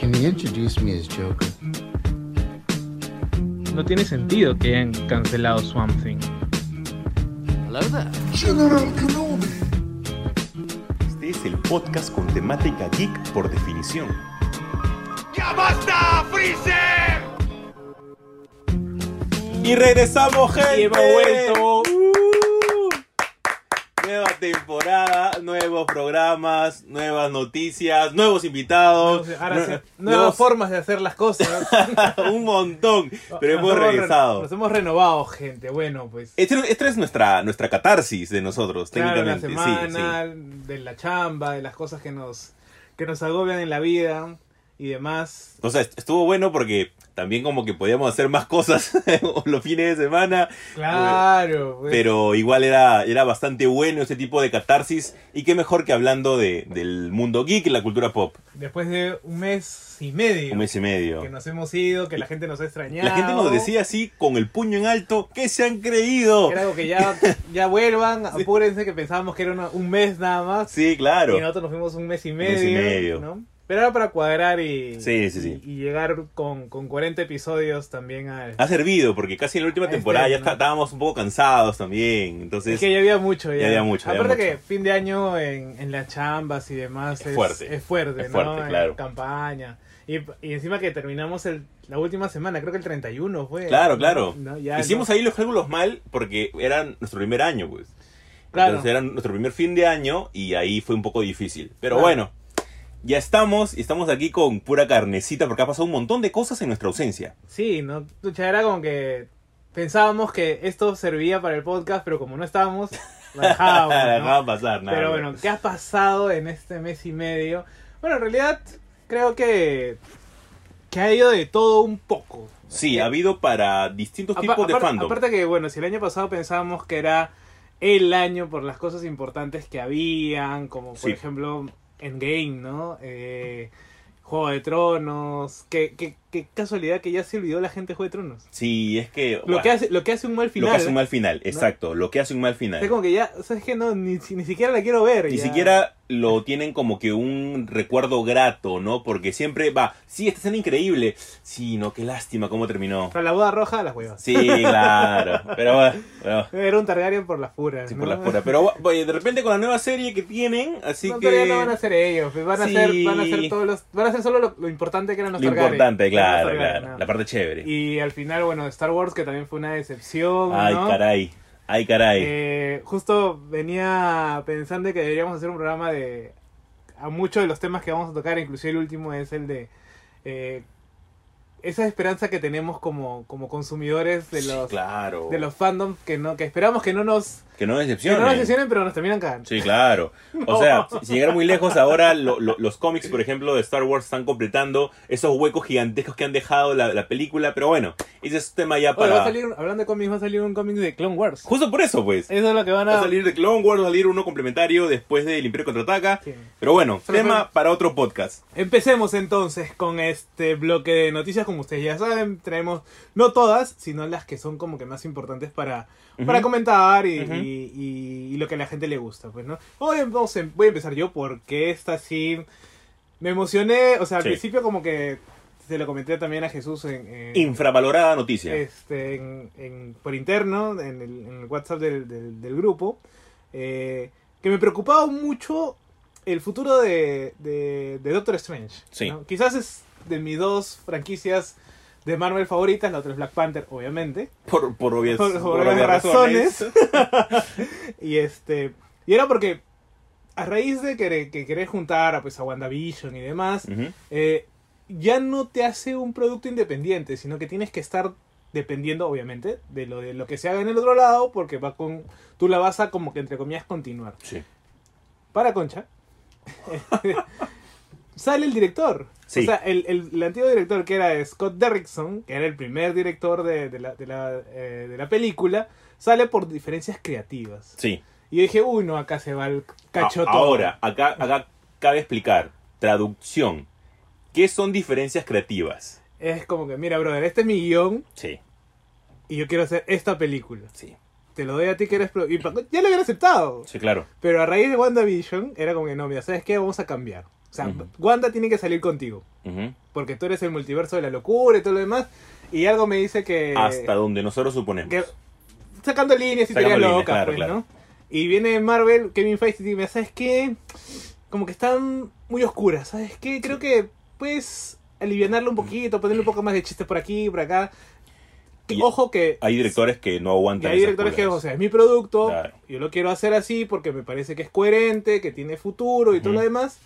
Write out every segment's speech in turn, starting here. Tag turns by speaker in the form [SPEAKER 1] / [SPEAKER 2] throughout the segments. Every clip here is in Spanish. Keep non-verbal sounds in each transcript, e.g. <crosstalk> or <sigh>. [SPEAKER 1] he introduced me as Joker.
[SPEAKER 2] No tiene sentido que hayan cancelado Swamp Thing.
[SPEAKER 3] Hello there.
[SPEAKER 4] General Kenobi.
[SPEAKER 5] Este es el podcast con temática geek por definición.
[SPEAKER 4] ¡Ya basta, Freezer!
[SPEAKER 6] Y regresamos, gente. Uh.
[SPEAKER 7] Y hemos vuelto.
[SPEAKER 6] Nueva temporada, nuevos programas, nuevas noticias, nuevos invitados.
[SPEAKER 7] Ahora
[SPEAKER 6] nue-
[SPEAKER 7] sí, nuevas
[SPEAKER 6] nuevos- <laughs>
[SPEAKER 7] formas de hacer las cosas.
[SPEAKER 6] un montón, <laughs> pero
[SPEAKER 7] Nos
[SPEAKER 6] hemos
[SPEAKER 7] re-
[SPEAKER 6] regresado.
[SPEAKER 7] Nos hemos renovado, gente. Bueno, pues.
[SPEAKER 6] Esta esta es nuestra, nuestra catarsis de nosotros,
[SPEAKER 7] Claro, la
[SPEAKER 6] técnicamente. sí, sí.
[SPEAKER 7] semana, de la chamba, de las cosas que nos, que nos agobian en la vida y demás.
[SPEAKER 6] O sea, est- estuvo bueno porque también como que podíamos hacer más cosas <laughs> los fines de semana,
[SPEAKER 7] Claro, pues.
[SPEAKER 6] pero igual era, era bastante bueno ese tipo de catarsis y qué mejor que hablando de, del mundo geek y la cultura pop.
[SPEAKER 7] después de un mes y medio
[SPEAKER 6] Un mes y medio.
[SPEAKER 7] que nos hemos ido, que la gente nos ha extrañado.
[SPEAKER 6] La gente nos decía así con el puño en alto, ¿qué se han creído?
[SPEAKER 7] Era algo que ya, ya
[SPEAKER 6] <laughs>
[SPEAKER 7] vuelvan, apúrense, que pensábamos que era una- un mes nada más.
[SPEAKER 6] Sí, claro.
[SPEAKER 7] Y nosotros nos fuimos un mes y medio.
[SPEAKER 6] mes y medio.
[SPEAKER 7] ¿no? Pero ahora para cuadrar y,
[SPEAKER 6] Sí, sí, sí.
[SPEAKER 7] y, y llegar con, con 40 episodios también al.
[SPEAKER 6] Ha servido porque casi en la última
[SPEAKER 7] Este,
[SPEAKER 6] temporada ya
[SPEAKER 7] ¿no?
[SPEAKER 6] está- estábamos un poco cansados también. Entonces,
[SPEAKER 7] Es que ya había mucho, ya.
[SPEAKER 6] Ya había mucho, ya
[SPEAKER 7] Aparte
[SPEAKER 6] había
[SPEAKER 7] que fin de año en, en las chambas y demás
[SPEAKER 6] Es fuerte.
[SPEAKER 7] Es fuerte,
[SPEAKER 6] Es fuerte,
[SPEAKER 7] ¿no?
[SPEAKER 6] claro.
[SPEAKER 7] En campaña. Y, y encima que terminamos el, la última semana, creo que el 31 fue.
[SPEAKER 6] Claro,
[SPEAKER 7] ¿no?
[SPEAKER 6] claro.
[SPEAKER 7] ¿No? Ya,
[SPEAKER 6] Hicimos
[SPEAKER 7] ¿no?
[SPEAKER 6] ahí los cálculos mal porque era nuestro primer año, pues.
[SPEAKER 7] Claro.
[SPEAKER 6] Entonces era nuestro primer fin de año y ahí fue un poco difícil. Pero
[SPEAKER 7] Claro.
[SPEAKER 6] bueno, ya estamos y estamos aquí con pura carnecita porque ha pasado un montón de cosas en nuestra ausencia.
[SPEAKER 7] Sí, ¿no? Pucha, era como que pensábamos que esto servía para el podcast, pero como no estábamos, lo
[SPEAKER 6] <laughs>
[SPEAKER 7] dejábamos.
[SPEAKER 6] La
[SPEAKER 7] Ah, ¿no?
[SPEAKER 6] dejaban pasar, nada.
[SPEAKER 7] Pero bueno, ¿qué ha pasado en este mes y medio? Bueno, en realidad creo que, que ha ido de todo un poco.
[SPEAKER 6] Sí, ha habido para distintos
[SPEAKER 7] Apa-
[SPEAKER 6] tipos de
[SPEAKER 7] aparte-
[SPEAKER 6] fandom.
[SPEAKER 7] Aparte que, bueno, si el año pasado pensábamos que era el año por las cosas importantes que habían, como por
[SPEAKER 6] Sí.
[SPEAKER 7] ejemplo Endgame, ¿no? Eh, Juego de Tronos. Qué, qué- qué casualidad que ya se olvidó la gente de Juego de Tronos.
[SPEAKER 6] Sí, es que.
[SPEAKER 7] Lo,
[SPEAKER 6] bueno,
[SPEAKER 7] que hace, lo que hace un mal final.
[SPEAKER 6] lo que hace
[SPEAKER 7] ¿eh?
[SPEAKER 6] un mal final, exacto. Lo que hace un mal final.
[SPEAKER 7] Es como que ya, ¿sabes que No, ni, si- ni siquiera la quiero ver.
[SPEAKER 6] Ni
[SPEAKER 7] ya.
[SPEAKER 6] siquiera lo tienen como que un recuerdo grato, ¿no? Porque siempre va, sí, esta escena increíble. Sí, no, qué lástima cómo terminó.
[SPEAKER 7] Pero la boda roja, las huevas.
[SPEAKER 6] Sí, claro. Pero bueno, bueno,
[SPEAKER 7] Era un Targaryen por las puras.
[SPEAKER 6] sí,
[SPEAKER 7] ¿no?
[SPEAKER 6] por las
[SPEAKER 7] <laughs>
[SPEAKER 6] puras. Pero bueno, de repente con la nueva serie que tienen, así
[SPEAKER 7] No, todavía
[SPEAKER 6] que.
[SPEAKER 7] no van a ser ellos, pues, van a
[SPEAKER 6] Sí.
[SPEAKER 7] ser, van a ser todos los, van a ser solo lo, lo importante que eran los
[SPEAKER 6] Lo
[SPEAKER 7] Targaryen.
[SPEAKER 6] importante, claro,
[SPEAKER 7] Los Targaryen,
[SPEAKER 6] claro.
[SPEAKER 7] ¿no?
[SPEAKER 6] La parte chévere.
[SPEAKER 7] Y al final, bueno, Star Wars, que también fue una decepción.
[SPEAKER 6] Ay,
[SPEAKER 7] ¿no?
[SPEAKER 6] caray. Ay, caray.
[SPEAKER 7] Eh, justo venía pensando que deberíamos hacer un programa de. A muchos de los temas que vamos a tocar, inclusive el último es el de. eh, esa esperanza que tenemos como, como consumidores de los,
[SPEAKER 6] claro.
[SPEAKER 7] de los fandoms que no que esperamos que no nos.
[SPEAKER 6] Que no
[SPEAKER 7] Que no
[SPEAKER 6] decepcionen.
[SPEAKER 7] nos decepcionen, pero nos terminan cagando.
[SPEAKER 6] Sí, claro. O sea, si- si llegar muy lejos ahora, lo- lo- los cómics, por ejemplo, de Star Wars están completando esos huecos gigantescos que han dejado la, la película, pero bueno, ese es tema ya
[SPEAKER 7] Oye, va a
[SPEAKER 6] para...
[SPEAKER 7] salir, Eh, un- hablando de cómics, va a salir un cómic de Clone Wars.
[SPEAKER 6] Justo por eso, pues.
[SPEAKER 7] Eso es lo que van
[SPEAKER 6] Va a
[SPEAKER 7] a.
[SPEAKER 6] salir de Clone Wars, va a salir uno complementario después del Imperio Contraataca.
[SPEAKER 7] Sí.
[SPEAKER 6] Pero bueno,
[SPEAKER 7] Pero
[SPEAKER 6] tema
[SPEAKER 7] bueno.
[SPEAKER 6] para otro podcast.
[SPEAKER 7] Empecemos entonces con este bloque de noticias, como ustedes ya saben, traemos no todas, sino las que son como que más importantes para, para
[SPEAKER 6] Ujú.
[SPEAKER 7] comentar y,
[SPEAKER 6] Ujú.
[SPEAKER 7] y- y- y lo que a la gente le gusta, pues, ¿no? Hoy vamos em- voy a empezar yo porque esta sí me emocioné, o sea, al
[SPEAKER 6] Sí.
[SPEAKER 7] principio como que se lo comenté también a Jesús en, en-
[SPEAKER 6] Infravalorada noticia.
[SPEAKER 7] este, en- en- por interno, en el, en el WhatsApp del, del- del grupo, eh, que me preocupaba mucho el futuro de, de- de Doctor Strange.
[SPEAKER 6] Sí.
[SPEAKER 7] ¿no? Quizás es de mis dos franquicias de Marvel favoritas, la otra es Black Panther, obviamente,
[SPEAKER 6] Por, por obvias,
[SPEAKER 7] por- por obvias razones. <laughs> y este y era porque a raíz de que, que querés juntar a, pues, a WandaVision y demás,
[SPEAKER 6] Ujú.
[SPEAKER 7] eh, ya no te hace un producto independiente, sino que tienes que estar dependiendo, obviamente, de lo, de lo que se haga en el otro lado, porque va con, tú la vas a como que, entre comillas, continuar.
[SPEAKER 6] Sí.
[SPEAKER 7] Para Concha, <laughs> sale el director.
[SPEAKER 6] Sí.
[SPEAKER 7] O sea, el, el- el antiguo director que era Scott Derrickson, que era el primer director de, de la, de la, eh, de la película, sale por diferencias creativas.
[SPEAKER 6] Sí.
[SPEAKER 7] Y yo dije, uy, no, acá se va el cachoto.
[SPEAKER 6] A- Ahora, acá, acá cabe explicar. Traducción. ¿Qué son diferencias creativas?
[SPEAKER 7] Es como que, mira, brother, este es mi guión
[SPEAKER 6] Sí,
[SPEAKER 7] y yo quiero hacer esta película.
[SPEAKER 6] sí.
[SPEAKER 7] te lo doy a ti que eres... pro- Y pa- ya lo habían aceptado.
[SPEAKER 6] Sí, claro.
[SPEAKER 7] Pero a raíz de WandaVision era como que no, mira, ¿sabes qué? Vamos a cambiar. O sea,
[SPEAKER 6] Ujú.
[SPEAKER 7] Wanda tiene que salir contigo.
[SPEAKER 6] Ujú.
[SPEAKER 7] Porque tú eres el multiverso de la locura y todo lo demás. Y algo me dice que.
[SPEAKER 6] Hasta donde nosotros suponemos.
[SPEAKER 7] Eh, que- sacando líneas y
[SPEAKER 6] Sacando
[SPEAKER 7] teorías
[SPEAKER 6] líneas,
[SPEAKER 7] locas,
[SPEAKER 6] claro,
[SPEAKER 7] pues,
[SPEAKER 6] claro.
[SPEAKER 7] ¿no? Y viene Marvel, Kevin Feige y me ¿sabes qué? Como que están muy oscuras, ¿sabes qué? Creo que puedes alivianarlo un poquito, ponerle un poco más de chiste por aquí, por acá.
[SPEAKER 6] Y-
[SPEAKER 7] Ojo que
[SPEAKER 6] Hay directores que no
[SPEAKER 7] y
[SPEAKER 6] aguantan.
[SPEAKER 7] hay
[SPEAKER 6] esas
[SPEAKER 7] directores que, o
[SPEAKER 6] pulgas.
[SPEAKER 7] sea, es mi producto,
[SPEAKER 6] Claro.
[SPEAKER 7] yo lo quiero hacer así porque me parece que es coherente, que tiene futuro y todo
[SPEAKER 6] Ujú.
[SPEAKER 7] lo demás.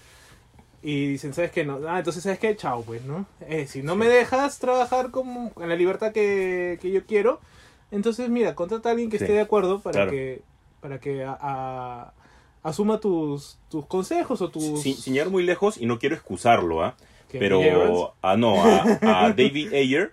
[SPEAKER 7] Y dicen, ¿sabes qué? No. Ah, entonces, ¿sabes qué? Chao, pues, ¿no? Eh, si no me dejas trabajar como en la libertad que, que yo quiero, entonces, mira, contrata a alguien que
[SPEAKER 6] Sí,
[SPEAKER 7] esté de acuerdo para
[SPEAKER 6] claro.
[SPEAKER 7] que, para que a- a- asuma tus, tus consejos o tus...
[SPEAKER 6] Sin, sin llegar muy lejos, y no quiero excusarlo, ¿ah?
[SPEAKER 7] que llevas.
[SPEAKER 6] Pero, ah, no, a, a David Ayer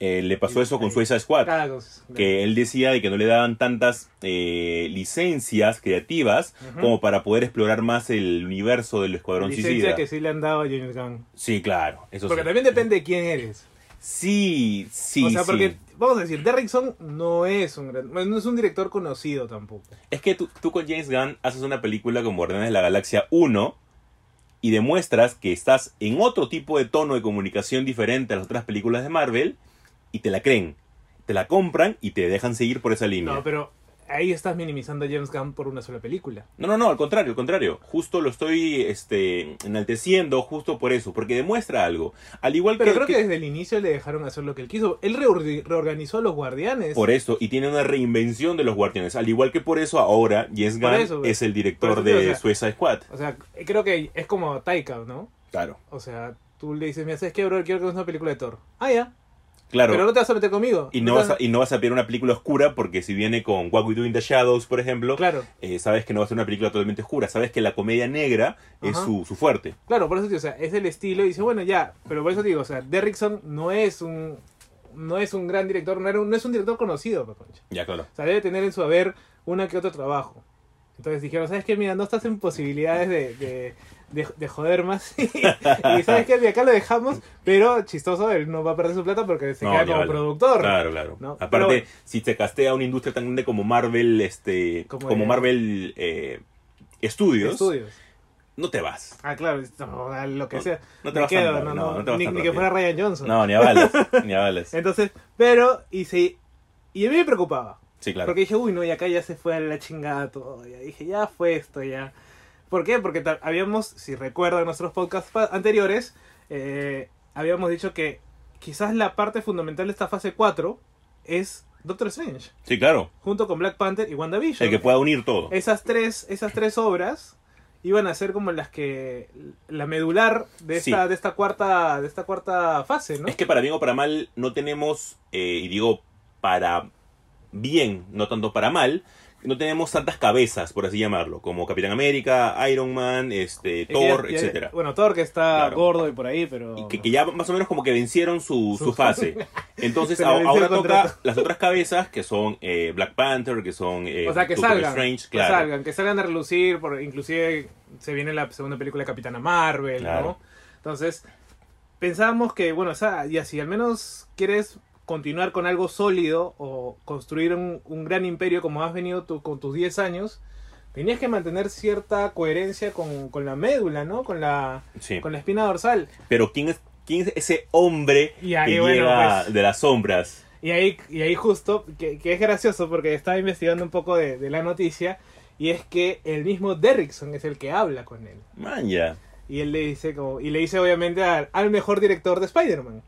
[SPEAKER 6] eh, le pasó eso con Suiza Squad.
[SPEAKER 7] Cada cosa.
[SPEAKER 6] ah, que él decía de que no le daban tantas eh, licencias creativas
[SPEAKER 7] Ujú.
[SPEAKER 6] como para poder explorar más el universo del Escuadrón
[SPEAKER 7] licencia
[SPEAKER 6] Suicida.
[SPEAKER 7] que sí le han dado a James Gunn.
[SPEAKER 6] Sí, claro, eso
[SPEAKER 7] Porque
[SPEAKER 6] sí.
[SPEAKER 7] también depende de quién eres.
[SPEAKER 6] Sí, sí,
[SPEAKER 7] o sea,
[SPEAKER 6] sí.
[SPEAKER 7] porque, vamos a decir, Derrickson no es un gran- bueno, no es un director conocido tampoco.
[SPEAKER 6] Es que tú, tú con James Gunn haces una película como Guardianes de la Galaxia 1 y demuestras que estás en otro tipo de tono de comunicación diferente a las otras películas de Marvel y te la creen, te la compran y te dejan seguir por esa línea.
[SPEAKER 7] No, pero ahí estás minimizando a James Gunn por una sola película.
[SPEAKER 6] No, no, no, al contrario, al contrario. Justo lo estoy este, enalteciendo justo por eso, porque demuestra algo. Al igual
[SPEAKER 7] Pero
[SPEAKER 6] que,
[SPEAKER 7] creo que
[SPEAKER 6] que-
[SPEAKER 7] desde el inicio le dejaron hacer lo que él quiso. Él reordi- reorganizó a los guardianes.
[SPEAKER 6] por eso, y tiene una reinvención de los Guardianes. Al igual que por eso ahora James
[SPEAKER 7] Por
[SPEAKER 6] Gunn
[SPEAKER 7] eso, güey.
[SPEAKER 6] es el
[SPEAKER 7] Por
[SPEAKER 6] director
[SPEAKER 7] eso te digo,
[SPEAKER 6] de
[SPEAKER 7] o sea-
[SPEAKER 6] Suicide Squad.
[SPEAKER 7] O sea, creo que es como Taika, ¿no?
[SPEAKER 6] Claro.
[SPEAKER 7] O sea, tú le dices, mira, ¿sabes qué, bro? Quiero que hagas una película de Thor. Ah, ya.
[SPEAKER 6] Claro.
[SPEAKER 7] Pero no te vas a meter conmigo.
[SPEAKER 6] y, no
[SPEAKER 7] te
[SPEAKER 6] vas a, y no vas a pedir una película oscura porque si viene con What We Do in the Shadows, por ejemplo,
[SPEAKER 7] Claro,
[SPEAKER 6] eh, sabes que no va a ser una película totalmente oscura. Sabes que la comedia negra es
[SPEAKER 7] Ajá.
[SPEAKER 6] su, su fuerte.
[SPEAKER 7] claro, por eso te digo, o sea, es el estilo. Y dice, bueno, ya. Pero por eso te digo, o sea, Derrickson no es un... No es un gran director, no, era un- no es un director conocido, pa' concha.
[SPEAKER 6] Ya, claro.
[SPEAKER 7] O sea, debe tener en su haber una que otro trabajo. Entonces dijeron, ¿sabes qué? Mira, no estás en posibilidades de, de, de- de joder más. <laughs> y ¿sabes qué? De acá lo dejamos, pero chistoso, él no va a perder su plata porque se
[SPEAKER 6] No,
[SPEAKER 7] queda
[SPEAKER 6] ni
[SPEAKER 7] como
[SPEAKER 6] hablar.
[SPEAKER 7] productor.
[SPEAKER 6] Claro, claro.
[SPEAKER 7] ¿no? Pero
[SPEAKER 6] Aparte,
[SPEAKER 7] bueno.
[SPEAKER 6] si te castea una industria tan grande como Marvel, este,
[SPEAKER 7] Como
[SPEAKER 6] como,
[SPEAKER 7] el-
[SPEAKER 6] Marvel eh, Studios,
[SPEAKER 7] Estudios.
[SPEAKER 6] no te vas.
[SPEAKER 7] Ah, claro, no, a lo que
[SPEAKER 6] No,
[SPEAKER 7] sea.
[SPEAKER 6] no te
[SPEAKER 7] Me
[SPEAKER 6] vas tan
[SPEAKER 7] quedo, no,
[SPEAKER 6] rápido, no,
[SPEAKER 7] no,
[SPEAKER 6] no te vas
[SPEAKER 7] ni,
[SPEAKER 6] tan
[SPEAKER 7] ni que
[SPEAKER 6] rápido.
[SPEAKER 7] fuera Eh, Ryan Johnson.
[SPEAKER 6] No, ni
[SPEAKER 7] <laughs>
[SPEAKER 6] a balas, ni a balas.
[SPEAKER 7] Entonces, pero, y, se, y a mí me preocupaba.
[SPEAKER 6] Sí, claro.
[SPEAKER 7] Porque dije, uy, no, y acá ya se fue a la chingada todo. Ya dije, ya fue esto, ya. ¿Por qué? Porque ta- habíamos, si recuerdan nuestros podcasts pa- anteriores, eh, habíamos dicho que quizás la parte fundamental de esta fase 4 es Doctor Strange,
[SPEAKER 6] Sí, claro.
[SPEAKER 7] junto con Black Panther y WandaVision.
[SPEAKER 6] El que pueda unir todo.
[SPEAKER 7] Esas tres, esas tres obras iban a ser como las que la medular de esta,
[SPEAKER 6] Sí.
[SPEAKER 7] de esta cuarta, de esta cuarta fase, ¿no?
[SPEAKER 6] Es que para bien o para mal no tenemos, eh, y digo para bien, no tanto para mal, no tenemos tantas cabezas, por así llamarlo, como Capitán América, Iron Man, este,
[SPEAKER 7] Es que
[SPEAKER 6] Thor,
[SPEAKER 7] ya- ya-
[SPEAKER 6] etcétera.
[SPEAKER 7] Bueno, Thor que está
[SPEAKER 6] Claro.
[SPEAKER 7] gordo y por ahí, pero.
[SPEAKER 6] Y que, que ya más o menos como que vencieron su,
[SPEAKER 7] <laughs>
[SPEAKER 6] su fase. Entonces
[SPEAKER 7] Se le
[SPEAKER 6] a-
[SPEAKER 7] venció
[SPEAKER 6] ahora
[SPEAKER 7] el contrato.
[SPEAKER 6] toca las otras cabezas que son eh, Black Panther, que son eh,
[SPEAKER 7] O sea, que
[SPEAKER 6] Doctor
[SPEAKER 7] salgan,
[SPEAKER 6] Strange,
[SPEAKER 7] que
[SPEAKER 6] claro.
[SPEAKER 7] salgan, que salgan a relucir, por, inclusive se viene la segunda película de Capitana Marvel, ¿no?
[SPEAKER 6] Claro.
[SPEAKER 7] Entonces, pensábamos que, bueno, o sea, ya si al menos quieres continuar con algo sólido o construir un, un gran imperio como has venido tú con tus 10 años, tenías que mantener cierta coherencia con, con la médula, ¿no? Con la,
[SPEAKER 6] Sí.
[SPEAKER 7] con la espina dorsal.
[SPEAKER 6] Pero ¿quién es, quién es ese hombre
[SPEAKER 7] Y ahí,
[SPEAKER 6] que
[SPEAKER 7] bueno,
[SPEAKER 6] llega
[SPEAKER 7] pues-
[SPEAKER 6] de las sombras?
[SPEAKER 7] Y ahí, y ahí justo, que, que es gracioso porque estaba investigando un poco de, de la noticia, y es que el mismo Derrickson es el que habla con él.
[SPEAKER 6] Man, ya.
[SPEAKER 7] Y él le dice como, y le dice obviamente al, al mejor director de Spider-Man.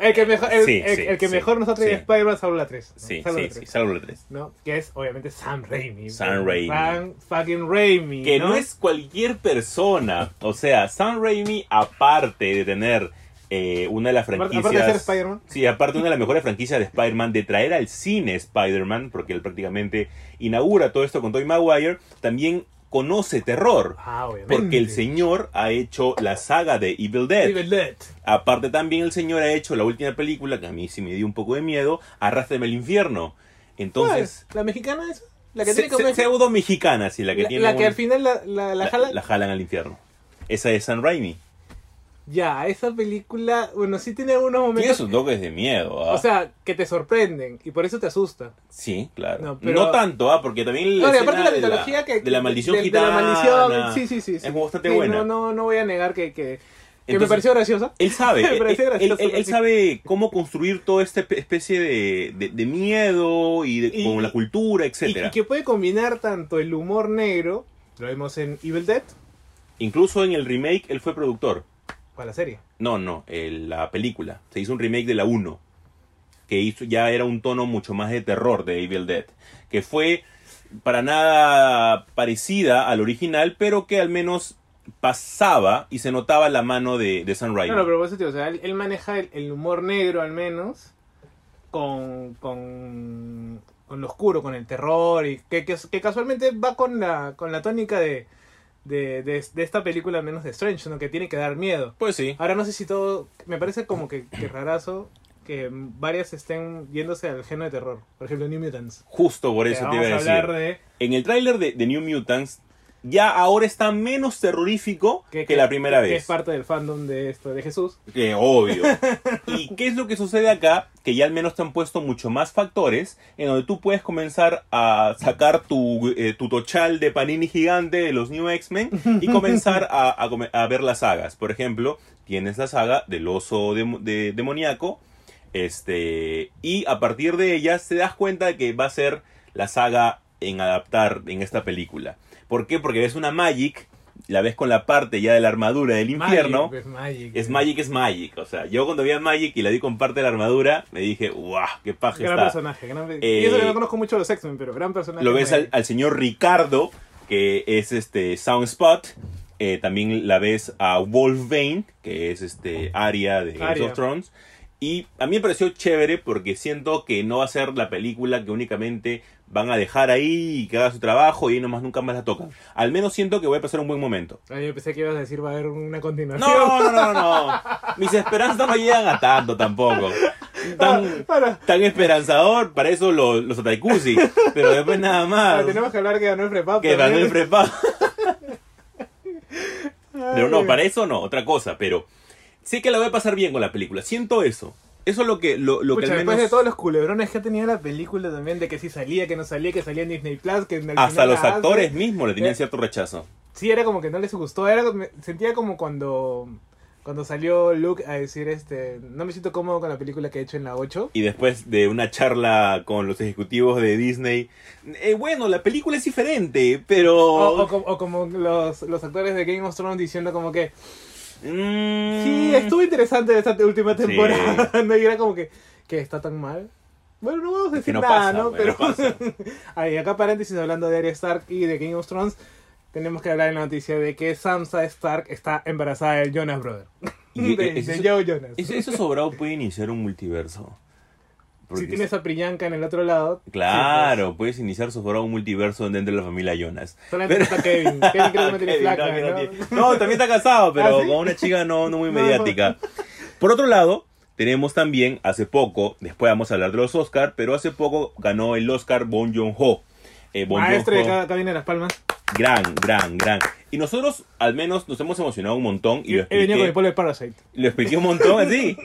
[SPEAKER 7] El que mejor, el,
[SPEAKER 6] Sí,
[SPEAKER 7] el-
[SPEAKER 6] sí,
[SPEAKER 7] el que
[SPEAKER 6] sí,
[SPEAKER 7] mejor nos ha traído
[SPEAKER 6] sí.
[SPEAKER 7] Spider-Man salvo la 3.
[SPEAKER 6] Sí,
[SPEAKER 7] salvo
[SPEAKER 6] sí,
[SPEAKER 7] la
[SPEAKER 6] sí,
[SPEAKER 7] 3,
[SPEAKER 6] salvo la tres.
[SPEAKER 7] ¿no? Que es obviamente Sam Raimi.
[SPEAKER 6] Sam Raimi.
[SPEAKER 7] Sam fucking Raimi.
[SPEAKER 6] Que no es cualquier persona. O sea, Sam Raimi, aparte de tener eh, una de las
[SPEAKER 7] Aparte-
[SPEAKER 6] franquicias...
[SPEAKER 7] aparte de ser Spider-Man.
[SPEAKER 6] Sí, aparte una de las mejores franquicias de Spider-Man, de traer al cine Spider-Man, porque él prácticamente inaugura todo esto con Tobey Maguire, también conoce terror.
[SPEAKER 7] Ah, obviamente.
[SPEAKER 6] Porque el señor ha hecho la saga de Evil Dead.
[SPEAKER 7] Evil Dead.
[SPEAKER 6] Aparte también el señor ha hecho la última película, que a mí sí me dio un poco de miedo, Arrástrame al infierno. Entonces...
[SPEAKER 7] ¿Cuál? ¿La mexicana es? La que
[SPEAKER 6] se-
[SPEAKER 7] tiene como...
[SPEAKER 6] se- pseudo mexicana, sí, la que
[SPEAKER 7] la,
[SPEAKER 6] tiene...
[SPEAKER 7] la que
[SPEAKER 6] un-
[SPEAKER 7] al final la, la, la jala.
[SPEAKER 6] al infierno. Esa es San Raimi.
[SPEAKER 7] Ya, esa película, bueno, sí tiene unos
[SPEAKER 6] Tiene
[SPEAKER 7] momentos.
[SPEAKER 6] sus toques de miedo, ¿ah?
[SPEAKER 7] O sea, que te sorprenden y por eso te asusta.
[SPEAKER 6] sí, claro. No,
[SPEAKER 7] no, pero-
[SPEAKER 6] tanto, ¿ah? Porque también
[SPEAKER 7] No,
[SPEAKER 6] la
[SPEAKER 7] y
[SPEAKER 6] escena
[SPEAKER 7] aparte la
[SPEAKER 6] de la-
[SPEAKER 7] mitología que.
[SPEAKER 6] de la maldición
[SPEAKER 7] de- de
[SPEAKER 6] gitana.
[SPEAKER 7] la maldición, sí, sí, sí. sí.
[SPEAKER 6] Es bastante
[SPEAKER 7] Sí,
[SPEAKER 6] buena.
[SPEAKER 7] No, no, no voy a negar que, que, que me
[SPEAKER 6] Entonces-
[SPEAKER 7] pareció graciosa. <laughs>
[SPEAKER 6] Él sabe,
[SPEAKER 7] Me
[SPEAKER 6] él,
[SPEAKER 7] pareció
[SPEAKER 6] él-
[SPEAKER 7] gracioso,
[SPEAKER 6] él- él
[SPEAKER 7] porque-
[SPEAKER 6] sabe cómo construir toda esta espe- especie de, de- de miedo y, de-
[SPEAKER 7] Y-
[SPEAKER 6] con la cultura,
[SPEAKER 7] Y, y
[SPEAKER 6] etcétera.
[SPEAKER 7] que puede combinar tanto el humor negro, lo vemos en Evil Dead,
[SPEAKER 6] Incluso en el remake él fue productor.
[SPEAKER 7] para la serie.
[SPEAKER 6] No, no, el- la película. Se hizo un remake de la 1. Que hizo, ya era un tono mucho más de terror de Evil Dead. Que fue para nada parecida al original, pero que al menos pasaba y se notaba la mano de, de Sam Raimi.
[SPEAKER 7] No, no, pero por eso te digo, o sea, él, él maneja el, el humor negro al menos con, con, con lo oscuro, con el terror, y que, que, que casualmente va con la, con la tónica de, de, de- de esta película al menos de Strange, ¿no? que tiene que dar miedo.
[SPEAKER 6] Pues sí.
[SPEAKER 7] Ahora no sé si todo, me parece como que, que rarazo que varias estén yéndose al género de terror, por ejemplo New Mutants.
[SPEAKER 6] Justo por
[SPEAKER 7] Que
[SPEAKER 6] eso te
[SPEAKER 7] vamos
[SPEAKER 6] iba a decir.
[SPEAKER 7] hablar de...
[SPEAKER 6] En el tráiler de, de New Mutants, ya ahora está menos terrorífico que, la primera
[SPEAKER 7] que
[SPEAKER 6] vez.
[SPEAKER 7] es parte del fandom de esto, de Jesús.
[SPEAKER 6] Que Eh, obvio. ¿Y qué es lo que sucede acá? Que ya al menos te han puesto mucho más factores en donde tú puedes comenzar a sacar tu, eh, tu tochal de panini gigante de los New X-Men y comenzar a, a come- a ver las sagas. Por ejemplo, tienes la saga del oso demo- de- demoníaco este, y a partir de ellas te das cuenta de que va a ser la saga en adaptar en esta película. ¿Por qué? Porque ves una Magic, la ves con la parte ya de la armadura del infierno.
[SPEAKER 7] Magic, pues, Magic.
[SPEAKER 6] Es Magic, es Magic. O sea, yo cuando vi a Magic y la di con parte de la armadura, me dije, ¡guau! ¡Qué paja
[SPEAKER 7] Gran
[SPEAKER 6] está!
[SPEAKER 7] personaje, gran pe-
[SPEAKER 6] Eh,
[SPEAKER 7] y eso que no conozco mucho de los X-Men, pero gran personaje.
[SPEAKER 6] Lo ves al,
[SPEAKER 7] Magic.
[SPEAKER 6] al señor Ricardo, que es este Soundspot. Eh, también la ves a Wolf Bane, que es este Aria de Game
[SPEAKER 7] Aria.
[SPEAKER 6] of Thrones. Y a mí me pareció chévere porque siento que no va a ser la película que únicamente van a dejar ahí y que haga su trabajo y ahí nomás nunca más la tocan. Al menos siento que voy a pasar un buen momento.
[SPEAKER 7] Ay, yo pensé que ibas a decir va a haber una continuación. <laughs>
[SPEAKER 6] No, no, no, no. no. Mis esperanzas no llegan a tanto tampoco. Tan,
[SPEAKER 7] Ahora,
[SPEAKER 6] tan esperanzador, para eso los, los otaikusi. Pero después nada más.
[SPEAKER 7] ahora Ah, tenemos que hablar que ganó el prepap.
[SPEAKER 6] Ah, Que ganó el prepa.
[SPEAKER 7] prepap.
[SPEAKER 6] Pero no, para eso no, otra cosa. Pero sé que la voy a pasar bien con la película. Siento eso. Eso es lo que, lo, lo que al
[SPEAKER 7] después de
[SPEAKER 6] menos.
[SPEAKER 7] todos los culebrones que ha tenido la película también, de que si salía, que no salía, que salía en Disney Plus, que en el
[SPEAKER 6] Hasta
[SPEAKER 7] final
[SPEAKER 6] los
[SPEAKER 7] la hace.
[SPEAKER 6] actores mismos le tenían
[SPEAKER 7] Eh.
[SPEAKER 6] cierto rechazo.
[SPEAKER 7] Sí, era como que no les gustó. Era, me- sentía como cuando, cuando salió Luke a decir, este, no me siento cómodo con la película que he hecho en la 8.
[SPEAKER 6] Y después de una charla con los ejecutivos de Disney. "Eh, bueno, la película es diferente, pero.
[SPEAKER 7] O, o como- o como los, los actores de Game of Thrones diciendo como que,
[SPEAKER 6] Mm.
[SPEAKER 7] sí, estuvo interesante esta te- última temporada.
[SPEAKER 6] Sí.
[SPEAKER 7] <laughs> ¿no? Y era como que, que está tan mal. Bueno, no vamos a
[SPEAKER 6] Es que
[SPEAKER 7] decir
[SPEAKER 6] no
[SPEAKER 7] nada,
[SPEAKER 6] pasa,
[SPEAKER 7] ¿no?
[SPEAKER 6] güey,
[SPEAKER 7] Pero
[SPEAKER 6] no pasa.
[SPEAKER 7] <laughs> Ahí, acá paréntesis, hablando de Arya Stark y de Game of Thrones, tenemos que hablar de la noticia de que Sansa Stark está embarazada del Jonas Brother. <laughs>
[SPEAKER 6] Y- e-
[SPEAKER 7] de,
[SPEAKER 6] es-
[SPEAKER 7] de
[SPEAKER 6] eso-
[SPEAKER 7] Joe Jonas.
[SPEAKER 6] Eso, eso sobrado puede iniciar un multiverso. Porque
[SPEAKER 7] si tienes a Priyanka en el otro lado.
[SPEAKER 6] Claro,
[SPEAKER 7] pues.
[SPEAKER 6] puedes iniciar sobrado un multiverso dentro de la familia Jonas.
[SPEAKER 7] sí, pues, solamente está
[SPEAKER 6] <laughs>
[SPEAKER 7] Kevin. Kevin creo que no tiene
[SPEAKER 6] Kevin,
[SPEAKER 7] flaca,
[SPEAKER 6] no, que no
[SPEAKER 7] ¿no?
[SPEAKER 6] tiene- no, también está casado, pero
[SPEAKER 7] <laughs> ¿Ah, sí?
[SPEAKER 6] con una chica no, no
[SPEAKER 7] <laughs>
[SPEAKER 6] muy
[SPEAKER 7] No,
[SPEAKER 6] mediática. Por otro lado, tenemos también hace poco, después vamos a hablar de los Oscar, pero hace poco ganó el Oscar Bon Joon-ho. Eh, Bong
[SPEAKER 7] Maestro de
[SPEAKER 6] Joon-ho,
[SPEAKER 7] cada cabina de las palmas.
[SPEAKER 6] gran, gran, gran. Y nosotros, al menos, nos hemos emocionado un montón y
[SPEAKER 7] He
[SPEAKER 6] lo
[SPEAKER 7] venido con
[SPEAKER 6] expliqué.
[SPEAKER 7] el polo de Parasite.
[SPEAKER 6] Lo expliqué un montón, sí.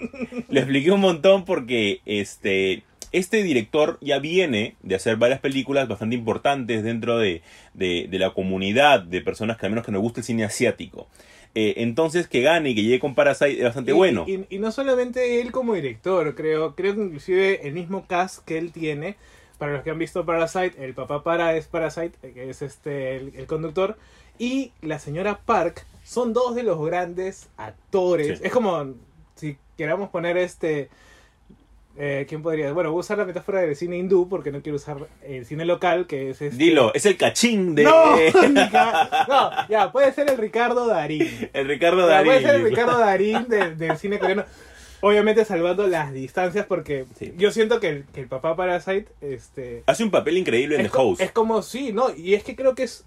[SPEAKER 6] Lo expliqué un montón porque este, este director ya viene de hacer varias películas bastante importantes dentro de, de- de la comunidad de personas que al menos que nos gusta el cine asiático. Eh, entonces que gane y que llegue con Parasite es bastante
[SPEAKER 7] Y-
[SPEAKER 6] bueno.
[SPEAKER 7] Y, y no solamente él como director, creo, creo que inclusive el mismo cast que él tiene, para los que han visto Parasite, el papá para es Parasite, eh, que es este el, el conductor, y la señora Park son dos de los grandes actores.
[SPEAKER 6] Sí.
[SPEAKER 7] Es como si queramos poner este eh, ¿Quién podría? Bueno, voy a usar la metáfora del cine hindú porque no quiero usar el cine local, que es este...
[SPEAKER 6] Dilo, es el cachín de <laughs>
[SPEAKER 7] ¡No! <laughs> Rica- no, ya, puede ser el Ricardo Darín.
[SPEAKER 6] el Ricardo
[SPEAKER 7] O sea,
[SPEAKER 6] Darín.
[SPEAKER 7] Puede ser el Ricardo Darín de- del cine coreano. Obviamente salvando las distancias porque
[SPEAKER 6] Sí.
[SPEAKER 7] yo siento que el, que el papá Parasite este,
[SPEAKER 6] Hace un papel increíble en
[SPEAKER 7] es,
[SPEAKER 6] The
[SPEAKER 7] co-
[SPEAKER 6] Host.
[SPEAKER 7] es como sí, ¿no? Y es que creo que es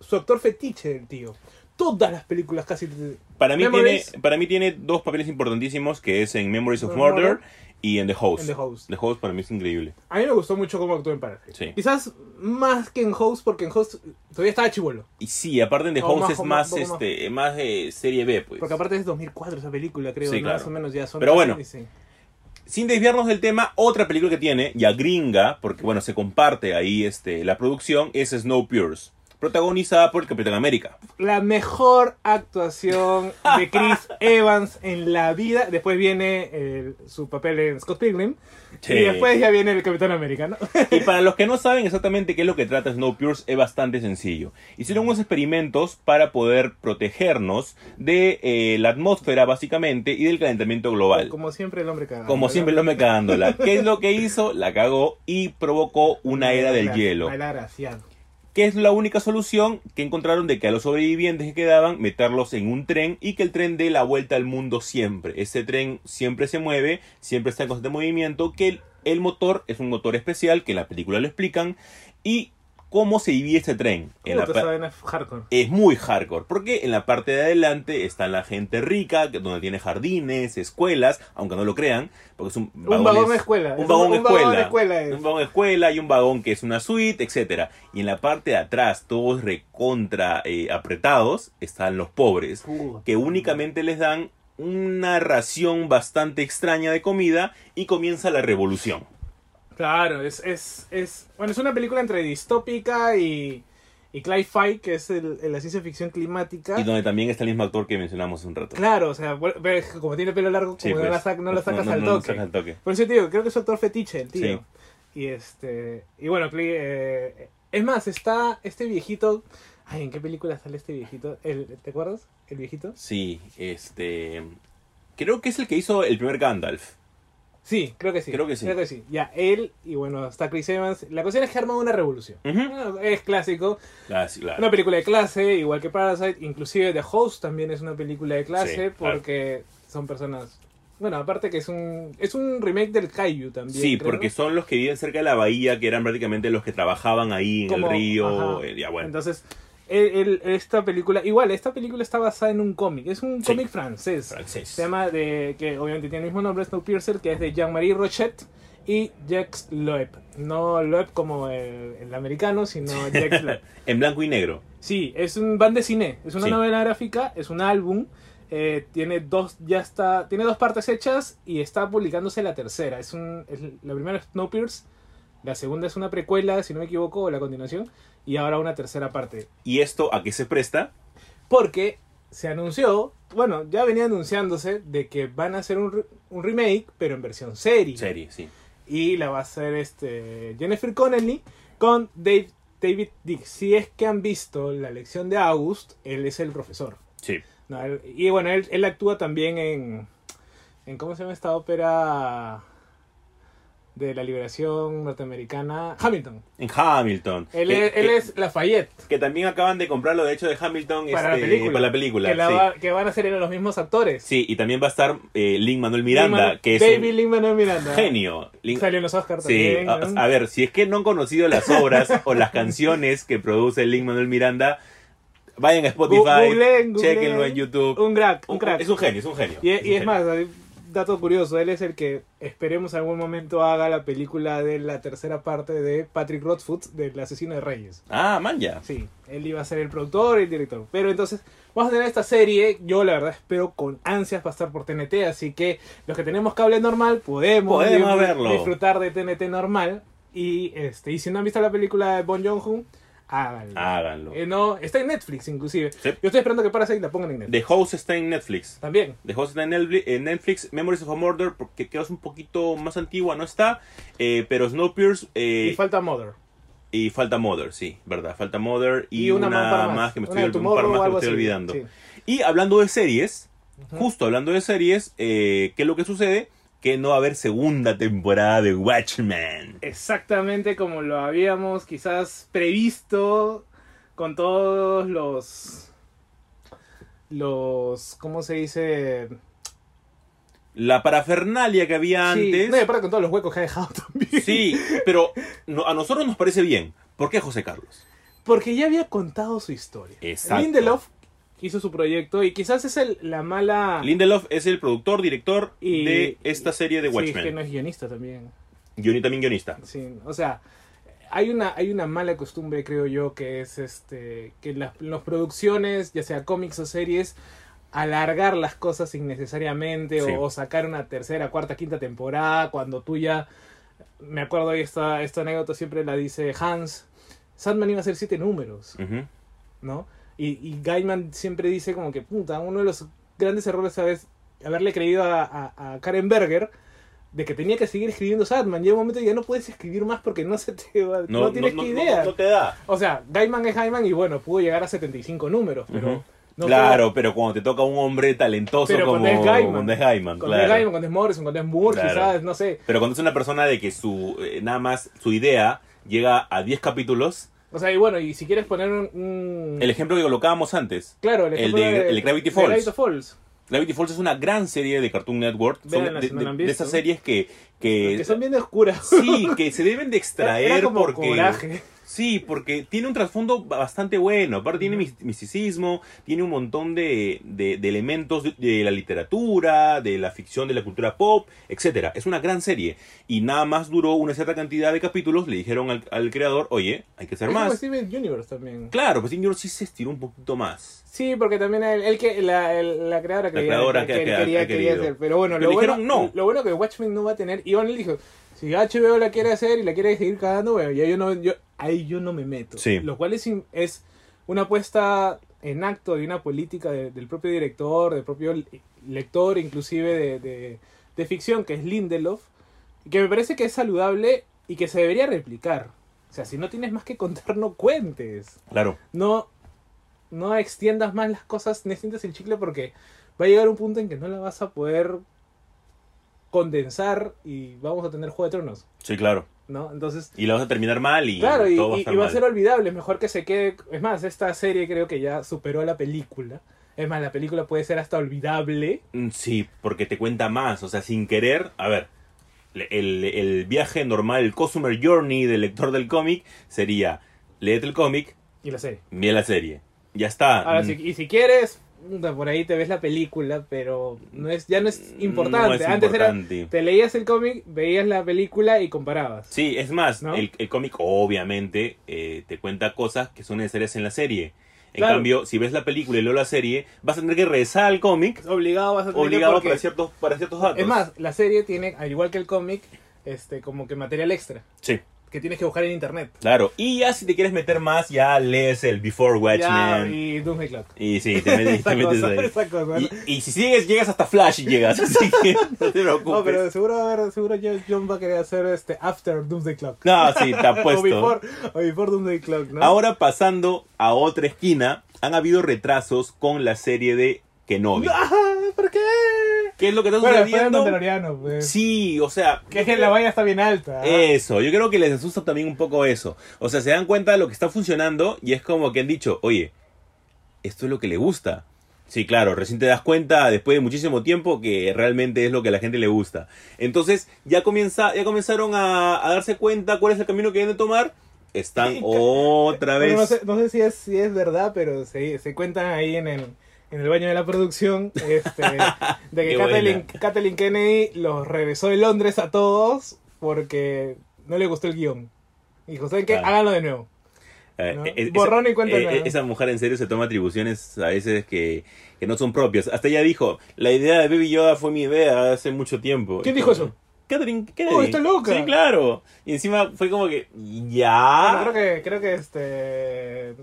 [SPEAKER 7] su actor fetiche del tío. Todas las películas casi... te-
[SPEAKER 6] Para mí, tiene,
[SPEAKER 7] Memories.
[SPEAKER 6] para mí tiene dos papeles importantísimos que es en Memories of
[SPEAKER 7] Of
[SPEAKER 6] Murder,
[SPEAKER 7] Murder.
[SPEAKER 6] y en The Host.
[SPEAKER 7] En The Host.
[SPEAKER 6] The Host para mí es increíble.
[SPEAKER 7] A mí me gustó mucho cómo actuó en Parasite.
[SPEAKER 6] Sí.
[SPEAKER 7] Quizás más que en Host, porque en Host todavía estaba chivolo.
[SPEAKER 6] Y sí, aparte en The
[SPEAKER 7] O
[SPEAKER 6] House
[SPEAKER 7] más-
[SPEAKER 6] es
[SPEAKER 7] o
[SPEAKER 6] más,
[SPEAKER 7] más- un poco
[SPEAKER 6] este, más de serie B, pues.
[SPEAKER 7] Porque aparte es 2004 esa película, creo.
[SPEAKER 6] Sí,
[SPEAKER 7] ¿no?
[SPEAKER 6] claro.
[SPEAKER 7] Más o menos ya son.
[SPEAKER 6] Pero bueno.
[SPEAKER 7] sí.
[SPEAKER 6] Sin desviarnos del tema, otra película que tiene, ya gringa, porque bueno, se comparte ahí este, la producción, es Snow Pierce, protagonizada por el Capitán América.
[SPEAKER 7] La mejor actuación de
[SPEAKER 6] <laughs>
[SPEAKER 7] Chris Evans en la vida. Después viene eh, su papel en Scott Pilgrim.
[SPEAKER 6] Sí.
[SPEAKER 7] Y después ya viene el Capitán Americano.
[SPEAKER 6] Y para los que no saben exactamente qué es lo que trata Snow Pierce, es bastante sencillo. Hicieron unos experimentos para poder protegernos de eh, la atmósfera, básicamente, y del calentamiento
[SPEAKER 7] <laughs>
[SPEAKER 6] global.
[SPEAKER 7] Como siempre, el hombre cagado.
[SPEAKER 6] Como siempre, el hombre cagándola. ¿Qué es lo que hizo? La cagó y provocó una era del hielo.
[SPEAKER 7] Malagraciado.
[SPEAKER 6] que es la única solución que encontraron de que a los sobrevivientes que quedaban meterlos en un tren y que el tren dé la vuelta al mundo siempre. Ese tren siempre se mueve, siempre está en constante movimiento, que el, el motor es un motor especial que en la película lo explican y cómo se vivía este tren. En la
[SPEAKER 7] Puta,
[SPEAKER 6] pa-
[SPEAKER 7] esa vaina es hardcore.
[SPEAKER 6] es muy hardcore, porque en la parte de adelante está la gente rica, que- donde tiene jardines, escuelas, aunque no lo crean, porque es un
[SPEAKER 7] Un vagón de escuela.
[SPEAKER 6] un
[SPEAKER 7] Es
[SPEAKER 6] vagón, escuela,
[SPEAKER 7] es.
[SPEAKER 6] un vagón escuela y un vagón que es una suite, etcétera. Y en la parte de atrás, todos recontra eh, apretados, están los pobres,
[SPEAKER 7] Puta.
[SPEAKER 6] que únicamente les dan una ración bastante extraña de comida y comienza la revolución.
[SPEAKER 7] Claro, es, es, es. Bueno, es una película entre distópica y. Y Cli-Fi, que es el, el- la ciencia ficción climática.
[SPEAKER 6] Y donde también está el mismo actor que mencionamos hace un rato.
[SPEAKER 7] Claro, o sea, bueno, ves, como tiene pelo largo, como
[SPEAKER 6] Sí,
[SPEAKER 7] no,
[SPEAKER 6] pues.
[SPEAKER 7] la sac- no la sacas
[SPEAKER 6] no-
[SPEAKER 7] al
[SPEAKER 6] no la
[SPEAKER 7] toque.
[SPEAKER 6] sacas al toque.
[SPEAKER 7] Por eso, tío, creo que es su actor fetiche, el tío.
[SPEAKER 6] Sí.
[SPEAKER 7] Y este. Y bueno, Cli- eh, es más, está este viejito. Ay, ¿en qué película sale este viejito? El, ¿Te acuerdas? ¿El viejito?
[SPEAKER 6] Sí, este. Creo que es el que hizo el primer Gandalf.
[SPEAKER 7] Sí, creo que sí.
[SPEAKER 6] Creo que sí.
[SPEAKER 7] Creo que sí. Ya, él y bueno, está Chris Evans. La cuestión es que arman una revolución.
[SPEAKER 6] Ujú.
[SPEAKER 7] Es clásico.
[SPEAKER 6] Ah, sí, claro.
[SPEAKER 7] Una película de clase, igual que Parasite. Inclusive The Host también es una película de clase
[SPEAKER 6] Sí, claro.
[SPEAKER 7] porque son personas... Bueno, aparte que es un es un remake del Kaiju también.
[SPEAKER 6] Sí,
[SPEAKER 7] creo.
[SPEAKER 6] porque son los que viven cerca de la bahía, que eran prácticamente los que trabajaban ahí en
[SPEAKER 7] Como-
[SPEAKER 6] el río.
[SPEAKER 7] ajá.
[SPEAKER 6] eh, ya bueno.
[SPEAKER 7] Entonces, el- el- esta película... Igual, esta película está basada en un cómic. Es un
[SPEAKER 6] Sí.
[SPEAKER 7] cómic francés.
[SPEAKER 6] francés.
[SPEAKER 7] Se llama de... que obviamente tiene el mismo nombre, Snowpiercer, que es de Jean-Marie Rochette y Jacques Loeb. No Loeb como el, el americano,
[SPEAKER 6] <laughs>
[SPEAKER 7] sino Jacques Loeb.
[SPEAKER 6] En blanco y negro.
[SPEAKER 7] Sí, es un van de cine, es una
[SPEAKER 6] Sí.
[SPEAKER 7] novela gráfica, es un álbum, eh, tiene dos, ya está, tiene dos partes hechas y está publicándose la tercera. Es un, es- la primera es Snowpiercer, la segunda es una precuela, si no me equivoco, o la continuación, y ahora una tercera parte.
[SPEAKER 6] ¿Y esto a qué se presta?
[SPEAKER 7] Porque se anunció, bueno, ya venía anunciándose de que van a hacer un, re- un remake, pero en versión serie.
[SPEAKER 6] Serie, sí.
[SPEAKER 7] Y la va a hacer este Jennifer Connelly con Dave- David Dick. Si es que han visto la lección de August, él es el profesor.
[SPEAKER 6] Sí.
[SPEAKER 7] No, él- y bueno, él, él actúa también en, en. ¿Cómo se llama esta ópera de la liberación norteamericana? Hamilton.
[SPEAKER 6] En Hamilton.
[SPEAKER 7] Él,
[SPEAKER 6] que,
[SPEAKER 7] es, él
[SPEAKER 6] que-
[SPEAKER 7] es Lafayette.
[SPEAKER 6] que también acaban de comprar los derechos de Hamilton
[SPEAKER 7] Para la
[SPEAKER 6] este,
[SPEAKER 7] película.
[SPEAKER 6] para la película,
[SPEAKER 7] que, la
[SPEAKER 6] sí.
[SPEAKER 7] va- que van a ser los mismos actores.
[SPEAKER 6] Sí, y también va a estar eh, Lin Manuel Miranda,
[SPEAKER 7] Lin-Manuel-
[SPEAKER 6] que es
[SPEAKER 7] David
[SPEAKER 6] un
[SPEAKER 7] Lin-Manuel Miranda.
[SPEAKER 6] genio. Lin-
[SPEAKER 7] Salió en los Oscars
[SPEAKER 6] Sí,
[SPEAKER 7] también.
[SPEAKER 6] a,
[SPEAKER 7] ¿no?
[SPEAKER 6] a ver, si es que no han conocido las obras o las canciones que produce Lin Manuel Miranda, vayan a Spotify,
[SPEAKER 7] Gu- googleen, googleen.
[SPEAKER 6] chequenlo en YouTube.
[SPEAKER 7] Un crack, un crack.
[SPEAKER 6] Es un genio, es un genio.
[SPEAKER 7] Y,
[SPEAKER 6] un
[SPEAKER 7] y es
[SPEAKER 6] genio.
[SPEAKER 7] más, hay un dato curioso, él es el que esperemos algún momento haga la película de la tercera parte de Patrick Rothfuss del asesino de Reyes.
[SPEAKER 6] Ah, man, ya.
[SPEAKER 7] Sí, él iba a ser el productor y el director. Pero entonces, vamos a tener esta serie. Yo, la verdad, espero con ansias pasar por TNT. Así que los que tenemos cable normal podemos,
[SPEAKER 6] Podemos
[SPEAKER 7] disfr-
[SPEAKER 6] verlo.
[SPEAKER 7] disfrutar de TNT normal. Y, este, y si no han visto la película de Bon Joon-ho, háganlo.
[SPEAKER 6] Háganlo.
[SPEAKER 7] Eh, no, está en Netflix, inclusive.
[SPEAKER 6] Ah, Sí.
[SPEAKER 7] Yo estoy esperando que Parasite la pongan en Netflix.
[SPEAKER 6] The Host está en Netflix.
[SPEAKER 7] También.
[SPEAKER 6] The Host está en Netfli- en Netflix. Memories of a Murder, porque creo es un poquito más antigua, no está. Eh, pero Snowpiercer eh,
[SPEAKER 7] Y falta Mother.
[SPEAKER 6] y falta Mother, sí, verdad. Falta Mother y, una,
[SPEAKER 7] man para
[SPEAKER 6] más que me
[SPEAKER 7] Una
[SPEAKER 6] estoy,
[SPEAKER 7] de
[SPEAKER 6] un
[SPEAKER 7] Tomorrow
[SPEAKER 6] par más
[SPEAKER 7] o
[SPEAKER 6] que me
[SPEAKER 7] algo
[SPEAKER 6] estoy
[SPEAKER 7] así.
[SPEAKER 6] olvidando.
[SPEAKER 7] Sí.
[SPEAKER 6] Y hablando de series,
[SPEAKER 7] Ujú.
[SPEAKER 6] justo hablando de series, eh, ¿qué es lo que sucede? Que no va a haber segunda temporada de Watchmen.
[SPEAKER 7] exactamente como lo habíamos quizás previsto con todos los los cómo se dice
[SPEAKER 6] La parafernalia que había
[SPEAKER 7] sí, no y
[SPEAKER 6] antes.
[SPEAKER 7] aparte con todos los huecos que ha dejado <laughs>
[SPEAKER 6] Sí,
[SPEAKER 7] también
[SPEAKER 6] pero no- a nosotros nos parece bien. ¿Por qué José Carlos?
[SPEAKER 7] porque ya había contado su historia
[SPEAKER 6] Exacto.
[SPEAKER 7] Lindelof hizo su proyecto y quizás es el- la mala
[SPEAKER 6] Lindelof es el productor, director
[SPEAKER 7] Ah. Y-
[SPEAKER 6] de esta serie de
[SPEAKER 7] Sí, que no
[SPEAKER 6] Watchmen.
[SPEAKER 7] es guionista también
[SPEAKER 6] Guion- y también guionista.
[SPEAKER 7] sí o sea hay una, hay una mala costumbre, creo yo, que es este que las, las producciones, ya sea cómics o series, alargar las cosas innecesariamente
[SPEAKER 6] Sí.
[SPEAKER 7] o, o sacar una tercera, cuarta, quinta temporada cuando tú ya... Me acuerdo, y esta, esta anécdota siempre la dice Hans, Sandman iba a ser siete números,
[SPEAKER 6] Ujú.
[SPEAKER 7] ¿no? Y, y Gaiman siempre dice como que, puta, uno de los grandes errores ¿sabes? haberle creído a, a- a Karen Berger de que tenía que seguir escribiendo Sandman. Llega un momento que ya no puedes escribir más porque no se te va, no, tienes ni idea.
[SPEAKER 6] no te da.
[SPEAKER 7] O sea, Gaiman es Gaiman y bueno, pudo llegar a 75 números, pero...
[SPEAKER 6] Ujú.
[SPEAKER 7] no
[SPEAKER 6] claro, pero cuando te toca un hombre talentoso
[SPEAKER 7] Pero
[SPEAKER 6] como
[SPEAKER 7] cuando es Gaiman.
[SPEAKER 6] cuando es Gaiman,
[SPEAKER 7] Con
[SPEAKER 6] claro.
[SPEAKER 7] Gaiman, con Morrison, con Des Moore,
[SPEAKER 6] Claro.
[SPEAKER 7] quizás, no sé.
[SPEAKER 6] Pero cuando es una persona de que su eh, nada más su idea llega a 10 capítulos,
[SPEAKER 7] O sea, y bueno, y si quieres poner un... un-
[SPEAKER 6] el ejemplo que colocábamos antes,
[SPEAKER 7] claro, el,
[SPEAKER 6] el
[SPEAKER 7] ejemplo
[SPEAKER 6] de- el de Gravity Falls.
[SPEAKER 7] Gravity Falls.
[SPEAKER 6] Gravity Falls es una gran serie de Cartoon Network, son
[SPEAKER 7] Véanla
[SPEAKER 6] de,
[SPEAKER 7] si no
[SPEAKER 6] de-
[SPEAKER 7] la han
[SPEAKER 6] de
[SPEAKER 7] visto.
[SPEAKER 6] esas series que, que,
[SPEAKER 7] que son bien oscuras.
[SPEAKER 6] <laughs> sí, que se deben de
[SPEAKER 7] <laughs> Era-
[SPEAKER 6] extraer
[SPEAKER 7] era como
[SPEAKER 6] porque
[SPEAKER 7] coraje.
[SPEAKER 6] Sí, porque tiene un trasfondo ba- bastante bueno. Aparte, tiene mis- misticismo, tiene un montón de, de- de elementos de, de la literatura, de la ficción, de la cultura pop, etcétera. Es una gran serie. Y nada más duró una cierta cantidad de capítulos. Le dijeron al, al creador, oye, hay que hacer
[SPEAKER 7] Es como
[SPEAKER 6] más.
[SPEAKER 7] Steven Universe también.
[SPEAKER 6] Claro, pues Señor sí se estiró un poquito más.
[SPEAKER 7] Sí, porque también el, el que la, el- la creadora quería,
[SPEAKER 6] creadora
[SPEAKER 7] que,
[SPEAKER 6] que-
[SPEAKER 7] que
[SPEAKER 6] que ha-
[SPEAKER 7] quería,
[SPEAKER 6] ha
[SPEAKER 7] quería
[SPEAKER 6] querido.
[SPEAKER 7] hacer. Pero bueno,
[SPEAKER 6] Pero
[SPEAKER 7] lo bueno,
[SPEAKER 6] dijeron no.
[SPEAKER 7] lo bueno que Watchmen no va a tener. Y O'Neill dijo, si HBO la quiere hacer y la quiere seguir cagando, bueno, ya yo no, yo, ahí yo no me meto.
[SPEAKER 6] Sí.
[SPEAKER 7] Lo cual es, in- es una apuesta en acto de una política de- del propio director, del propio le- lector, inclusive de, de- de ficción, que es Lindelof, que me parece que es saludable y que se debería replicar. O sea, si no tienes más que contar, no cuentes
[SPEAKER 6] Claro.
[SPEAKER 7] no, no extiendas más las cosas, no extiendas el chicle porque va a llegar un punto en que no la vas a poder condensar y vamos a tener Juego de Tronos,
[SPEAKER 6] Sí, claro.
[SPEAKER 7] ¿no? Entonces,
[SPEAKER 6] Y la vas a terminar mal y
[SPEAKER 7] claro, y,
[SPEAKER 6] todo va a
[SPEAKER 7] y-
[SPEAKER 6] estar
[SPEAKER 7] y va a
[SPEAKER 6] mal.
[SPEAKER 7] ser olvidable, es mejor que se quede... Es más, esta serie creo que ya superó a la película. Es más, la película puede ser hasta olvidable.
[SPEAKER 6] Mm, Sí, porque te cuenta más, o sea, sin querer, a ver, le- el, el viaje normal, el customer journey del lector del cómic sería, léete el cómic,
[SPEAKER 7] Y la serie.
[SPEAKER 6] mira la serie, ya está.
[SPEAKER 7] Ahora,
[SPEAKER 6] Mm,
[SPEAKER 7] si- y si quieres, puta, por ahí te ves la película, pero no es, ya no es importante.
[SPEAKER 6] Mm, no es
[SPEAKER 7] Antes
[SPEAKER 6] importante.
[SPEAKER 7] era... Te leías el cómic, veías la película y comparabas.
[SPEAKER 6] Sí, es más,
[SPEAKER 7] ¿No?
[SPEAKER 6] el, el cómic obviamente eh, te cuenta cosas que son necesarias en la serie. En
[SPEAKER 7] Claro.
[SPEAKER 6] cambio, si ves la película y luego la serie, vas a tener que regresar al cómic
[SPEAKER 7] Obligado vas a tener
[SPEAKER 6] obligado
[SPEAKER 7] porque-
[SPEAKER 6] para ciertos, para ciertos datos.
[SPEAKER 7] Es más, la serie tiene, al igual que el cómic, este, como que material extra,
[SPEAKER 6] Sí,
[SPEAKER 7] que tienes que buscar en internet.
[SPEAKER 6] claro. Y ya si te quieres meter más, ya lees el Before
[SPEAKER 7] Ya,
[SPEAKER 6] Watchmen.
[SPEAKER 7] y Doomsday
[SPEAKER 6] <laughs>
[SPEAKER 7] Clock.
[SPEAKER 6] Y sí, te metes,
[SPEAKER 7] <laughs> Esa
[SPEAKER 6] te metes
[SPEAKER 7] cosa,
[SPEAKER 6] ahí.
[SPEAKER 7] esa cosa.
[SPEAKER 6] Y, y si sigues, llegas hasta Flash y llegas, así que <laughs> no te preocupes.
[SPEAKER 7] No, pero seguro, a ver, seguro yo- John va a querer hacer este After Doomsday Clock.
[SPEAKER 6] No, sí, te
[SPEAKER 7] <laughs> o,
[SPEAKER 6] apuesto.
[SPEAKER 7] before, o Before Doomsday Clock, ¿no? <laughs>
[SPEAKER 6] Ahora pasando a otra esquina, han habido retrasos con la serie de Kenobi.
[SPEAKER 7] Ah, ¿Por qué?
[SPEAKER 6] ¿Qué es lo que está
[SPEAKER 7] Bueno, fue el
[SPEAKER 6] sucediendo?
[SPEAKER 7] Mandaloriano, pues.
[SPEAKER 6] sí, Eh, o sea...
[SPEAKER 7] Que es que la valla está bien alta. ¿ah?
[SPEAKER 6] Eso, yo creo que les asusta también un poco eso. O sea, se dan cuenta de lo que está funcionando y es como que han dicho, oye, esto es lo que le gusta. Sí, claro, recién te das cuenta después de muchísimo tiempo que realmente es lo que a la gente le gusta. Entonces ya, comienza, ya comenzaron a, a darse cuenta cuál es el camino que deben de tomar. Están
[SPEAKER 7] Sí, ca-
[SPEAKER 6] otra vez...
[SPEAKER 7] Bueno, no sé, no sé si, es, si es verdad, pero se, se cuentan ahí en el, en el baño de la producción este,
[SPEAKER 6] <laughs>
[SPEAKER 7] de
[SPEAKER 6] Qué
[SPEAKER 7] que Kathleen,
[SPEAKER 6] buena.
[SPEAKER 7] Kathleen Kennedy los regresó de Londres a todos porque no le gustó el guión. Dijo, ¿saben qué?
[SPEAKER 6] Claro.
[SPEAKER 7] Háganlo de nuevo.
[SPEAKER 6] Eh,
[SPEAKER 7] ¿no?
[SPEAKER 6] eh, esa-
[SPEAKER 7] Borrón y cuenta
[SPEAKER 6] eh,
[SPEAKER 7] nueva.
[SPEAKER 6] Esa mujer en serio se toma atribuciones a veces que, que no son propias. Hasta ella dijo, la idea de Baby Yoda fue mi idea hace mucho tiempo.
[SPEAKER 7] ¿Quién
[SPEAKER 6] Y
[SPEAKER 7] dijo
[SPEAKER 6] como,
[SPEAKER 7] eso?
[SPEAKER 6] Catherine Kennedy.
[SPEAKER 7] Oh, está loca.
[SPEAKER 6] Sí, claro. Y encima fue como que,
[SPEAKER 7] Bueno,
[SPEAKER 6] ya.
[SPEAKER 7] creo que, creo que este,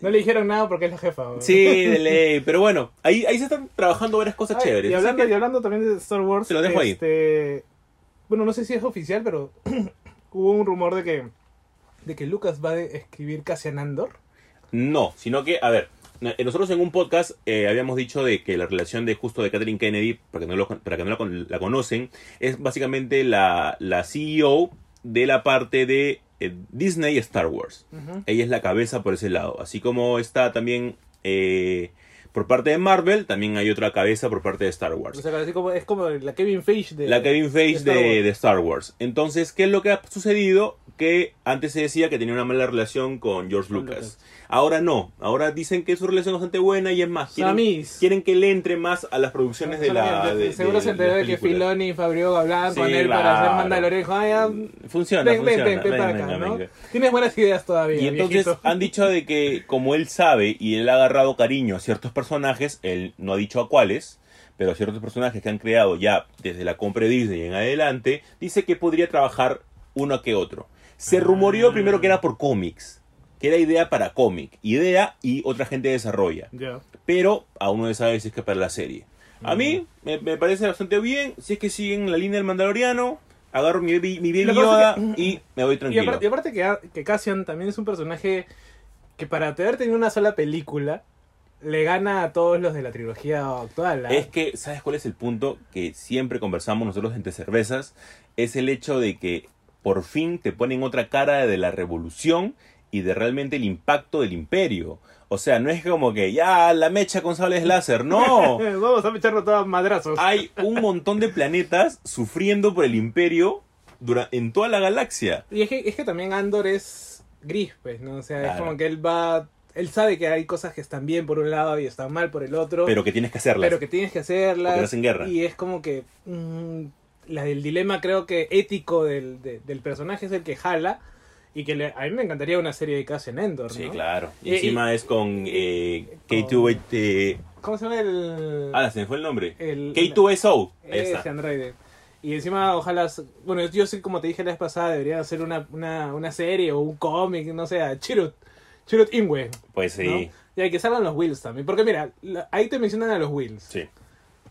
[SPEAKER 7] no le dijeron nada porque es la jefa. ¿no?
[SPEAKER 6] Sí, de ley. Pero bueno, ahí, ahí se están trabajando varias
[SPEAKER 7] Ay,
[SPEAKER 6] cosas chéveres.
[SPEAKER 7] Y hablando,
[SPEAKER 6] Así
[SPEAKER 7] y hablando también de Star Wars,
[SPEAKER 6] Te lo dejo ahí.
[SPEAKER 7] este, bueno, no sé si es oficial, pero <clears throat> hubo un rumor de que de que Lucas va a escribir Cassian Andor.
[SPEAKER 6] que No, sino que, a ver. Nosotros en un podcast eh, habíamos dicho de que la relación de justo de Catherine Kennedy, para que no, lo- para que no la, con- la conocen, es básicamente la, la CEO de la parte de eh, Disney y Star Wars. Ella es la cabeza por ese lado. Así como está también eh, Por parte de Marvel, también hay otra cabeza por parte de Star
[SPEAKER 7] O
[SPEAKER 6] Wars.
[SPEAKER 7] sea, así como, es como la Kevin Feige de.
[SPEAKER 6] La Kevin Feige
[SPEAKER 7] Star
[SPEAKER 6] de,
[SPEAKER 7] Wars.
[SPEAKER 6] de Star Wars. Entonces, ¿qué es lo que ha sucedido? Que antes se decía que tenía una mala relación con George
[SPEAKER 7] Con
[SPEAKER 6] Lucas.
[SPEAKER 7] Lucas.
[SPEAKER 6] Ahora no. Ahora dicen que su relación es bastante buena y es más, quieren,
[SPEAKER 7] Samis.
[SPEAKER 6] quieren que le entre más a las producciones de la. de-
[SPEAKER 7] Seguro
[SPEAKER 6] de-
[SPEAKER 7] se enteró
[SPEAKER 6] las
[SPEAKER 7] de que
[SPEAKER 6] películas.
[SPEAKER 7] Filoni y Fabio hablaban
[SPEAKER 6] Sí,
[SPEAKER 7] con él para hacer
[SPEAKER 6] claro.
[SPEAKER 7] Mandalorian. Dijo, "Ay, ah,
[SPEAKER 6] Funciona,
[SPEAKER 7] Ven, ven,
[SPEAKER 6] funciona.
[SPEAKER 7] ven, ven
[SPEAKER 6] Venga,
[SPEAKER 7] para acá,
[SPEAKER 6] venga,
[SPEAKER 7] ¿no?
[SPEAKER 6] venga.
[SPEAKER 7] Tienes buenas ideas todavía.
[SPEAKER 6] Y entonces ah,
[SPEAKER 7] viejito.
[SPEAKER 6] han dicho de que como él sabe y él ha agarrado cariño a ciertos personajes, él no ha dicho a cuáles, pero a ciertos personajes que han creado ya desde la compra de Disney en adelante, dice que podría trabajar uno que otro.
[SPEAKER 7] Ah.
[SPEAKER 6] Se rumoreó primero que era por cómics, que era idea para cómic, idea y otra gente desarrolla,
[SPEAKER 7] Ya.
[SPEAKER 6] pero aún no se sabe si es que para la serie. A mí
[SPEAKER 7] Mm.
[SPEAKER 6] me, me parece bastante bien, si es que siguen la línea del Mandaloriano, agarro mi, baby- mi baby
[SPEAKER 7] Lo que pasa
[SPEAKER 6] Yoda
[SPEAKER 7] es
[SPEAKER 6] y me voy
[SPEAKER 7] Y
[SPEAKER 6] tranquilo.
[SPEAKER 7] aparte, y aparte que, que Cassian también es un personaje que para haber tenido una sola película le gana a todos los de la trilogía actual. ¿ah?
[SPEAKER 6] Es que, ¿sabes cuál es el punto que siempre conversamos nosotros entre cervezas? Es el hecho de que por fin te ponen otra cara de la revolución y de realmente el impacto del imperio. O sea, no es como que ya la mecha con sables
[SPEAKER 7] <laughs>
[SPEAKER 6] láser, no.
[SPEAKER 7] Eh, Vamos a echarnos todos madrazos.
[SPEAKER 6] Hay un montón de planetas sufriendo por el imperio dura- en toda la galaxia.
[SPEAKER 7] Y es que, es que también Andor es gris, pues, ¿no? O sea, es
[SPEAKER 6] Claro.
[SPEAKER 7] como que él va... Él sabe que hay cosas que están bien por un lado y están mal por el otro.
[SPEAKER 6] Pero que tienes que hacerlas.
[SPEAKER 7] pero que tienes que hacerlas.
[SPEAKER 6] Porque hacen guerra.
[SPEAKER 7] Y es como que mm, la del dilema creo que ético del, de- del personaje es el que jala y que le- a mí me encantaría una serie de Cassian Endor,
[SPEAKER 6] Sí,
[SPEAKER 7] ¿no?
[SPEAKER 6] claro. Y
[SPEAKER 7] Y-
[SPEAKER 6] encima es con eh,
[SPEAKER 7] con-
[SPEAKER 6] K2... Eh,
[SPEAKER 7] ¿Cómo se llama el...?
[SPEAKER 6] ah, se me fue el nombre.
[SPEAKER 7] el
[SPEAKER 6] K2SO. Ahí
[SPEAKER 7] ese
[SPEAKER 6] está.
[SPEAKER 7] androide. Y encima, ojalá... s- Bueno, yo sé, como te dije la vez pasada, debería hacer una, una, una serie o un cómic, no sé, a Chirut. Chirut Ingwe,
[SPEAKER 6] Pues sí.
[SPEAKER 7] ¿no? Y hay que salgan los Wills también. Porque mira, la- ahí te mencionan a los Wills.
[SPEAKER 6] Sí,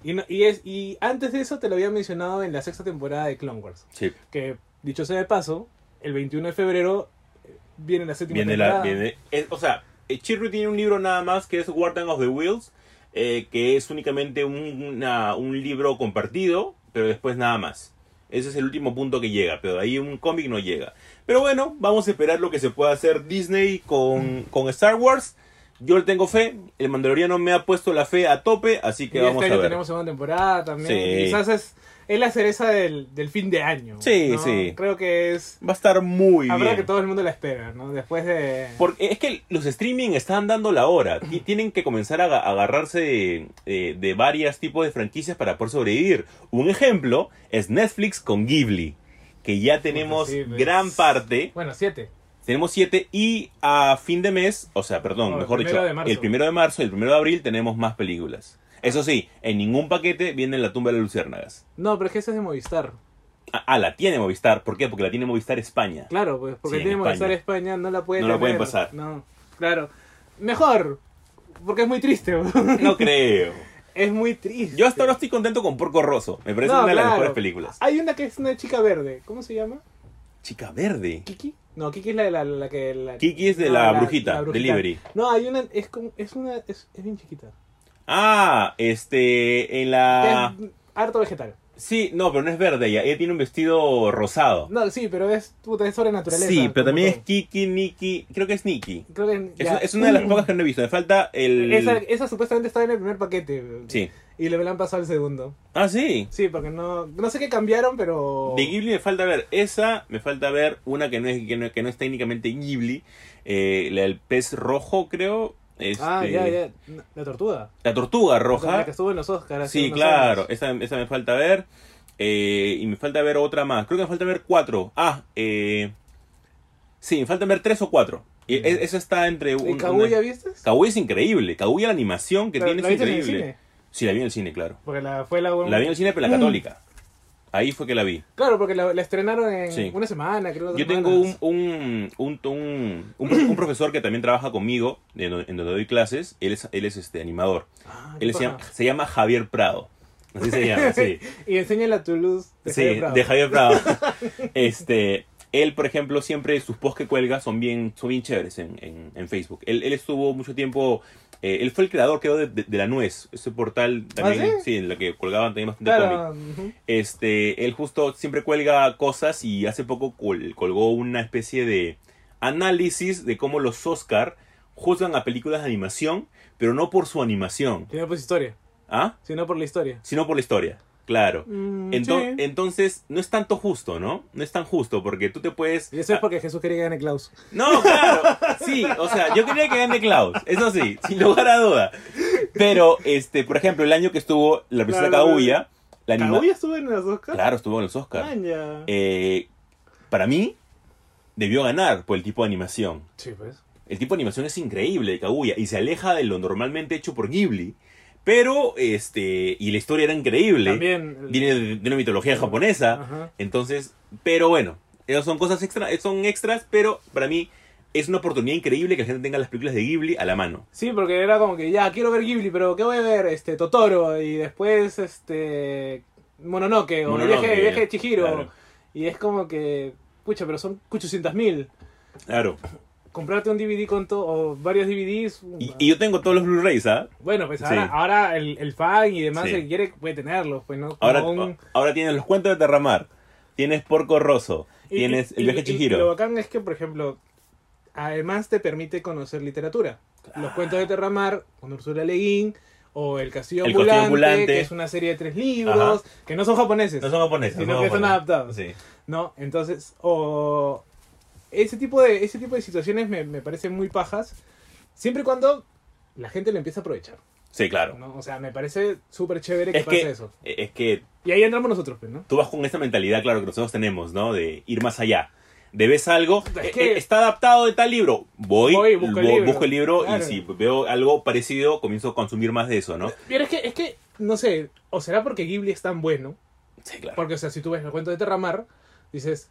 [SPEAKER 7] Y, no- y, es, y antes de eso te lo había mencionado en la sexta temporada de Clone Wars.
[SPEAKER 6] sí.
[SPEAKER 7] que dicho sea de paso, el 21 de febrero eh, viene la séptima
[SPEAKER 6] Viene la,
[SPEAKER 7] temporada.
[SPEAKER 6] viene, es- o sea, eh, Chirru tiene un libro nada más que es Guardian of the Wheels, eh, que es únicamente un, una- un libro compartido, pero después nada más. Ese es el último punto que llega, pero de ahí un cómic no llega. Pero bueno, vamos a esperar lo que se pueda hacer Disney con, con Star Wars. Yo le tengo fe, el mandaloriano me ha puesto la fe a tope, así
[SPEAKER 7] Y
[SPEAKER 6] que vamos
[SPEAKER 7] este
[SPEAKER 6] a
[SPEAKER 7] año
[SPEAKER 6] ver.
[SPEAKER 7] tenemos segunda temporada también.
[SPEAKER 6] Sí.
[SPEAKER 7] Quizás es, es la cereza del, del fin de año.
[SPEAKER 6] Sí,
[SPEAKER 7] ¿no?
[SPEAKER 6] sí.
[SPEAKER 7] Creo que es.
[SPEAKER 6] Va a estar muy
[SPEAKER 7] habrá
[SPEAKER 6] bien.
[SPEAKER 7] que todo el mundo la espera, ¿no? Después de.
[SPEAKER 6] Porque es que los streaming están dando la hora. Ti- Tienen que comenzar a aga- agarrarse de, eh, de varios tipos de franquicias para poder sobrevivir. Un ejemplo es Netflix con Ghibli. Que ya tenemos
[SPEAKER 7] sí, pues.
[SPEAKER 6] gran parte.
[SPEAKER 7] Bueno, siete.
[SPEAKER 6] Tenemos siete. Y a fin de mes, o sea, perdón,
[SPEAKER 7] No, el
[SPEAKER 6] mejor dicho,
[SPEAKER 7] primero de marzo.
[SPEAKER 6] el primero de marzo y el primero de abril tenemos más películas. Eso sí, en ningún paquete viene La tumba de las luciérnagas.
[SPEAKER 7] No, pero es que esa es de Movistar.
[SPEAKER 6] Ah, ah, la tiene Movistar. ¿Por qué? Porque la tiene Movistar España.
[SPEAKER 7] Claro, pues porque
[SPEAKER 6] Sí,
[SPEAKER 7] tiene
[SPEAKER 6] en
[SPEAKER 7] Movistar España, no la puede
[SPEAKER 6] No la
[SPEAKER 7] tener.
[SPEAKER 6] pueden pasar.
[SPEAKER 7] No, claro. Mejor, porque es muy triste.
[SPEAKER 6] No creo.
[SPEAKER 7] <laughs> es muy triste.
[SPEAKER 6] Yo hasta ahora estoy contento con Porco Rosso. Me parece
[SPEAKER 7] No,
[SPEAKER 6] una de las
[SPEAKER 7] claro.
[SPEAKER 6] mejores películas.
[SPEAKER 7] Hay una que es una chica verde. ¿Cómo se llama?
[SPEAKER 6] Chica verde.
[SPEAKER 7] ¿Kiki? No, Kiki es la, la, la que... La,
[SPEAKER 6] Kiki es de
[SPEAKER 7] no,
[SPEAKER 6] la, brujita, delivery.
[SPEAKER 7] No, hay una... Es, como- es una... Es, es bien chiquita.
[SPEAKER 6] Ah, este, en la...
[SPEAKER 7] Es harto vegetal.
[SPEAKER 6] Sí, no, pero no es verde ella. Ella tiene un vestido rosado.
[SPEAKER 7] No, sí, pero es... Puta, es sobre naturaleza.
[SPEAKER 6] sí,
[SPEAKER 7] como
[SPEAKER 6] pero también es
[SPEAKER 7] todo.
[SPEAKER 6] Kiki, Nikki. Creo que es Nikki.
[SPEAKER 7] Creo que...
[SPEAKER 6] Es,
[SPEAKER 7] ya. Mm.
[SPEAKER 6] es una de las pocas que no he visto. Me falta el...
[SPEAKER 7] Esa, esa supuestamente estaba en el primer paquete.
[SPEAKER 6] Sí.
[SPEAKER 7] Y le la han pasado al segundo.
[SPEAKER 6] Ah, sí.
[SPEAKER 7] Sí, porque no... No sé qué cambiaron, pero...
[SPEAKER 6] De Ghibli me falta ver esa, me falta ver una que no es, que no, que no es técnicamente Ghibli, eh, la del pez rojo creo, este,
[SPEAKER 7] Ah, ya, ya. La tortuga.
[SPEAKER 6] la tortuga
[SPEAKER 7] La
[SPEAKER 6] roja,
[SPEAKER 7] que estuvo en los Oscars. hace
[SPEAKER 6] Sí,
[SPEAKER 7] unos
[SPEAKER 6] claro,
[SPEAKER 7] años.
[SPEAKER 6] esa, esa me falta ver. eh, y me falta ver otra más. Creo que me falta ver cuatro. Ah, eh, sí, me falta ver tres o cuatro. Y
[SPEAKER 7] Mm.
[SPEAKER 6] e- Eso está entre un.
[SPEAKER 7] ¿Y Kaguya
[SPEAKER 6] una-
[SPEAKER 7] viste?
[SPEAKER 6] Kaguya es increíble. Kaguya, la animación que
[SPEAKER 7] ¿La-
[SPEAKER 6] tiene
[SPEAKER 7] la
[SPEAKER 6] es
[SPEAKER 7] viste en el
[SPEAKER 6] increíble.
[SPEAKER 7] cine?
[SPEAKER 6] Sí, la vi en el cine, claro.
[SPEAKER 7] Porque la, fue la...
[SPEAKER 6] La vi en el cine, pero la católica. Ahí fue que la vi.
[SPEAKER 7] Claro, porque la, la estrenaron en
[SPEAKER 6] Sí.
[SPEAKER 7] una semana, creo. dos
[SPEAKER 6] Yo tengo un,
[SPEAKER 7] semanas.
[SPEAKER 6] un, un, un, un pro- un profesor que también trabaja conmigo, en donde, en donde doy clases. Él es, él es este animador.
[SPEAKER 7] Ah,
[SPEAKER 6] Él se
[SPEAKER 7] paja.
[SPEAKER 6] llama, se llama Javier Prado. Así se llama, <laughs> sí.
[SPEAKER 7] <laughs> Y enseña la Toulouse de
[SPEAKER 6] sí,
[SPEAKER 7] Javier Prado.
[SPEAKER 6] de
[SPEAKER 7] <laughs>
[SPEAKER 6] Javier Prado. este, él, por ejemplo, siempre sus posts que cuelga son bien, son bien chéveres en, en- en Facebook. Él, él estuvo mucho tiempo. eh, él fue el creador, creo, de, de- de La Nuez, ese portal también,
[SPEAKER 7] ¿Ah, sí?
[SPEAKER 6] en la que colgaban también bastante cómic.
[SPEAKER 7] Claro, ujú.
[SPEAKER 6] Este, él justo siempre cuelga cosas y hace poco col- colgó una especie de análisis de cómo los Oscar juzgan a películas de animación, pero no por su animación,
[SPEAKER 7] Si no por su historia,
[SPEAKER 6] ¿ah?
[SPEAKER 7] si no por la historia.
[SPEAKER 6] sino por la historia. Claro.
[SPEAKER 7] Mm,
[SPEAKER 6] Ento-
[SPEAKER 7] sí.
[SPEAKER 6] Entonces, no es tanto justo, ¿no? No es tan justo, porque tú te puedes...
[SPEAKER 7] Y eso es porque Jesús quería que gane Klaus.
[SPEAKER 6] No, claro. Sí, o sea, yo quería que gane Klaus. Eso sí, sin lugar a duda. Pero, este, por ejemplo, el año que estuvo la princesa
[SPEAKER 7] Claro.
[SPEAKER 6] Kaguya, la anima...
[SPEAKER 7] ¿Kaguya estuvo en las Oscars? Ah,
[SPEAKER 6] Claro, estuvo en los Oscars.
[SPEAKER 7] Maña.
[SPEAKER 6] Eh, para mí, debió ganar por el tipo de animación.
[SPEAKER 7] Sí, pues.
[SPEAKER 6] El tipo de animación es increíble de Kaguya y se aleja de lo normalmente hecho por Ghibli. Pero, este, y la historia era increíble.
[SPEAKER 7] También.
[SPEAKER 6] Viene de, de una mitología japonesa.
[SPEAKER 7] Ajá.
[SPEAKER 6] Entonces, pero bueno, esas son cosas extras, son extras, pero para mí es una oportunidad increíble que la gente tenga las películas de Ghibli a la mano.
[SPEAKER 7] Sí, porque era como que ya quiero ver Ghibli, pero ¿qué voy a ver? Este, Totoro y después este Mononoke o el
[SPEAKER 6] Mononoke,
[SPEAKER 7] viaje, el viaje de Chihiro.
[SPEAKER 6] claro.
[SPEAKER 7] Y es como que, pucha, pero son 800 mil.
[SPEAKER 6] Claro.
[SPEAKER 7] Comprarte un DVD con to- o varios DVDs.
[SPEAKER 6] Y, y yo tengo todos los Blu-rays, ¿ah?
[SPEAKER 7] Bueno, pues
[SPEAKER 6] Sí.
[SPEAKER 7] ahora, ahora el, el fan y demás
[SPEAKER 6] Sí.
[SPEAKER 7] que quiere puede tenerlos, pues no. Como
[SPEAKER 6] Ahora, ah,
[SPEAKER 7] un-
[SPEAKER 6] ahora tienes los cuentos de Terramar, tienes Porco Rosso,
[SPEAKER 7] y-
[SPEAKER 6] tienes
[SPEAKER 7] y-
[SPEAKER 6] El
[SPEAKER 7] y-
[SPEAKER 6] viaje de
[SPEAKER 7] y Lo
[SPEAKER 6] Chihiro.
[SPEAKER 7] bacán es que, por ejemplo, además te permite conocer literatura. Los cuentos de Terramar, con Ursula Leguín, o El Castillo,
[SPEAKER 6] El Castillo
[SPEAKER 7] Ambulante,
[SPEAKER 6] Ambulante.
[SPEAKER 7] que es una serie de tres libros, que no son japoneses,
[SPEAKER 6] No son japoneses.
[SPEAKER 7] sino
[SPEAKER 6] no
[SPEAKER 7] que son
[SPEAKER 6] japoneses.
[SPEAKER 7] adaptados.
[SPEAKER 6] Sí.
[SPEAKER 7] ¿no? Entonces, o ese tipo de, ese tipo de situaciones me, me parecen muy pajas, siempre y cuando la gente lo empieza a aprovechar,
[SPEAKER 6] Sí, claro.
[SPEAKER 7] ¿no? O sea, me parece súper chévere que
[SPEAKER 6] Es
[SPEAKER 7] pase
[SPEAKER 6] que,
[SPEAKER 7] eso.
[SPEAKER 6] es que
[SPEAKER 7] Y ahí entramos nosotros, pues, ¿no?
[SPEAKER 6] tú vas con esta mentalidad, claro, que nosotros tenemos, ¿no? De ir más allá. Debes algo,
[SPEAKER 7] Es
[SPEAKER 6] eh,
[SPEAKER 7] que-
[SPEAKER 6] eh, está adaptado de tal libro. Voy,
[SPEAKER 7] Voy, busco el
[SPEAKER 6] bo-
[SPEAKER 7] libro.
[SPEAKER 6] busco el libro
[SPEAKER 7] Claro.
[SPEAKER 6] y si veo algo parecido, comienzo a consumir más de eso, ¿no?
[SPEAKER 7] Pero es que, es que, no sé, o será porque Ghibli es tan bueno,
[SPEAKER 6] Sí, claro.
[SPEAKER 7] porque, o sea, si tú ves el cuento de Terramar, dices,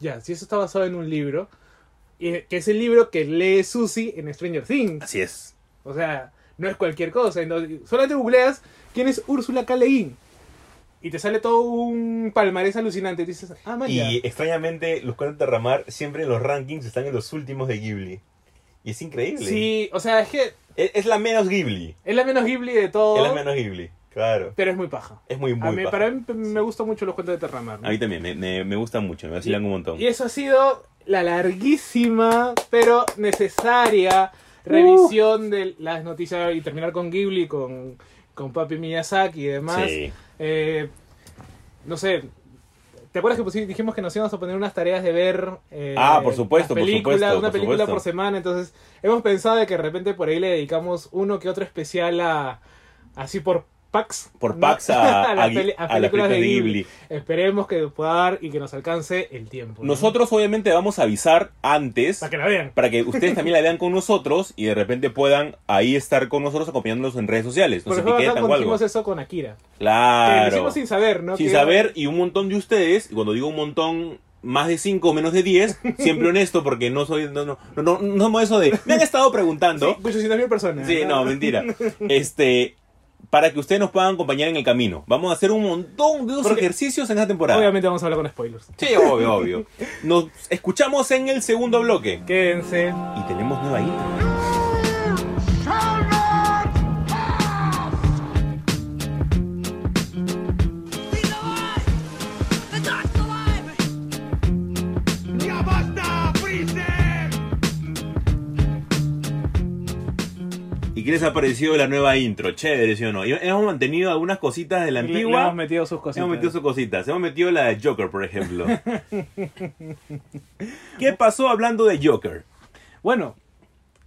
[SPEAKER 7] ya, si eso está basado en un libro, y- que es el libro que lee Susie en Stranger Things,
[SPEAKER 6] Así es.
[SPEAKER 7] o sea, no es cualquier cosa, entonces, solamente googleas quién es Úrsula K. Le Guin, y te sale todo un palmarés alucinante, y dices, ah, man, ya.
[SPEAKER 6] Y extrañamente, los cuentos de Ramar siempre en los rankings están en los últimos de Ghibli. Y es increíble.
[SPEAKER 7] Sí, o sea, es que
[SPEAKER 6] Es, es la menos Ghibli.
[SPEAKER 7] es la menos Ghibli de todo,
[SPEAKER 6] Es la menos Ghibli. Claro.
[SPEAKER 7] pero es muy paja.
[SPEAKER 6] Es muy, muy
[SPEAKER 7] Oh. A mí-
[SPEAKER 6] paja.
[SPEAKER 7] para mí me gustan mucho los cuentos de Terramar. ¿no?
[SPEAKER 6] A mí también, me, me, me gusta mucho, me vacilan un montón.
[SPEAKER 7] Y eso ha sido la larguísima, pero necesaria
[SPEAKER 6] Uh.
[SPEAKER 7] revisión de las noticias y terminar con Ghibli, con, con Papi Miyazaki y demás.
[SPEAKER 6] Sí.
[SPEAKER 7] Eh, no sé, ¿te acuerdas que pusi- dijimos que nos íbamos a poner unas tareas de ver... eh,
[SPEAKER 6] Ah, por supuesto,
[SPEAKER 7] las
[SPEAKER 6] por
[SPEAKER 7] películas,
[SPEAKER 6] supuesto,
[SPEAKER 7] Una
[SPEAKER 6] por
[SPEAKER 7] película
[SPEAKER 6] supuesto.
[SPEAKER 7] por semana, entonces hemos pensado de que de repente por ahí le dedicamos uno que otro especial a... Así por packs.
[SPEAKER 6] Por
[SPEAKER 7] ¿no? <laughs>
[SPEAKER 6] packs a,
[SPEAKER 7] las
[SPEAKER 6] a Ghi-
[SPEAKER 7] peli-
[SPEAKER 6] a las películas de Ghibli.
[SPEAKER 7] Esperemos que pueda dar y que nos alcance el tiempo. ¿no?
[SPEAKER 6] Nosotros obviamente vamos a avisar antes
[SPEAKER 7] Para que la vean.
[SPEAKER 6] para que ustedes también la vean con nosotros y de repente puedan ahí estar con nosotros acompañándonos en redes sociales.
[SPEAKER 7] Por
[SPEAKER 6] Nos
[SPEAKER 7] ejemplo, acá
[SPEAKER 6] etiquetan o
[SPEAKER 7] cuando
[SPEAKER 6] algo.
[SPEAKER 7] hicimos eso con Akira. Que lo
[SPEAKER 6] Claro.
[SPEAKER 7] hicimos sin saber, ¿no?
[SPEAKER 6] Sin
[SPEAKER 7] Que-
[SPEAKER 6] saber, y un montón de ustedes, y cuando digo un montón, más de 5 menos
[SPEAKER 7] <laughs>
[SPEAKER 6] de 10, siempre honesto, porque no soy. No, no, no, no, no somos eso de. Me han estado preguntando.
[SPEAKER 7] Sí, 800.000 personas.
[SPEAKER 6] <laughs> Sí, no,
[SPEAKER 7] <laughs>
[SPEAKER 6] mentira. Este. Para que ustedes nos puedan acompañar en el camino. Vamos a hacer un montón de esos
[SPEAKER 7] Porque-
[SPEAKER 6] ejercicios en esta temporada.
[SPEAKER 7] Obviamente vamos a hablar con spoilers.
[SPEAKER 6] Sí, obvio, obvio. Nos escuchamos en el segundo bloque.
[SPEAKER 7] Quédense.
[SPEAKER 6] Y tenemos nueva intro.
[SPEAKER 4] Ya basta, Freezer!
[SPEAKER 6] ¿Y qué les ha parecido la nueva intro? Chévere, ¿sí o no? Y hemos mantenido algunas cositas de la
[SPEAKER 7] Le- le
[SPEAKER 6] antigua.
[SPEAKER 7] hemos metido sus cositas.
[SPEAKER 6] Hemos metido sus cositas. Hemos metido la de Joker, por ejemplo. ¿Qué pasó hablando de Joker?
[SPEAKER 7] Bueno,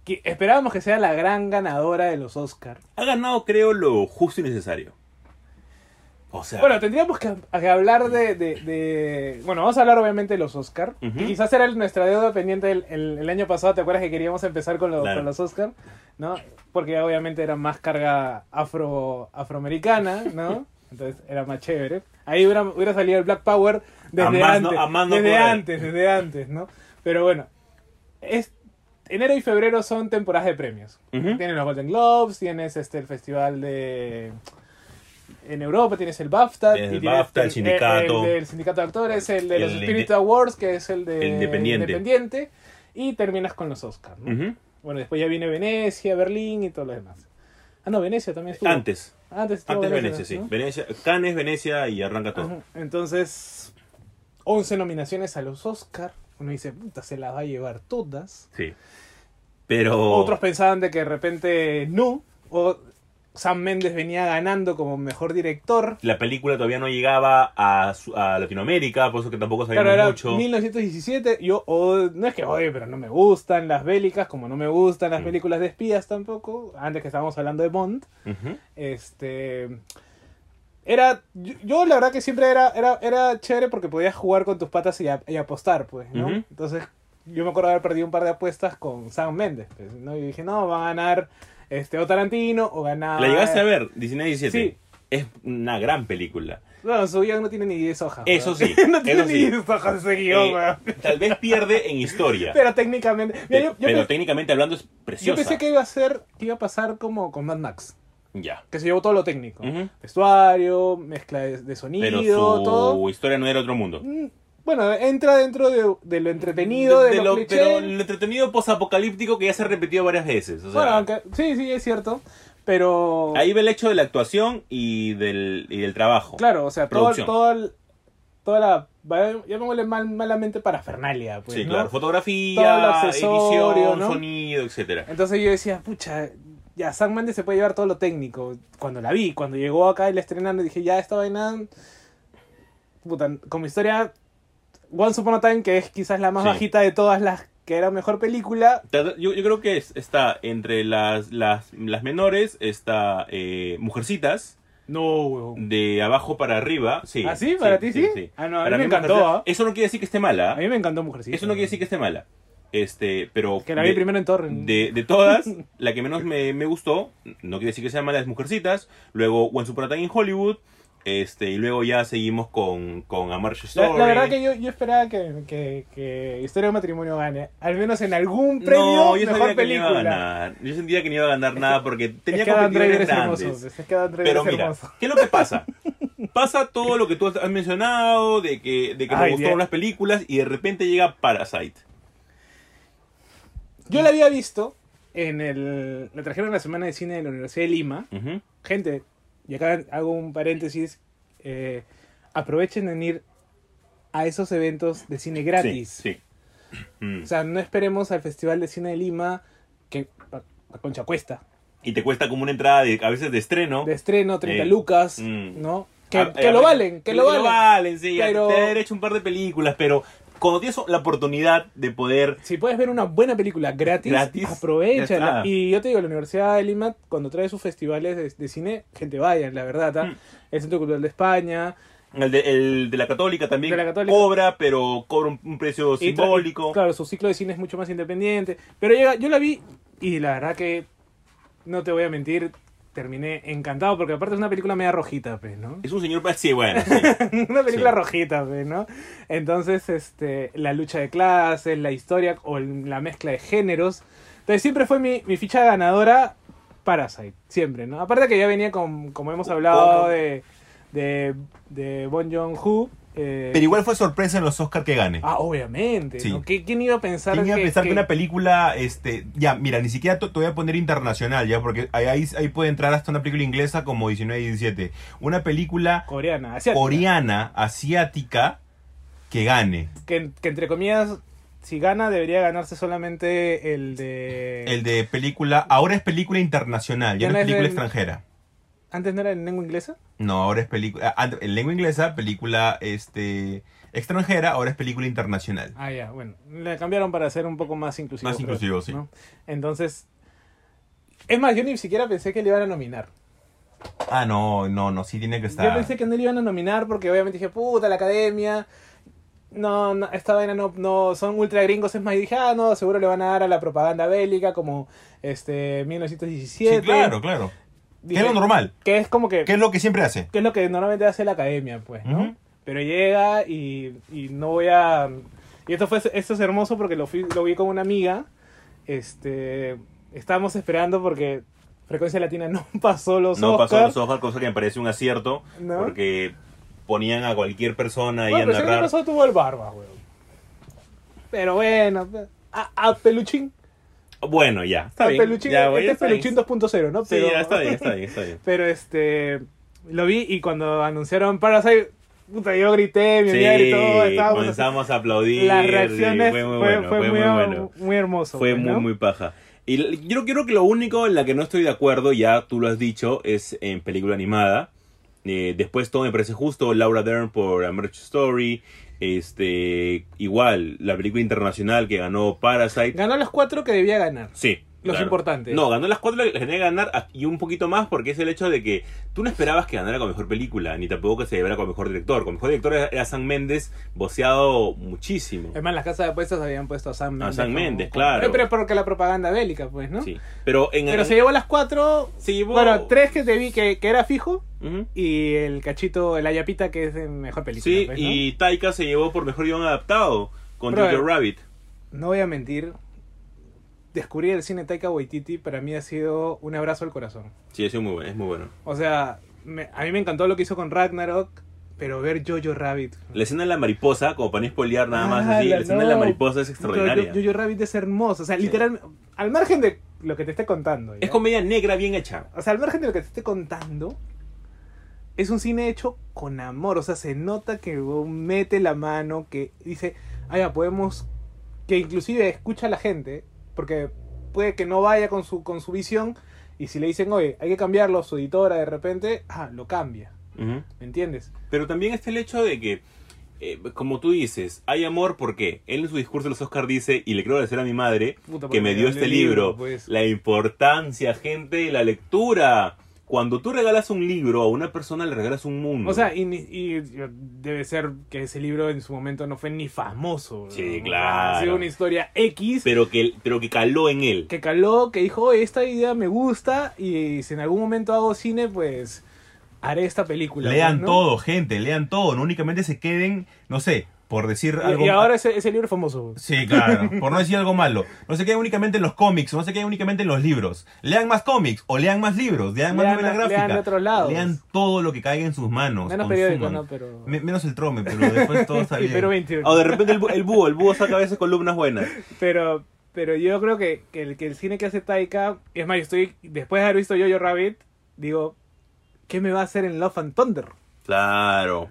[SPEAKER 7] que esperábamos que sea la gran ganadora de los Oscars.
[SPEAKER 6] Ha ganado, creo, lo justo y necesario. O sea,
[SPEAKER 7] Bueno, tendríamos que, que hablar de, de- de- Bueno, vamos a hablar obviamente de los Oscar.
[SPEAKER 6] Ujú.
[SPEAKER 7] Y quizás era el- nuestra deuda pendiente el, el- el año pasado. ¿Te acuerdas que queríamos empezar con, lo-
[SPEAKER 6] Claro.
[SPEAKER 7] con los Oscar? ¿No? Porque obviamente era más carga afro, afroamericana, ¿no?
[SPEAKER 6] <laughs>
[SPEAKER 7] Entonces era más chévere. Ahí hubiera, hubiera salido el Black Power desde
[SPEAKER 6] A más no-
[SPEAKER 7] antes.
[SPEAKER 6] a más no
[SPEAKER 7] desde
[SPEAKER 6] poder.
[SPEAKER 7] antes, desde antes, ¿no? Pero bueno, es, enero y febrero son temporadas de premios.
[SPEAKER 6] Ujú.
[SPEAKER 7] Tienes los Golden Globes, tienes este el festival de en Europa, tienes el BAFTA,
[SPEAKER 6] Tienes
[SPEAKER 7] y
[SPEAKER 6] el
[SPEAKER 7] tienes
[SPEAKER 6] BAFTA, el sindicato.
[SPEAKER 7] el del sindicato de actores, el de los
[SPEAKER 6] El
[SPEAKER 7] Spirit
[SPEAKER 6] inde-
[SPEAKER 7] Awards, que es el de
[SPEAKER 6] el independiente.
[SPEAKER 7] independiente, y terminas con los Oscars. ¿no?
[SPEAKER 6] ujú.
[SPEAKER 7] Bueno, después ya viene Venecia, Berlín y todo lo demás. Ah, no, Venecia también estuvo.
[SPEAKER 6] antes.
[SPEAKER 7] Antes, estuvo
[SPEAKER 6] Antes Venecia, sí.
[SPEAKER 7] ¿no?
[SPEAKER 6] Venecia, Cannes, Venecia y arranca todo.
[SPEAKER 7] Ajá. Entonces, 11 nominaciones a los Oscars. Uno dice, puta, se las va a llevar todas.
[SPEAKER 6] Sí. Pero.
[SPEAKER 7] Otros pensaban de que de repente no, o Sam Mendes venía ganando como mejor director.
[SPEAKER 6] La película todavía no llegaba a, su- a Latinoamérica, por eso que tampoco sabíamos
[SPEAKER 7] Claro, era
[SPEAKER 6] mucho.
[SPEAKER 7] 1917, yo od- no es que odio, pero no me gustan las bélicas, como no me gustan las
[SPEAKER 6] Mm.
[SPEAKER 7] películas de espías tampoco, antes que estábamos hablando de Bond.
[SPEAKER 6] Ujú.
[SPEAKER 7] Este. Era. Yo, yo la verdad que siempre era, era, era chévere porque podías jugar con tus patas y, a- y apostar, pues, ¿no?
[SPEAKER 6] Ujú.
[SPEAKER 7] Entonces, yo me acuerdo haber perdido un par de apuestas con Sam Mendes, pues, ¿no? Y dije, no, va a ganar este, o Tarantino o ganar.
[SPEAKER 6] La llegaste a ver, 19-17.
[SPEAKER 7] Ah, eh. Sí.
[SPEAKER 6] Es una gran película.
[SPEAKER 7] Bueno, su guión no tiene ni 10 hojas.
[SPEAKER 6] Eso
[SPEAKER 7] weón.
[SPEAKER 6] sí,
[SPEAKER 7] <laughs> no tiene
[SPEAKER 6] eso
[SPEAKER 7] ni
[SPEAKER 6] sí.
[SPEAKER 7] 10 hojas ese guión,
[SPEAKER 6] Eh,
[SPEAKER 7] weón.
[SPEAKER 6] tal vez pierde en
[SPEAKER 7] <laughs>
[SPEAKER 6] historia.
[SPEAKER 7] Pero técnicamente. Mira, yo, yo
[SPEAKER 6] pero
[SPEAKER 7] pe-
[SPEAKER 6] técnicamente hablando es
[SPEAKER 7] yo
[SPEAKER 6] preciosa.
[SPEAKER 7] pensé que iba a ser. que iba a pasar como con Mad Max.
[SPEAKER 6] Ya.
[SPEAKER 7] Que se llevó todo lo técnico.
[SPEAKER 6] Ujú.
[SPEAKER 7] Vestuario, mezcla de, de sonido,
[SPEAKER 6] Pero su
[SPEAKER 7] todo.
[SPEAKER 6] historia no era otro mundo.
[SPEAKER 7] Mm, Bueno, entra dentro de, de lo entretenido, de,
[SPEAKER 6] De- de
[SPEAKER 7] lo,
[SPEAKER 6] lo-
[SPEAKER 7] cliché.
[SPEAKER 6] pero lo entretenido posapocalíptico que ya se ha repetido varias veces. O sea,
[SPEAKER 7] Bueno, aunque, sí, sí, es cierto. Pero,
[SPEAKER 6] Ahí ve el hecho de la actuación y del, y del trabajo.
[SPEAKER 7] claro, o sea, todo,
[SPEAKER 6] producción.
[SPEAKER 7] todo el- toda la, va- llamémosle mal, malamente parafernalia, pues,
[SPEAKER 6] sí,
[SPEAKER 7] ¿no? Todo
[SPEAKER 6] claro.
[SPEAKER 7] lo
[SPEAKER 6] Fotografía,
[SPEAKER 7] accesorio,
[SPEAKER 6] edición,
[SPEAKER 7] ¿no?
[SPEAKER 6] sonido, etcétera.
[SPEAKER 7] Entonces yo decía, pucha, ya, Sam Mendes se puede llevar todo lo técnico. Cuando la vi, cuando llegó acá y la estrenando, dije, ya, esta vaina... Puta, con mi historia Once Upon a Time, que es quizás la más
[SPEAKER 6] Sí.
[SPEAKER 7] bajita de todas las que era mejor película,
[SPEAKER 6] Yo, yo creo que es- está entre las, las, las menores, está eh, Mujercitas,
[SPEAKER 7] no, huevón.
[SPEAKER 6] de abajo para arriba. Sí,
[SPEAKER 7] ¿Ah, sí? ¿Para ti sí? Ah, no, a mí me encantó,
[SPEAKER 6] Mujercitas-
[SPEAKER 7] ¿ah?
[SPEAKER 6] Eso no quiere decir que esté mala.
[SPEAKER 7] A mí me encantó Mujercita.
[SPEAKER 6] Eso no quiere decir que esté mala. Este, pero.
[SPEAKER 7] Que la vi
[SPEAKER 6] de-
[SPEAKER 7] primero en Torrent.
[SPEAKER 6] De, de todas, la que menos me, me gustó, no quiere decir que sea mala, es Mujercitas. Luego Once Upon a Time in Hollywood. Este, y luego ya seguimos con, con A Marriage
[SPEAKER 7] La,
[SPEAKER 6] Story.
[SPEAKER 7] la verdad que yo, yo esperaba que, que, que Historia de un Matrimonio gane. Al menos en algún premio
[SPEAKER 6] no, yo
[SPEAKER 7] mejor
[SPEAKER 6] sabía que no iba a
[SPEAKER 7] película.
[SPEAKER 6] ganar. Yo sentía que no iba a ganar nada porque tenía
[SPEAKER 7] es que Adam Driver
[SPEAKER 6] competidores
[SPEAKER 7] es hermoso.
[SPEAKER 6] grandes.
[SPEAKER 7] Es que Adam Driver
[SPEAKER 6] Pero
[SPEAKER 7] es
[SPEAKER 6] mira,
[SPEAKER 7] hermoso.
[SPEAKER 6] ¿qué es lo que pasa? Pasa todo lo que tú has mencionado, de que, de que
[SPEAKER 7] Ay,
[SPEAKER 6] me gustaron
[SPEAKER 7] bien.
[SPEAKER 6] las películas, y de repente llega Parasite.
[SPEAKER 7] Yo la había visto en el... La trajeron en la Semana de Cine de la Universidad de Lima.
[SPEAKER 6] Ujú.
[SPEAKER 7] Gente, y acá hago un paréntesis. eh, aprovechen en ir a esos eventos de cine gratis.
[SPEAKER 6] Sí, sí. Mm.
[SPEAKER 7] O sea, no esperemos al Festival de Cine de Lima, que la la concha cuesta.
[SPEAKER 6] Y te cuesta como una entrada de, a veces de estreno.
[SPEAKER 7] de estreno, 30
[SPEAKER 6] Eh,
[SPEAKER 7] lucas,
[SPEAKER 6] mm.
[SPEAKER 7] ¿no? Que,
[SPEAKER 6] A-
[SPEAKER 7] que
[SPEAKER 6] a-
[SPEAKER 7] lo valen, que lo valen.
[SPEAKER 6] sí.
[SPEAKER 7] Pero-
[SPEAKER 6] Te haber hecho un par de películas, pero cuando tienes la oportunidad de poder...
[SPEAKER 7] Si puedes ver una buena película gratis,
[SPEAKER 6] Gratis, ya
[SPEAKER 7] aprovechala.
[SPEAKER 6] está.
[SPEAKER 7] Y yo te digo, la Universidad de Lima, cuando trae sus festivales de, de cine, gente vayan, la verdad. ¿ah?
[SPEAKER 6] Mm.
[SPEAKER 7] El Centro Cultural de España.
[SPEAKER 6] El de, el de la católica también
[SPEAKER 7] De la Católica.
[SPEAKER 6] cobra, pero cobra un, un precio
[SPEAKER 7] y tra-
[SPEAKER 6] simbólico.
[SPEAKER 7] y, claro, su ciclo de cine es mucho más independiente. Pero llega, yo la vi y la verdad que, no te voy a mentir, terminé encantado porque aparte es una película media rojita, pues, ¿no?
[SPEAKER 6] Es un señor... pa- Sí, bueno.
[SPEAKER 7] <laughs>
[SPEAKER 6] sí.
[SPEAKER 7] una película
[SPEAKER 6] Sí.
[SPEAKER 7] rojita, pues, ¿no? Entonces, este, la lucha de clases, la historia o el- la mezcla de géneros. Entonces, siempre fue mi, mi ficha ganadora Parasite, siempre, ¿no? Aparte que ya venía con, como hemos hablado,
[SPEAKER 6] Con-
[SPEAKER 7] de, de, de Bon Joon-ho. eh,
[SPEAKER 5] Pero igual fue sorpresa en los Oscar que gane.
[SPEAKER 7] ah, obviamente,
[SPEAKER 5] Sí.
[SPEAKER 7] ¿no? ¿Qué- ¿Quién iba a pensar
[SPEAKER 5] ¿Quién iba a
[SPEAKER 7] que-
[SPEAKER 5] pensar que,
[SPEAKER 7] que-
[SPEAKER 5] una película, este, ya, mira, ni siquiera te te voy a poner internacional, ya, porque ahí, ahí, ahí puede entrar hasta una película inglesa como 19 y 17. Una película
[SPEAKER 7] coreana, asiática,
[SPEAKER 5] coreana, asiática, que gane.
[SPEAKER 7] Que, que entre comillas, si gana, debería ganarse solamente el de...
[SPEAKER 5] El de película, ahora es película internacional, ya no
[SPEAKER 7] Ya no
[SPEAKER 5] es
[SPEAKER 7] es
[SPEAKER 5] película
[SPEAKER 7] del-
[SPEAKER 5] extranjera.
[SPEAKER 7] ¿Antes no era en lengua inglesa?
[SPEAKER 5] No, ahora es película, ah, antes- en lengua inglesa, película, este, extranjera, ahora es película internacional.
[SPEAKER 7] Ah, ya, bueno. Le cambiaron para ser un poco más inclusivo.
[SPEAKER 5] Más
[SPEAKER 7] creo,
[SPEAKER 5] inclusivo, sí.
[SPEAKER 7] ¿no? Entonces. Es más, yo ni siquiera pensé que le iban a nominar.
[SPEAKER 5] Ah, no, no, no, sí tiene que estar.
[SPEAKER 7] Yo pensé que no le iban a nominar porque obviamente dije, puta, la academia. No, no, esta vaina no, no, son ultra gringos, es más, y dije, ah, no, seguro le van a dar a la propaganda bélica como este 1917.
[SPEAKER 5] Sí, claro, claro. Que
[SPEAKER 7] Dije,
[SPEAKER 5] es lo normal,
[SPEAKER 7] Que es como que,
[SPEAKER 5] que es lo que siempre hace.
[SPEAKER 7] que es lo que normalmente hace la academia, pues, ¿no?
[SPEAKER 5] Ujú.
[SPEAKER 7] Pero llega y, y no voy a... Y esto, fue, esto es hermoso porque lo, fui, lo vi con una amiga. Este, estábamos esperando porque Frecuencia Latina no <laughs> pasó los
[SPEAKER 6] No pasó
[SPEAKER 7] Oscar.
[SPEAKER 6] los Oscar, cosa que me parece un acierto,
[SPEAKER 7] ¿No?
[SPEAKER 6] porque ponían a cualquier persona ahí
[SPEAKER 7] Bueno,
[SPEAKER 6] a
[SPEAKER 7] pero si el año
[SPEAKER 6] narrar.
[SPEAKER 7] pasado tuvo el barba, weón. Pero bueno, a, a Peluchín.
[SPEAKER 6] Bueno, ya. Está
[SPEAKER 7] a
[SPEAKER 6] bien.
[SPEAKER 7] Peluchín,
[SPEAKER 6] ya,
[SPEAKER 7] este
[SPEAKER 6] ya
[SPEAKER 7] es
[SPEAKER 6] está bien.
[SPEAKER 7] Peluchín 2.0, ¿no?
[SPEAKER 6] Sí, ya está bien, está bien, está <laughs> bien.
[SPEAKER 7] Pero este, lo vi y cuando anunciaron Parasite, puta, yo grité, mi
[SPEAKER 6] Sí, pues,
[SPEAKER 7] amiga gritó, estábamos así.
[SPEAKER 6] comenzamos a aplaudir.
[SPEAKER 7] las
[SPEAKER 6] sí,
[SPEAKER 7] reacciones
[SPEAKER 6] fue muy
[SPEAKER 7] fue,
[SPEAKER 6] bueno,
[SPEAKER 7] fue
[SPEAKER 6] fue
[SPEAKER 7] muy,
[SPEAKER 6] muy bueno.
[SPEAKER 7] muy hermoso.
[SPEAKER 6] Fue
[SPEAKER 7] pues,
[SPEAKER 6] muy,
[SPEAKER 7] ¿no?
[SPEAKER 6] muy paja. Y l- yo creo que lo único en la que no estoy de acuerdo, ya tú lo has dicho, es en película animada. Eh, después todo me parece justo. Laura Dern por A Marriage Story. Este, igual, la película internacional que ganó Parasite.
[SPEAKER 7] Ganó los cuatro que debía ganar.
[SPEAKER 6] Sí.
[SPEAKER 7] Los importantes.
[SPEAKER 6] No, ganó las cuatro, las tenía que ganar a- y un poquito más porque es el hecho de que tú no esperabas que ganara con mejor película, ni tampoco que se llevara con mejor director. Con mejor director era- era San Méndez, boceado muchísimo.
[SPEAKER 7] Además, las casas de apuestas habían puesto a Sam Mendes.
[SPEAKER 6] Sam
[SPEAKER 7] como-
[SPEAKER 6] Mendes,
[SPEAKER 7] como-
[SPEAKER 6] claro.
[SPEAKER 7] Eh, Pero porque la propaganda bélica, pues, ¿no?
[SPEAKER 6] Sí. Pero en
[SPEAKER 7] Pero se llevó las cuatro.
[SPEAKER 6] se llevó-
[SPEAKER 7] Bueno, tres que te vi que, que era fijo.
[SPEAKER 6] Ujú.
[SPEAKER 7] Y el cachito, el Ayapita, que es de mejor película.
[SPEAKER 6] Sí,
[SPEAKER 7] pues, ¿no?
[SPEAKER 6] y Taika se llevó por mejor guión adaptado con
[SPEAKER 7] Brother.
[SPEAKER 6] Jojo Rabbit.
[SPEAKER 7] No voy a mentir. Descubrir el cine Taika Waititi para mí ha sido un abrazo al corazón.
[SPEAKER 6] Sí, ha sido muy bueno, es muy bueno.
[SPEAKER 7] O sea, me- a mí me encantó lo que hizo con Ragnarok, pero ver Jojo Rabbit.
[SPEAKER 6] La escena de la mariposa, como para no spoilear nada más,
[SPEAKER 7] Ah,
[SPEAKER 6] así, la
[SPEAKER 7] la-
[SPEAKER 6] escena de la
[SPEAKER 7] no.
[SPEAKER 6] mariposa es extraordinaria.
[SPEAKER 7] Jojo, Jojo Rabbit es hermoso. O sea, literal, al margen de lo que te esté contando. ¿ya?
[SPEAKER 6] Es comedia negra bien hecha.
[SPEAKER 7] O sea, al margen de lo que te esté contando, es un cine hecho con amor. O sea, se nota que el huevón mete la mano, que dice, ah, ya podemos. Que inclusive escucha a la gente, porque puede que no vaya con su, con su visión. Y si le dicen, oye, hay que cambiarlo, su editora de repente, ah, lo cambia.
[SPEAKER 6] Ujú.
[SPEAKER 7] ¿Me entiendes?
[SPEAKER 6] Pero también está el hecho de que, eh, como tú dices, hay amor porque él en su discurso de los Oscar dice, y le creo agradecer a mi madre,
[SPEAKER 7] Puta,
[SPEAKER 6] que
[SPEAKER 7] porque
[SPEAKER 6] me dio
[SPEAKER 7] leo
[SPEAKER 6] este
[SPEAKER 7] el
[SPEAKER 6] libro.
[SPEAKER 7] pues.
[SPEAKER 6] La importancia, gente, de la lectura. Cuando tú regalas un libro a una persona, le regalas un mundo.
[SPEAKER 7] O sea,
[SPEAKER 5] Mm.
[SPEAKER 7] y, ni- y debe ser que ese libro en su momento no fue ni famoso.
[SPEAKER 6] Sí,
[SPEAKER 7] ¿no? O sea,
[SPEAKER 6] claro.
[SPEAKER 7] Ha sido una historia X.
[SPEAKER 6] pero, que, pero que caló en él.
[SPEAKER 7] que caló, que dijo, "Oye, esta idea me gusta y si en algún momento hago cine, pues haré esta película. pues,
[SPEAKER 5] Lean
[SPEAKER 7] ¿no?
[SPEAKER 5] todo, gente, lean todo. No únicamente se queden, no sé, por decir
[SPEAKER 7] Y-
[SPEAKER 5] algo.
[SPEAKER 7] Y ahora ese, ese libro famoso.
[SPEAKER 5] Sí,
[SPEAKER 7] <laughs>
[SPEAKER 5] claro, por no decir algo malo. No se queden únicamente en los cómics, no se queden únicamente en los libros. Lean más cómics o lean más libros, lean más
[SPEAKER 7] Lean-
[SPEAKER 5] novela gráfica.
[SPEAKER 7] lean de otros lados.
[SPEAKER 5] Lean todo lo que caiga en sus manos.
[SPEAKER 7] Menos
[SPEAKER 5] consuman.
[SPEAKER 7] periódico, ¿no? Pero...
[SPEAKER 5] Me- menos el trome, pero después
[SPEAKER 7] <laughs>
[SPEAKER 5] todo está
[SPEAKER 7] Sí,
[SPEAKER 5] bien.
[SPEAKER 7] pero 21.
[SPEAKER 6] O de repente el, bu- el búho, el búho saca a veces columnas buenas.
[SPEAKER 7] Pero, pero yo creo que, que el, que el cine que hace Taika, es más, yo estoy, después de haber visto Yo-Yo Rabbit, digo, ¿qué me va a hacer en Love and Thunder?
[SPEAKER 6] Claro,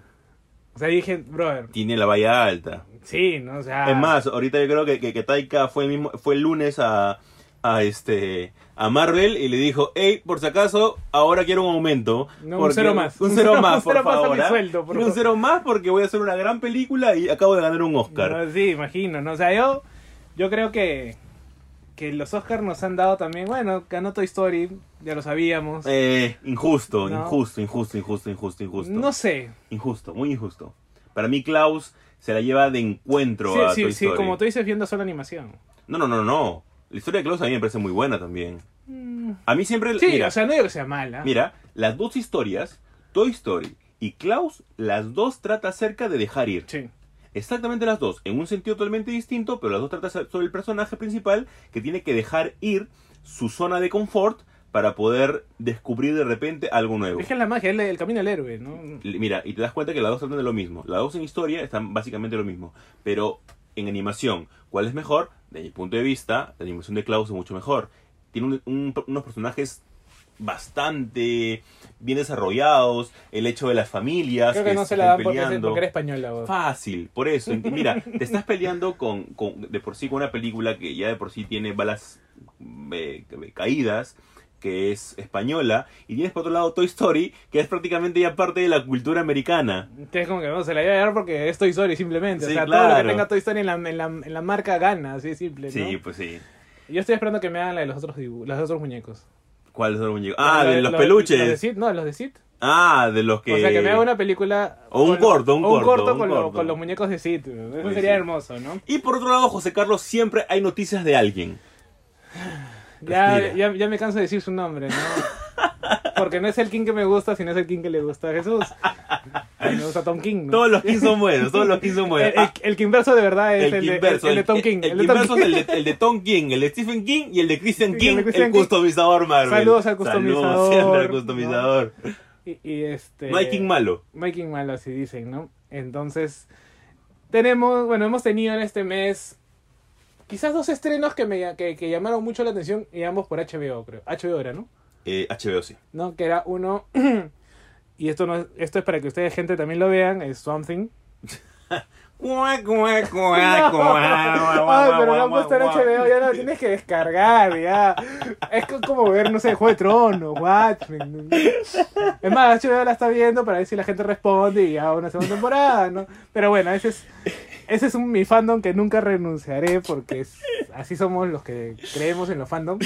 [SPEAKER 7] O sea, dije, brother,
[SPEAKER 6] tiene la valla alta.
[SPEAKER 7] sí, ¿no? O sea...
[SPEAKER 6] Es más, ahorita yo creo que, que, que Taika fue, el mismo, fue el lunes a, a, este, a Marvel y le dijo, hey, por si acaso, ahora quiero un aumento.
[SPEAKER 7] No, un
[SPEAKER 6] porque-
[SPEAKER 7] cero más.
[SPEAKER 6] Un cero
[SPEAKER 7] <laughs> Un
[SPEAKER 6] más, por
[SPEAKER 7] cero más a mi
[SPEAKER 6] favor. ¿ah?
[SPEAKER 7] sueldo, por
[SPEAKER 6] Quiero un
[SPEAKER 7] favor".
[SPEAKER 6] cero más porque voy a hacer una gran película y acabo de ganar un Oscar.
[SPEAKER 7] No, sí, imagino, ¿no? O sea, yo, yo creo que, que los Oscars nos han dado también, bueno, ganó Toy Story, ya lo sabíamos.
[SPEAKER 6] Eh, injusto,
[SPEAKER 7] No.
[SPEAKER 6] injusto, injusto, injusto, injusto, injusto.
[SPEAKER 7] no sé,
[SPEAKER 6] Injusto, muy injusto. Para mí Klaus se la lleva de encuentro
[SPEAKER 7] sí,
[SPEAKER 6] a
[SPEAKER 7] sí,
[SPEAKER 6] Toy
[SPEAKER 7] sí,
[SPEAKER 6] Story.
[SPEAKER 7] como tú dices, viendo solo animación.
[SPEAKER 6] No, no, no, no. La historia de Klaus a mí me parece muy buena también. A mí siempre...
[SPEAKER 7] Mm. Sí,
[SPEAKER 6] mira,
[SPEAKER 7] o sea, no digo que sea mala.
[SPEAKER 6] mira, las dos historias, Toy Story y Klaus, las dos trata acerca de dejar ir.
[SPEAKER 7] Sí.
[SPEAKER 6] Exactamente las dos, en un sentido totalmente distinto, pero las dos trata sobre el personaje principal que tiene que dejar ir su zona de confort para poder descubrir de repente algo nuevo.
[SPEAKER 7] Es que es la magia, es el camino del héroe, ¿no?
[SPEAKER 6] Le- Mira, y te das cuenta que las dos tratan de lo mismo. Las dos en historia están básicamente lo mismo. Pero en animación, ¿cuál es mejor? Desde mi punto de vista, la animación de Klaus es mucho mejor. Tiene un- un- unos personajes bastante bien desarrollados. El hecho de las familias.
[SPEAKER 7] Creo que no se la
[SPEAKER 6] están
[SPEAKER 7] dan porque, es-
[SPEAKER 6] peleando.
[SPEAKER 7] porque era española. vos.
[SPEAKER 6] Fácil, por eso. Ent- Mira, te estás peleando con, con- de por sí con una película que ya de por sí tiene balas eh, caídas, que es española, y tienes por otro lado Toy Story, que es prácticamente ya parte de la cultura americana.
[SPEAKER 7] Entonces, como que no se la iba a dar porque es Toy Story simplemente.
[SPEAKER 6] Sí,
[SPEAKER 7] o sea, todo lo
[SPEAKER 6] claro.
[SPEAKER 7] que tenga Toy Story en la, en la, en la marca gana, así de simple. ¿no?
[SPEAKER 6] Sí, pues sí.
[SPEAKER 7] Yo estoy esperando que me hagan la de los otros, dibu- los otros muñecos.
[SPEAKER 6] ¿Cuáles son los muñecos? Ah,
[SPEAKER 7] La
[SPEAKER 6] de
[SPEAKER 7] los
[SPEAKER 6] los
[SPEAKER 7] de
[SPEAKER 6] peluches.
[SPEAKER 7] Sid, no, los de Sid.
[SPEAKER 6] Ah, de los que...
[SPEAKER 7] O sea, que me haga una película.
[SPEAKER 6] O
[SPEAKER 7] con-
[SPEAKER 6] un corto, un
[SPEAKER 7] o
[SPEAKER 6] corto, un
[SPEAKER 7] con,
[SPEAKER 6] corto.
[SPEAKER 7] lo- con los muñecos de Sid. Eso
[SPEAKER 6] Pues
[SPEAKER 7] sería
[SPEAKER 6] sí.
[SPEAKER 7] hermoso, ¿no?
[SPEAKER 6] Y por otro lado, José Carlos, siempre hay noticias de alguien.
[SPEAKER 7] Ya,
[SPEAKER 6] Respira.
[SPEAKER 7] ya, ya me canso de decir su nombre,
[SPEAKER 6] <laughs>
[SPEAKER 7] ¿no? Porque no es el King que me gusta, sino es el King que le gusta a Jesús. A mí me gusta Tom King, ¿no?
[SPEAKER 6] Todos los Kings son buenos, todos los
[SPEAKER 7] <laughs>
[SPEAKER 6] Kings son
[SPEAKER 7] el,
[SPEAKER 6] buenos.
[SPEAKER 7] el,
[SPEAKER 6] Ah,
[SPEAKER 7] el Kingverso de verdad es el, de-
[SPEAKER 6] Kingverso,
[SPEAKER 7] el- el de Tom
[SPEAKER 6] el-
[SPEAKER 7] King.
[SPEAKER 6] El,
[SPEAKER 7] el de Tom
[SPEAKER 6] Kingverso
[SPEAKER 7] King.
[SPEAKER 6] es el de, el de Tom King, el de Stephen King y el de Christian
[SPEAKER 7] Sí,
[SPEAKER 6] King,
[SPEAKER 7] el de
[SPEAKER 6] el,
[SPEAKER 7] Christian King.
[SPEAKER 6] customizador Marvel.
[SPEAKER 7] Saludos al customizador,
[SPEAKER 6] Saludos siempre al
[SPEAKER 7] ¿no?
[SPEAKER 6] customizador.
[SPEAKER 7] Y, y este.
[SPEAKER 6] No hay King malo.
[SPEAKER 7] No hay King malo, así dicen, ¿no? Entonces, tenemos, bueno, hemos tenido en este mes quizás dos estrenos que me ll- que, que llamaron mucho la atención y ambos por HBO, creo. HBO era, ¿no?
[SPEAKER 6] Eh, HBO sí.
[SPEAKER 7] ¿no? Que era uno. <clears throat> y esto no es- esto es para que ustedes, gente, también lo vean. Es Something.
[SPEAKER 6] Cuá, cuá, <laughs> cuá, cuá, cuá,
[SPEAKER 7] Ay,
[SPEAKER 6] cuá,
[SPEAKER 7] pero la han
[SPEAKER 6] cuá,
[SPEAKER 7] puesto en
[SPEAKER 6] cuá.
[SPEAKER 7] HBO, ya la tienes que descargar, ya. Es co- como ver, no sé, Juego de Tronos, Watchmen. Es más, HBO la está viendo para ver si la gente responde y ya una segunda temporada, ¿no? Pero bueno, ese es, ese es un, mi fandom que nunca renunciaré porque es- así somos los que creemos en los fandom.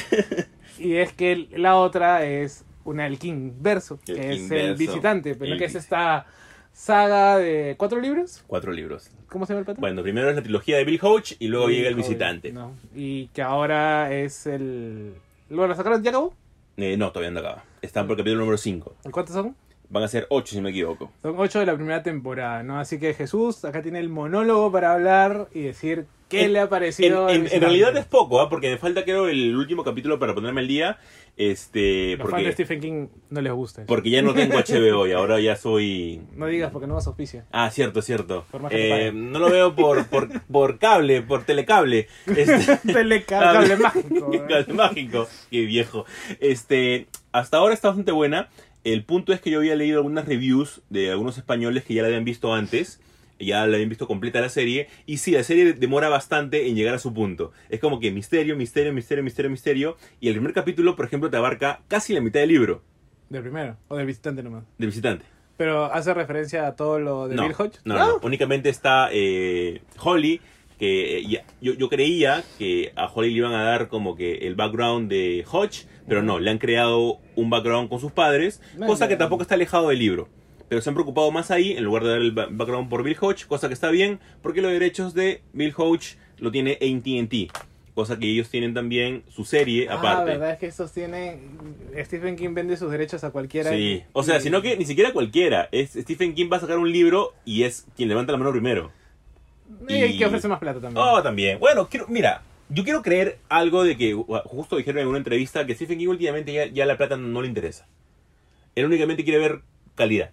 [SPEAKER 7] Y es que la otra es una del King Verso, que
[SPEAKER 6] El
[SPEAKER 7] es el
[SPEAKER 6] Kingverso.
[SPEAKER 7] visitante, pero
[SPEAKER 6] El-
[SPEAKER 7] que es esta saga de cuatro libros.
[SPEAKER 6] Cuatro libros.
[SPEAKER 7] ¿Cómo se llama el patrón?
[SPEAKER 6] Bueno, primero es la trilogía de Bill Hodge y luego llega el
[SPEAKER 7] Joder,
[SPEAKER 6] visitante.
[SPEAKER 7] no. Y que ahora es el. Bueno, sacaron, ya acabó.
[SPEAKER 6] Eh, no, todavía no acaba. Están por el capítulo número 5.
[SPEAKER 7] ¿Cuántos son?
[SPEAKER 6] Van a ser 8 si no me equivoco.
[SPEAKER 7] Son ocho de la primera temporada, ¿no? Así que Jesús acá tiene el monólogo para hablar y decir qué
[SPEAKER 6] En-
[SPEAKER 7] le ha
[SPEAKER 6] En,
[SPEAKER 7] parecido.
[SPEAKER 6] en-
[SPEAKER 7] al
[SPEAKER 6] en
[SPEAKER 7] visitante.
[SPEAKER 6] realidad es poco, ¿ah? porque me falta creo el último capítulo para ponerme al día. Este,
[SPEAKER 7] Los fans de
[SPEAKER 6] porque,
[SPEAKER 7] Stephen King no les gusta. eso.
[SPEAKER 6] porque ya no tengo HBO y ahora ya soy...
[SPEAKER 7] No digas porque no vas a
[SPEAKER 6] <laughs>
[SPEAKER 7] auspicio.
[SPEAKER 6] Ah, cierto, cierto.
[SPEAKER 7] Por más que te
[SPEAKER 6] Eh,
[SPEAKER 7] paguen.
[SPEAKER 6] no lo veo por, por, por cable, por
[SPEAKER 7] <laughs>
[SPEAKER 6] telecable. <laughs> Este,
[SPEAKER 7] Telecable mágico. ¿eh?
[SPEAKER 6] cable mágico. Qué viejo. Este, hasta ahora está bastante buena. El punto es que yo había leído algunas reviews de algunos españoles que ya la habían visto antes. Ya la habían visto completa la serie. Y sí, la serie demora bastante en llegar a su punto. Es como que misterio, misterio, misterio, misterio, misterio. Y el primer capítulo, por ejemplo, te abarca casi la mitad del libro
[SPEAKER 7] Del primero, o del visitante nomás.
[SPEAKER 6] de visitante.
[SPEAKER 7] Pero hace referencia a todo lo de
[SPEAKER 6] no,
[SPEAKER 7] Bill Ah. Hodge.
[SPEAKER 6] No, no, no. únicamente está eh, Holly, que eh, ya- yo, yo creía que a Holly le iban a dar como que el background de Hodge, pero no, le han creado un background con sus padres,
[SPEAKER 7] No,
[SPEAKER 6] cosa
[SPEAKER 7] no,
[SPEAKER 6] que
[SPEAKER 7] no.
[SPEAKER 6] tampoco está alejado del libro. Pero se han preocupado más ahí, en lugar de dar el ba- background por Bill Hodge, cosa que está bien, porque los derechos de Bill Hodge lo tiene AT&T, cosa que ellos tienen también su serie
[SPEAKER 7] Ah,
[SPEAKER 6] aparte.
[SPEAKER 7] verdad es que estos tienen. Stephen King vende sus derechos a cualquiera.
[SPEAKER 6] Sí, o sea,
[SPEAKER 7] Y-
[SPEAKER 6] sino que ni siquiera cualquiera. Es Stephen King va a sacar un libro y es quien levanta la mano primero.
[SPEAKER 7] Y el que
[SPEAKER 6] Y-
[SPEAKER 7] ofrece más plata también.
[SPEAKER 6] Oh, también. Bueno, quiero, mira, yo quiero creer algo de que ju- justo dijeron en una entrevista que Stephen King últimamente ya, ya la plata no le interesa. Él únicamente quiere ver calidad.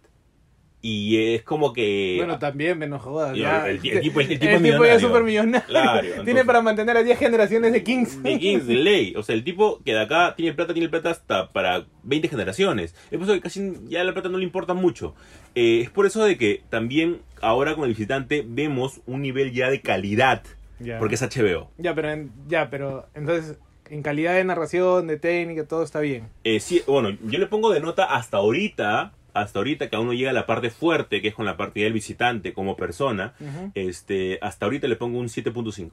[SPEAKER 6] Y es como que... ah,
[SPEAKER 7] bueno, también, menos jodas.
[SPEAKER 6] Y
[SPEAKER 7] ya. Este,
[SPEAKER 6] el- el- el
[SPEAKER 7] <laughs>
[SPEAKER 6] tipo- el tipo
[SPEAKER 7] ya
[SPEAKER 6] millonario.
[SPEAKER 7] es súper millonario. <laughs>
[SPEAKER 6] Claro,
[SPEAKER 7] Tiene
[SPEAKER 6] entonces-
[SPEAKER 7] para mantener a 10 generaciones de Kings.
[SPEAKER 6] de Kings, de ley. O sea, el tipo que de acá tiene plata, tiene plata hasta para 20 generaciones. Es por eso que casi ya la plata no le importa mucho. Eh, es por eso de que también ahora con el visitante vemos un nivel ya de calidad.
[SPEAKER 7] <laughs> Ya.
[SPEAKER 6] Porque es HBO.
[SPEAKER 7] Ya, pero en- ya, pero entonces, en calidad de narración, de técnica, todo está bien.
[SPEAKER 6] Eh, sí, bueno, yo le pongo de nota hasta ahorita, hasta ahorita que aún no llega a la parte fuerte, que es con la parte del visitante como persona.
[SPEAKER 7] Ujú.
[SPEAKER 6] Este, hasta ahorita le pongo un 7.5.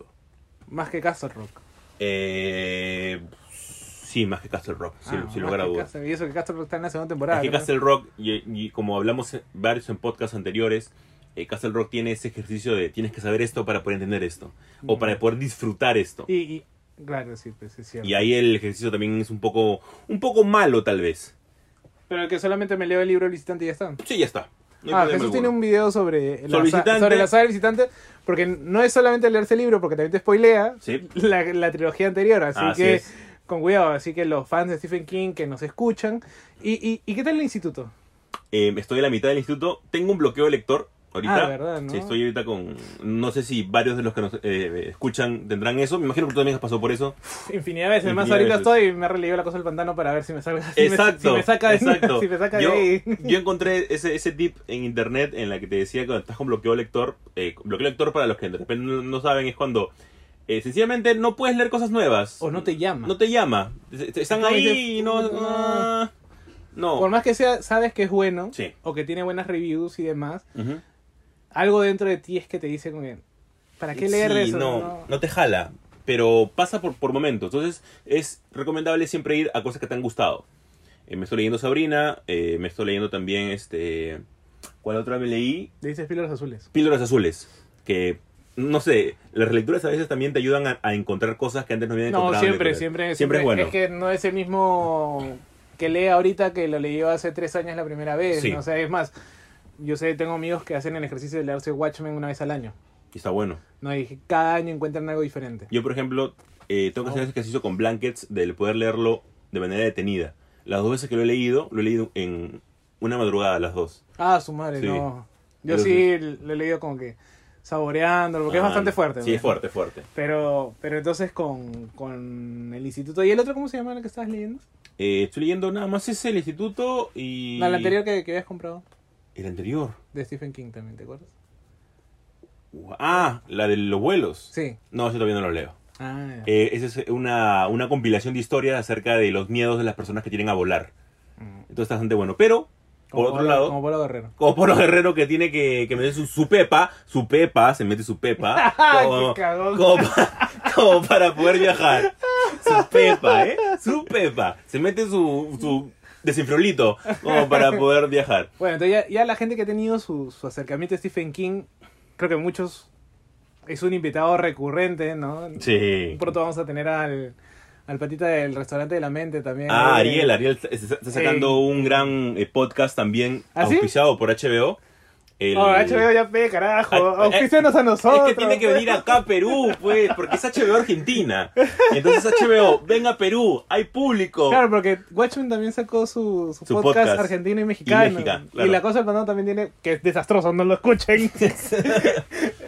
[SPEAKER 7] Más que Castle Rock.
[SPEAKER 6] Eh, sí, más que Castle Rock, sin,
[SPEAKER 7] Ah,
[SPEAKER 6] sin
[SPEAKER 7] más
[SPEAKER 6] lugar a
[SPEAKER 7] que
[SPEAKER 6] dudas.
[SPEAKER 7] Castle- y eso que Castle Rock está en la segunda temporada.
[SPEAKER 6] Es que
[SPEAKER 7] ¿no?
[SPEAKER 6] Castle Rock, y, y como hablamos en- varios en podcasts anteriores, eh, Castle Rock tiene ese ejercicio de tienes que saber esto para poder entender esto, o para poder disfrutar esto.
[SPEAKER 7] Y, y- claro, sí, pues es cierto.
[SPEAKER 6] Y ahí el ejercicio también es un poco, un poco malo tal vez.
[SPEAKER 7] Pero el que solamente me leo el libro El visitante y ya está.
[SPEAKER 6] Sí, ya está. No hay
[SPEAKER 7] ah,
[SPEAKER 6] problema
[SPEAKER 7] Jesús tiene
[SPEAKER 6] alguno.
[SPEAKER 7] un video sobre
[SPEAKER 6] Sobre
[SPEAKER 7] la,
[SPEAKER 6] el
[SPEAKER 7] sa-
[SPEAKER 6] visitante.
[SPEAKER 7] sobre la saga del visitante, porque no es solamente leerse el libro, porque también te spoilea
[SPEAKER 6] Sí.
[SPEAKER 7] la, la trilogía anterior, así
[SPEAKER 6] Así
[SPEAKER 7] que
[SPEAKER 6] es.
[SPEAKER 7] con cuidado, así que los fans de Stephen King que nos escuchan. ¿Y, y, y qué tal el instituto?
[SPEAKER 6] Eh, estoy a la mitad del instituto. Tengo un bloqueo de lector ahorita.
[SPEAKER 7] Ah, ¿verdad, no?
[SPEAKER 6] Sí, estoy ahorita con. No sé si varios de los que nos eh, escuchan tendrán eso. Me imagino que tú también has pasado por eso.
[SPEAKER 7] Infinidad de veces, más
[SPEAKER 6] Infinidad de
[SPEAKER 7] ahorita
[SPEAKER 6] veces.
[SPEAKER 7] estoy y me he releído la cosa del pantano para ver si me salga. <laughs> <laughs> si me-
[SPEAKER 6] exacto.
[SPEAKER 7] si me saca de, <laughs>
[SPEAKER 6] exacto.
[SPEAKER 7] si me saca de
[SPEAKER 6] yo,
[SPEAKER 7] ahí.
[SPEAKER 6] yo encontré ese, ese tip en internet en la que te decía que cuando estás con bloqueo de lector. eh, bloqueo de lector, para los que de repente no, no saben, es cuando. eh, sencillamente no puedes leer cosas nuevas.
[SPEAKER 7] O no te llama.
[SPEAKER 6] No te llama. Est- Están
[SPEAKER 7] Entonces,
[SPEAKER 6] ahí y no. ah,
[SPEAKER 7] puta.
[SPEAKER 6] No.
[SPEAKER 7] Por más que sea, sabes que es bueno
[SPEAKER 6] Sí.
[SPEAKER 7] o que tiene buenas reviews y demás,
[SPEAKER 6] Ujú.
[SPEAKER 7] algo dentro de ti es que te dice, como que, ¿para qué leer
[SPEAKER 6] Sí,
[SPEAKER 7] eso?
[SPEAKER 6] No,
[SPEAKER 7] No.
[SPEAKER 6] no, te jala, pero pasa por, por momentos. Entonces es recomendable siempre ir a cosas que te han gustado. Eh, me estoy leyendo Sabrina, eh, me estoy leyendo también este... ¿Cuál otra me leí?
[SPEAKER 7] Le dices pílulas azules.
[SPEAKER 6] Píldoras Azules, que no sé, las lecturas a veces también te ayudan a, a encontrar cosas que antes no habían
[SPEAKER 7] No,
[SPEAKER 6] encontrado. en
[SPEAKER 7] siempre,
[SPEAKER 6] lecturas.
[SPEAKER 7] siempre,
[SPEAKER 6] Siempre es bueno.
[SPEAKER 7] que no es el mismo que lee ahorita que lo leyó hace tres años la primera vez.
[SPEAKER 6] Sí.
[SPEAKER 7] ¿no? O sea, es más, yo sé, tengo amigos que hacen el ejercicio de leerse Watchmen una vez al año.
[SPEAKER 6] Y está bueno.
[SPEAKER 7] No, y cada año encuentran algo diferente.
[SPEAKER 6] Yo, por ejemplo, eh, tengo que
[SPEAKER 7] Oh.
[SPEAKER 6] hacer ese ejercicio con Blankets del poder leerlo de manera detenida. Las dos veces que lo he leído, lo he leído en una madrugada, las dos.
[SPEAKER 7] Ah, su madre,
[SPEAKER 6] Sí.
[SPEAKER 7] no. Yo
[SPEAKER 6] Yo
[SPEAKER 7] sí lo he leído como que saboreándolo, porque es
[SPEAKER 6] Ah,
[SPEAKER 7] bastante fuerte.
[SPEAKER 6] Sí,
[SPEAKER 7] ¿no?
[SPEAKER 6] es fuerte, fuerte.
[SPEAKER 7] Pero, pero entonces con, con el instituto. ¿Y el otro cómo se llama el que estabas leyendo?
[SPEAKER 6] Eh, estoy leyendo nada más ese, el instituto y.
[SPEAKER 7] No, el anterior que, que habías comprado.
[SPEAKER 6] El anterior.
[SPEAKER 7] De Stephen King también, ¿te acuerdas?
[SPEAKER 6] Ah, la de los vuelos.
[SPEAKER 7] Sí.
[SPEAKER 6] No, yo todavía no lo leo.
[SPEAKER 7] Ah, ya.
[SPEAKER 6] Eh, esa es una, una compilación de historias acerca de los miedos de las personas que tienen a volar. Entonces está bastante bueno. Pero, por
[SPEAKER 7] Mm, Como
[SPEAKER 6] otro
[SPEAKER 7] Pablo-
[SPEAKER 6] lado,
[SPEAKER 7] Como
[SPEAKER 6] como,
[SPEAKER 7] Pablo Guerrero.
[SPEAKER 6] Polo Guerrero que tiene que, que meter su, su pepa, su pepa, se mete su
[SPEAKER 7] <laughs>
[SPEAKER 6] pepa, como,
[SPEAKER 7] ¡Qué cagón!
[SPEAKER 6] como pa- como para poder viajar.
[SPEAKER 7] <laughs>
[SPEAKER 6] Su pepa, ¿eh? Su pepa. Se mete su, su desinfrolito como para poder viajar.
[SPEAKER 7] Bueno, entonces ya, ya la gente que ha tenido su, su acercamiento a Stephen King, creo que muchos es un invitado recurrente, ¿no?
[SPEAKER 6] Sí.
[SPEAKER 7] Pronto vamos a tener al, al patita del restaurante de la mente también.
[SPEAKER 6] Ah,
[SPEAKER 7] Eh,
[SPEAKER 6] Ariel, Ariel está- está está sacando un gran eh, podcast también
[SPEAKER 7] ¿Ah, sí?
[SPEAKER 6] auspiciado por HBO. El-
[SPEAKER 7] Oh, HBO ya pe, carajo.
[SPEAKER 6] Ah,
[SPEAKER 7] Auspícianos a nosotros.
[SPEAKER 6] Es que tiene que
[SPEAKER 7] pe.
[SPEAKER 6] venir acá a Perú, pues, porque es HBO Argentina. Entonces HBO, venga a Perú, hay público.
[SPEAKER 7] Claro, porque Watchmen también sacó su, su
[SPEAKER 6] Su
[SPEAKER 7] podcast,
[SPEAKER 6] podcast.
[SPEAKER 7] argentino y mexicano. Y,
[SPEAKER 6] mexicano, claro.
[SPEAKER 7] La Cosa del Pantano también tiene, que es desastroso, no
[SPEAKER 5] <laughs>
[SPEAKER 7] lo escuchen. <laughs>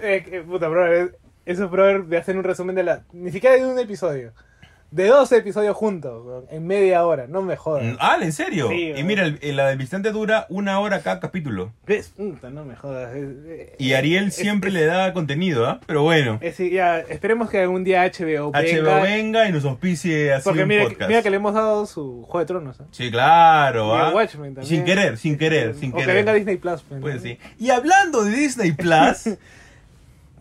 [SPEAKER 7] Eh, que, puta, brother, es- esos brother me hacen un resumen de la... Ni siquiera de un episodio. De dos episodios juntos, weón, en media hora, no me jodas.
[SPEAKER 5] Ah, ¿en serio?
[SPEAKER 7] Sí,
[SPEAKER 5] y mira, el- el- la del visitante dura una hora cada capítulo.
[SPEAKER 7] ¿Ves? Puta, no me jodas. Eh, es-
[SPEAKER 5] Y Ariel siempre le da contenido, ¿ah? Pero bueno,
[SPEAKER 7] es- es- ya, esperemos que algún día HBO venga.
[SPEAKER 5] HBO venga y nos auspicie así
[SPEAKER 7] porque
[SPEAKER 5] un
[SPEAKER 7] mira, que-
[SPEAKER 5] podcast.
[SPEAKER 7] mira que le hemos dado su Juego de Tronos. ¿eh?
[SPEAKER 5] Sí, claro,
[SPEAKER 7] Y a
[SPEAKER 5] ¿ah?
[SPEAKER 7] Watchmen también.
[SPEAKER 5] Sin querer, sin querer, sin
[SPEAKER 7] o
[SPEAKER 5] querer.
[SPEAKER 7] que venga Disney Plus. ¿me
[SPEAKER 5] Pues
[SPEAKER 7] entiendes?
[SPEAKER 5] sí. Y hablando de Disney
[SPEAKER 7] <laughs>
[SPEAKER 5] Plus,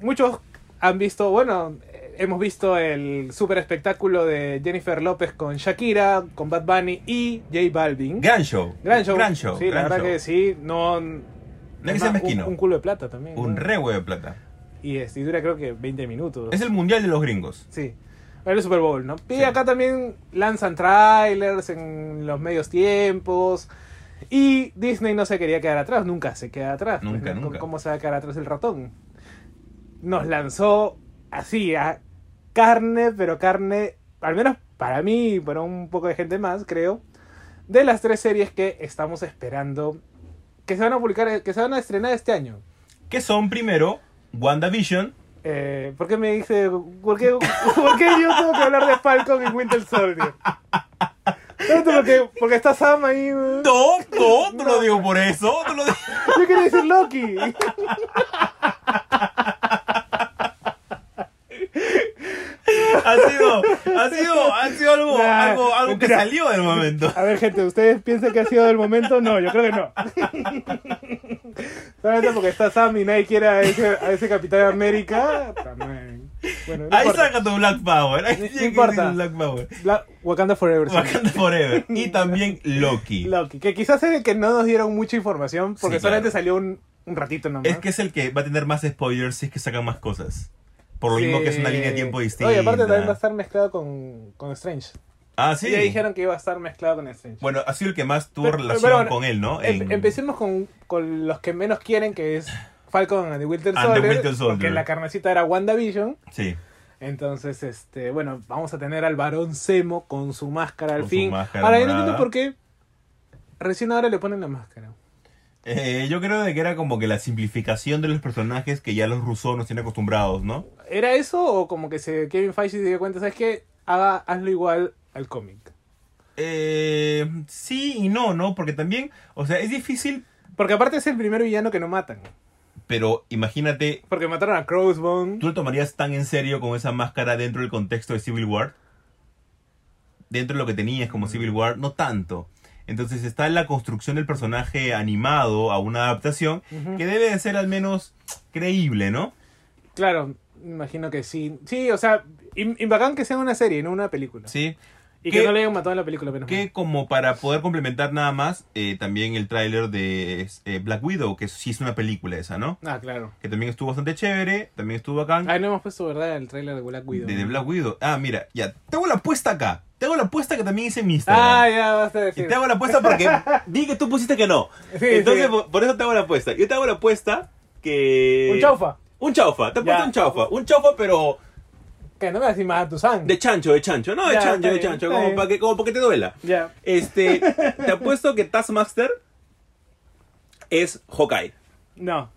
[SPEAKER 7] muchos han visto, bueno, eh, hemos visto el super espectáculo de Jennifer López con Shakira, con Bad Bunny y J Balvin.
[SPEAKER 5] gran show.
[SPEAKER 7] Gran show.
[SPEAKER 5] Gran show.
[SPEAKER 7] Sí,
[SPEAKER 5] gran
[SPEAKER 7] la verdad
[SPEAKER 5] show.
[SPEAKER 7] que sí, no...
[SPEAKER 5] No hay que
[SPEAKER 7] es
[SPEAKER 5] ser
[SPEAKER 7] más,
[SPEAKER 5] mezquino.
[SPEAKER 7] Un, un culo de plata también.
[SPEAKER 5] Un
[SPEAKER 7] ¿no?
[SPEAKER 5] re huevo de plata.
[SPEAKER 7] Y, este, y dura creo que 20 minutos.
[SPEAKER 5] Es el mundial de los gringos.
[SPEAKER 7] Sí. El Super Bowl, ¿no? Y
[SPEAKER 5] Sí.
[SPEAKER 7] acá también lanzan trailers en los medios tiempos. Y Disney no se quería quedar atrás, nunca se queda atrás. pues,
[SPEAKER 5] Nunca,
[SPEAKER 7] ¿no?
[SPEAKER 5] nunca.
[SPEAKER 7] ¿Cómo se va a quedar atrás el ratón? Nos lanzó así, a carne, pero carne, al menos para mí y para un poco de gente más, creo, de las tres series que estamos esperando, que se van a publicar, que se van a estrenar este año.
[SPEAKER 5] Que son primero WandaVision.
[SPEAKER 7] Eh, ¿Por qué me dice.? ¿Por qué, por qué yo tengo que hablar de Falcon y Winter Soldier? Tanto porque, porque está Sam ahí. weón.
[SPEAKER 5] No, no, no lo digo por eso. no lo digo-
[SPEAKER 7] Yo quería decir Loki.
[SPEAKER 5] Ha sido, ha sido, ha sido algo,
[SPEAKER 7] Nah,
[SPEAKER 5] algo, algo que
[SPEAKER 7] mentira.
[SPEAKER 5] salió del momento.
[SPEAKER 7] A ver, gente, ¿ustedes piensan que ha sido el momento? No, yo creo que no. Solamente porque está Sam y nadie quiere a ese, a ese Capitán América. También. Bueno, no
[SPEAKER 5] Ahí
[SPEAKER 7] importa.
[SPEAKER 5] saca tu Black Power. Ahí
[SPEAKER 7] No
[SPEAKER 5] tiene que
[SPEAKER 7] importa.
[SPEAKER 5] decir Black Power.
[SPEAKER 7] La- Wakanda Forever. sí.
[SPEAKER 5] Wakanda Forever. Y
[SPEAKER 7] <laughs>
[SPEAKER 5] también Loki.
[SPEAKER 7] Loki. Que quizás es el que no nos dieron mucha información porque
[SPEAKER 5] Sí,
[SPEAKER 7] solamente
[SPEAKER 5] claro.
[SPEAKER 7] salió un, un ratito nomás.
[SPEAKER 5] Es que es el que va a tener más spoilers si es que sacan más cosas. Por lo mismo que es una
[SPEAKER 7] Sí.
[SPEAKER 5] línea de tiempo distinta.
[SPEAKER 7] Oye, aparte también va a estar mezclado con, con Strange.
[SPEAKER 5] Ah,
[SPEAKER 7] Sí.
[SPEAKER 5] sí.
[SPEAKER 7] Ya dijeron que iba a estar mezclado con Strange.
[SPEAKER 5] Bueno, ha sido el que más tuvo
[SPEAKER 7] Pero-
[SPEAKER 5] relación
[SPEAKER 7] pero bueno,
[SPEAKER 5] con él, ¿no?
[SPEAKER 7] Em-
[SPEAKER 5] En-
[SPEAKER 7] Empecemos con, con los que menos quieren, que es Falcon and the Winter
[SPEAKER 5] And the
[SPEAKER 7] Soldier.
[SPEAKER 5] Winter Soldier.
[SPEAKER 7] Porque la carnecita era WandaVision.
[SPEAKER 5] Sí.
[SPEAKER 7] Entonces, este, bueno, vamos a tener al varón Semo con su máscara al
[SPEAKER 5] Con su
[SPEAKER 7] fin.
[SPEAKER 5] máscara
[SPEAKER 7] ahora, yo no
[SPEAKER 5] morada.
[SPEAKER 7] entiendo por qué recién ahora le ponen la máscara.
[SPEAKER 5] Eh, yo creo de que era como que la simplificación de los personajes que ya los rusos nos tienen acostumbrados, ¿no?
[SPEAKER 7] ¿Era eso o como que se Kevin Feige se dio cuenta, sabes qué? Haga, hazlo igual al cómic?
[SPEAKER 5] Eh, sí y no, ¿no? Porque también, o sea, es difícil,
[SPEAKER 7] Porque aparte es el primer villano que no matan.
[SPEAKER 5] pero imagínate,
[SPEAKER 7] Porque mataron a Crossbone.
[SPEAKER 5] ¿tú lo tomarías tan en serio con esa máscara dentro del contexto de Civil War? Dentro de lo que tenías como Civil War, no tanto. Entonces está la construcción del personaje animado a una adaptación
[SPEAKER 7] Ujú.
[SPEAKER 5] que debe de ser al menos creíble, ¿no?
[SPEAKER 7] Claro, imagino que sí. Sí, o sea, im- im- bacán que sea una serie, no una película.
[SPEAKER 5] Sí.
[SPEAKER 7] y
[SPEAKER 5] ¿Qué-
[SPEAKER 7] que no le hayan matado en la película, menos mal.
[SPEAKER 5] Que como para poder complementar nada más, eh, también el tráiler de eh, Black Widow, que sí es una película esa, ¿no?
[SPEAKER 7] Ah, claro.
[SPEAKER 5] Que también estuvo bastante chévere, también estuvo bacán.
[SPEAKER 7] Ah, no hemos puesto, ¿verdad? El tráiler de Black Widow.
[SPEAKER 5] De, de Black Widow. Ah, mira, ya, tengo la apuesta acá. Tengo la apuesta que también hice en mi
[SPEAKER 7] Ah,
[SPEAKER 5] Instagram.
[SPEAKER 7] ya, basta de
[SPEAKER 5] y
[SPEAKER 7] decir.
[SPEAKER 5] te hago la apuesta
[SPEAKER 7] <laughs>
[SPEAKER 5] porque...
[SPEAKER 6] Di que tú pusiste que no.
[SPEAKER 7] Sí,
[SPEAKER 6] Entonces,
[SPEAKER 7] sí.
[SPEAKER 6] Por, por eso te hago la apuesta. Yo te hago la apuesta que.
[SPEAKER 7] Un chaufa.
[SPEAKER 6] Un chaufa, te he
[SPEAKER 7] Ya.
[SPEAKER 6] puesto un chaufa. Un chaufa, pero
[SPEAKER 7] Que no me vas a más a tu sangre.
[SPEAKER 6] de chancho, de chancho. No, de
[SPEAKER 7] Ya,
[SPEAKER 6] chancho,
[SPEAKER 7] está
[SPEAKER 6] de
[SPEAKER 7] bien,
[SPEAKER 6] chancho.
[SPEAKER 7] está
[SPEAKER 6] Como
[SPEAKER 7] bien.
[SPEAKER 6] para que, como pa' que te duela.
[SPEAKER 7] Ya.
[SPEAKER 6] Este, te apuesto que Taskmaster es Hawkeye.
[SPEAKER 7] No.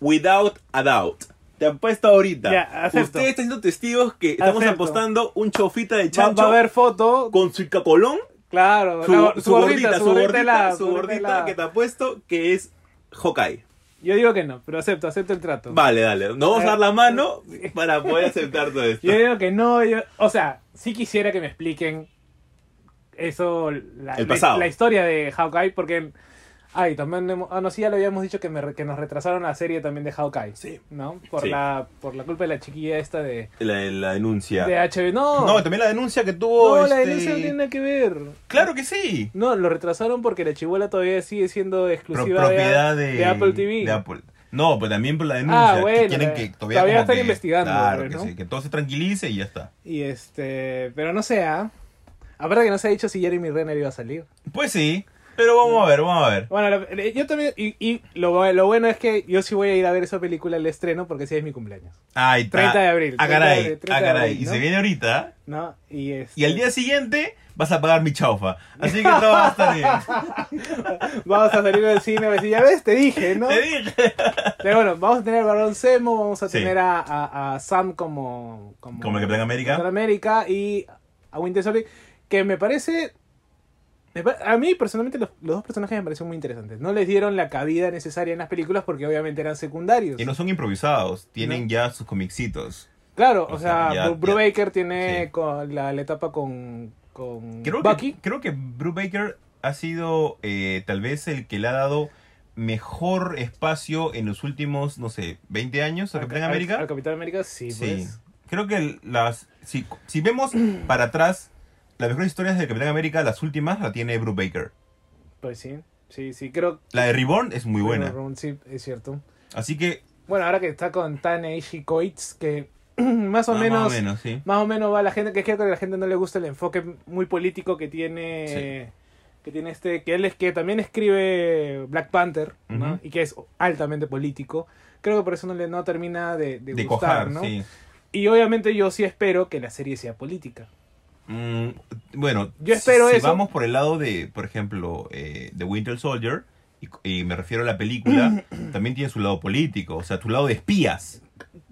[SPEAKER 6] Without a doubt. Te apuesto ahorita.
[SPEAKER 7] Ya, acepto.
[SPEAKER 6] Ustedes están siendo testigos que estamos
[SPEAKER 7] Acepto.
[SPEAKER 6] apostando un chaufita de
[SPEAKER 7] Va,
[SPEAKER 6] chancho
[SPEAKER 7] va a haber foto.
[SPEAKER 6] con su cacolón.
[SPEAKER 7] Claro.
[SPEAKER 6] Su,
[SPEAKER 7] la-
[SPEAKER 6] su gordita, su gordita,
[SPEAKER 7] helada,
[SPEAKER 6] su
[SPEAKER 7] gordita
[SPEAKER 6] gordita
[SPEAKER 7] helada.
[SPEAKER 6] que te apuesto que es Hawkeye.
[SPEAKER 7] Yo digo que no, pero acepto, acepto el trato.
[SPEAKER 8] Vale, dale. No vamos a dar la mano para poder aceptar todo
[SPEAKER 7] <laughs>
[SPEAKER 8] esto.
[SPEAKER 7] Yo digo que no, yo, o sea, sí quisiera que me expliquen eso, la,
[SPEAKER 8] El
[SPEAKER 7] la-
[SPEAKER 8] pasado.
[SPEAKER 7] la historia de Hawkeye, porque, ay, también, hemos- ah, no, sí, ya lo habíamos dicho que, me re- que nos retrasaron la serie también de Hawkeye,
[SPEAKER 8] Sí.
[SPEAKER 7] ¿no? Por,
[SPEAKER 8] Sí.
[SPEAKER 7] la, por la culpa de la chiquilla esta de,
[SPEAKER 8] La, la denuncia.
[SPEAKER 7] de HBO. No,
[SPEAKER 6] No, también la denuncia que tuvo.
[SPEAKER 7] no, la
[SPEAKER 6] este-
[SPEAKER 7] denuncia no tiene nada que ver.
[SPEAKER 6] Claro que sí.
[SPEAKER 7] No, lo retrasaron porque la chibola todavía sigue siendo
[SPEAKER 6] Pro-
[SPEAKER 7] exclusiva de-
[SPEAKER 6] propiedad de,
[SPEAKER 7] de, Apple TV.
[SPEAKER 6] de Apple. No, pero también por la denuncia.
[SPEAKER 7] Ah,
[SPEAKER 6] que
[SPEAKER 7] bueno,
[SPEAKER 6] quieren
[SPEAKER 7] eh,
[SPEAKER 6] que todavía,
[SPEAKER 7] todavía
[SPEAKER 6] como
[SPEAKER 7] están
[SPEAKER 6] que-
[SPEAKER 7] investigando,
[SPEAKER 6] Claro
[SPEAKER 7] ¿no?
[SPEAKER 6] que sí, que todo se tranquilice y ya está.
[SPEAKER 7] Y este, pero no sé, ¿ah? aparte que no se ha dicho si Jeremy Renner iba a salir.
[SPEAKER 6] Pues sí, pero vamos a ver, vamos a ver.
[SPEAKER 7] Bueno, la- eh, yo también, y, y lo, bu- lo bueno es que yo sí voy a ir a ver esa película al estreno porque sí es mi cumpleaños,
[SPEAKER 6] Ahí está.
[SPEAKER 7] 30 de abril, 30
[SPEAKER 6] Ah,
[SPEAKER 7] de
[SPEAKER 6] caray,
[SPEAKER 7] abril,
[SPEAKER 6] ah,
[SPEAKER 7] 30 de
[SPEAKER 6] caray.
[SPEAKER 7] abril,
[SPEAKER 6] Y
[SPEAKER 7] ¿no?
[SPEAKER 6] se viene ahorita.
[SPEAKER 7] ¿no? Y, este,
[SPEAKER 6] Y al día siguiente vas a pagar mi chaufa. Así que todo va a estar bien.
[SPEAKER 7] Vamos a salir del cine, y decir, ya ves, te
[SPEAKER 6] <laughs>
[SPEAKER 7] dije, <laughs> ¿no?
[SPEAKER 6] Te dije.
[SPEAKER 7] Pero bueno, vamos a tener al Barón Semo, vamos a
[SPEAKER 6] Sí.
[SPEAKER 7] tener a, a- a Sam como... Como,
[SPEAKER 6] Como el Capitán América.
[SPEAKER 7] Capitán América y a Winter Soldier, que me parece... me pa- A mí personalmente los, los dos personajes me parecieron muy interesantes. No les dieron la cabida necesaria en las películas porque obviamente eran secundarios.
[SPEAKER 6] Y eh, no son improvisados, tienen
[SPEAKER 7] No.
[SPEAKER 6] ya sus comicsitos.
[SPEAKER 7] Claro,
[SPEAKER 6] O
[SPEAKER 7] o
[SPEAKER 6] sea,
[SPEAKER 7] sea,
[SPEAKER 6] ya-
[SPEAKER 7] Bru- Bru
[SPEAKER 6] ya-
[SPEAKER 7] Baker tiene
[SPEAKER 6] sí.
[SPEAKER 7] con la, la etapa con, con
[SPEAKER 6] Creo
[SPEAKER 7] Bucky.
[SPEAKER 6] que, creo que Bruce Baker ha sido eh, tal vez el que le ha dado mejor espacio en los últimos, no sé, 20 años a
[SPEAKER 7] Al-
[SPEAKER 6] Capitán
[SPEAKER 7] al-
[SPEAKER 6] América.
[SPEAKER 7] Al, Capitán América, sí,
[SPEAKER 6] sí.
[SPEAKER 7] pues.
[SPEAKER 6] Creo que el- las si, si vemos para atrás las mejores historias de Capitán América, las últimas la tiene Bruce Baker.
[SPEAKER 7] Pues sí, sí, sí, creo
[SPEAKER 6] La de Reborn es muy buena.
[SPEAKER 7] Ron, sí, es cierto.
[SPEAKER 6] Así que
[SPEAKER 7] Bueno, ahora que está con Taneishi Coates, que <clears throat> más o
[SPEAKER 6] ah,
[SPEAKER 7] menos...
[SPEAKER 6] más o menos, sí.
[SPEAKER 7] más o menos va la gente, que es que a la gente no le gusta el enfoque muy político que tiene, que tiene este, que él es que también escribe Black Panther, ¿no?
[SPEAKER 6] Ujú.
[SPEAKER 7] Y que es altamente político. Creo que por eso no le no termina de, de
[SPEAKER 6] De
[SPEAKER 7] gustar,
[SPEAKER 6] cojar,
[SPEAKER 7] ¿no?
[SPEAKER 6] sí.
[SPEAKER 7] Y obviamente yo sí espero que la serie sea política.
[SPEAKER 6] Mm, bueno,
[SPEAKER 7] Yo espero
[SPEAKER 6] si
[SPEAKER 7] eso.
[SPEAKER 6] vamos por el lado de, por ejemplo, eh, The Winter Soldier, y, y me refiero a
[SPEAKER 7] <clears throat>
[SPEAKER 6] la película, también tiene su lado político, o sea, tu lado de espías.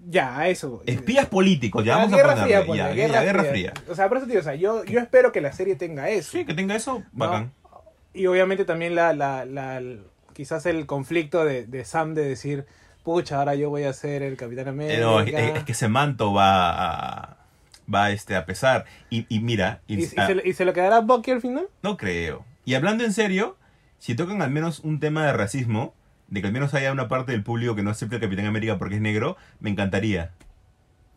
[SPEAKER 7] Ya, a eso. voy.
[SPEAKER 6] Espías políticos, ya
[SPEAKER 7] La
[SPEAKER 6] vamos a
[SPEAKER 7] Guerra
[SPEAKER 6] ponerle.
[SPEAKER 7] Fría,
[SPEAKER 6] ya,
[SPEAKER 7] ponle,
[SPEAKER 6] ya, Guerra, Fría.
[SPEAKER 7] O sea, por eso te digo, o sea, yo, yo espero que la serie tenga eso.
[SPEAKER 6] Sí, que tenga eso,
[SPEAKER 7] ¿no?
[SPEAKER 6] bacán.
[SPEAKER 7] Y obviamente también la, la, la, quizás el conflicto de, de Sam de decir, pucha, ahora yo voy a ser el Capitán América.
[SPEAKER 6] Eh, no, es, es- es que ese manto va a, va este, a pesar. Y, y mira, y-
[SPEAKER 7] ¿Y, y
[SPEAKER 6] ah,
[SPEAKER 7] se, y se lo quedará Bucky al final?
[SPEAKER 6] no creo. Y hablando en serio, si tocan al menos un tema de racismo, de que al menos haya una parte del público que no acepte al Capitán América porque es negro, me encantaría.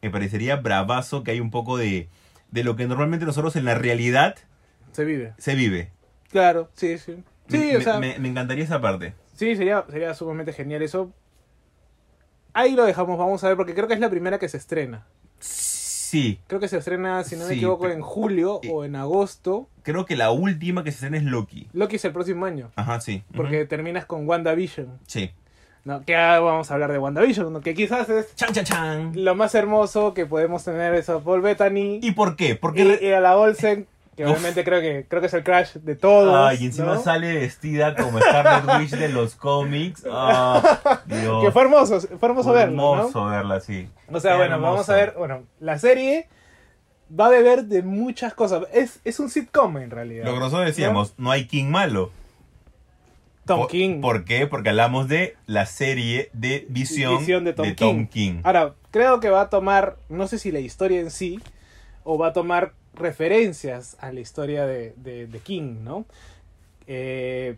[SPEAKER 6] Me parecería bravazo que hay un poco de, de lo que normalmente nosotros en la realidad
[SPEAKER 7] Se vive.
[SPEAKER 6] se vive.
[SPEAKER 7] Claro, sí, sí. Sí,
[SPEAKER 6] me,
[SPEAKER 7] o
[SPEAKER 6] me-
[SPEAKER 7] sea,
[SPEAKER 6] me- me encantaría esa parte.
[SPEAKER 7] sí, sería, sería sumamente genial eso. Ahí lo dejamos, vamos a ver, porque creo que es la primera que se estrena.
[SPEAKER 6] Sí,
[SPEAKER 7] Creo que se estrena, si no me
[SPEAKER 6] Sí,
[SPEAKER 7] equivoco,
[SPEAKER 6] pero-
[SPEAKER 7] en julio
[SPEAKER 6] y-
[SPEAKER 7] o en agosto.
[SPEAKER 6] creo que la última que se estrena es Loki.
[SPEAKER 7] Loki es el próximo año,
[SPEAKER 6] Ajá, sí. Ujú.
[SPEAKER 7] porque terminas con WandaVision.
[SPEAKER 6] Sí.
[SPEAKER 7] No, que ahora vamos a hablar de WandaVision, ¿no? que quizás es
[SPEAKER 6] Chan, chan, chan.
[SPEAKER 7] lo más hermoso que podemos tener es a Paul Bettany
[SPEAKER 6] ¿Y por qué? Porque...
[SPEAKER 7] y, y a la Olsen, que
[SPEAKER 6] Uf.
[SPEAKER 7] obviamente creo que creo que es el crash de todos.
[SPEAKER 6] Ay, y encima
[SPEAKER 7] ¿no?
[SPEAKER 6] sale vestida como Scarlet Witch de los cómics. Ah, Dios.
[SPEAKER 7] <laughs> Que fue hermoso, fue hermoso verlo, ¿no?
[SPEAKER 6] Hermoso verla, sí.
[SPEAKER 7] O sea, bueno,
[SPEAKER 6] Hermoso.
[SPEAKER 7] vamos a ver. Bueno, la serie va a beber de muchas cosas. Es, es un sitcom en realidad.
[SPEAKER 6] Lo que nosotros decíamos, no hay King malo.
[SPEAKER 7] Tom
[SPEAKER 6] Por-
[SPEAKER 7] King.
[SPEAKER 6] ¿Por qué? Porque hablamos de la serie de visión,
[SPEAKER 7] Visión
[SPEAKER 6] de Tom, King.
[SPEAKER 7] Ahora, creo que va a tomar, no sé si la historia en sí, o va a tomar referencias a la historia de, de- de King, ¿no? Eh,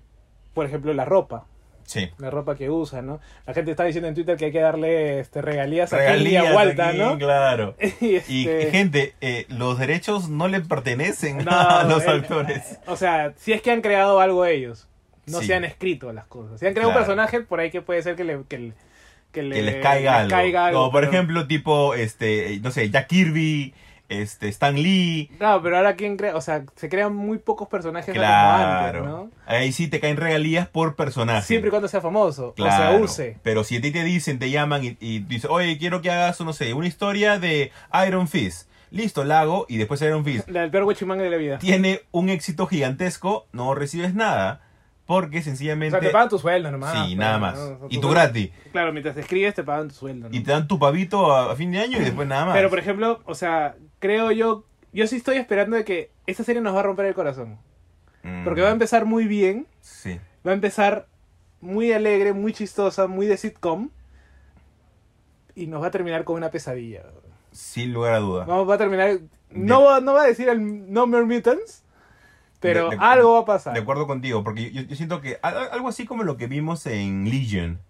[SPEAKER 7] por ejemplo, la ropa.
[SPEAKER 6] Sí.
[SPEAKER 7] La ropa que usa, ¿no? La gente está diciendo en Twitter que hay que darle este, regalías, a King y
[SPEAKER 6] Regalías
[SPEAKER 7] a Walter,
[SPEAKER 6] aquí,
[SPEAKER 7] ¿no? <laughs>
[SPEAKER 6] Claro.
[SPEAKER 7] Y,
[SPEAKER 6] Y
[SPEAKER 7] este-
[SPEAKER 6] gente, eh, los derechos no le pertenecen
[SPEAKER 7] No,
[SPEAKER 6] <laughs> a los
[SPEAKER 7] eh,
[SPEAKER 6] actores.
[SPEAKER 7] O sea, si es que han creado algo ellos, no
[SPEAKER 6] Sí.
[SPEAKER 7] se han escrito las cosas. Si han creado
[SPEAKER 6] Claro.
[SPEAKER 7] un personaje, por ahí que puede ser que le... Que, le- que le-
[SPEAKER 6] que les caiga algo.
[SPEAKER 7] les caiga algo,
[SPEAKER 6] Como por
[SPEAKER 7] pero-
[SPEAKER 6] ejemplo, tipo, este, no sé, Jack Kirby, este, Stan Lee.
[SPEAKER 7] No, pero ahora quién crea, o sea, se crean muy pocos personajes no
[SPEAKER 6] Claro.
[SPEAKER 7] como antes,
[SPEAKER 6] Ahí sí te caen regalías por
[SPEAKER 7] ¿no?
[SPEAKER 6] personaje.
[SPEAKER 7] Siempre y cuando sea famoso,
[SPEAKER 6] Claro.
[SPEAKER 7] o sea, use.
[SPEAKER 6] Pero si a ti te dicen, te llaman y, y dicen, oye, quiero que hagas, no sé, una historia de Iron Fist. Listo, la hago y después Iron Fist
[SPEAKER 7] La del peor guachimanga de la vida.
[SPEAKER 6] tiene un éxito gigantesco, no recibes nada porque
[SPEAKER 7] O
[SPEAKER 6] sencillamente...
[SPEAKER 7] sea, te pagan tu sueldo nomás.
[SPEAKER 6] sí,
[SPEAKER 7] pues,
[SPEAKER 6] nada
[SPEAKER 7] ¿no?
[SPEAKER 6] más.
[SPEAKER 7] O sea,
[SPEAKER 6] Y
[SPEAKER 7] tu
[SPEAKER 6] tú
[SPEAKER 7] sueldo-
[SPEAKER 6] gratis.
[SPEAKER 7] Claro, mientras escribes te pagan tu sueldo. ¿no?
[SPEAKER 6] Y te dan tu pavito a, a fin de año y después nada más.
[SPEAKER 7] Mm. Pero por ejemplo, o sea, creo yo, yo sí estoy esperando de que esta serie nos va a romper el corazón.
[SPEAKER 6] Mm,
[SPEAKER 7] Porque va a empezar muy bien,
[SPEAKER 6] Sí.
[SPEAKER 7] va a empezar muy alegre, muy chistosa, muy de sitcom. Y nos va a terminar con una pesadilla.
[SPEAKER 6] Sin lugar a duda.
[SPEAKER 7] Vamos, va a terminar. No, va- no va a decir el No More Mutants, pero
[SPEAKER 6] De- de-
[SPEAKER 7] algo va a pasar.
[SPEAKER 6] De acuerdo contigo, porque yo, yo siento que al- algo así como lo que vimos en Legion.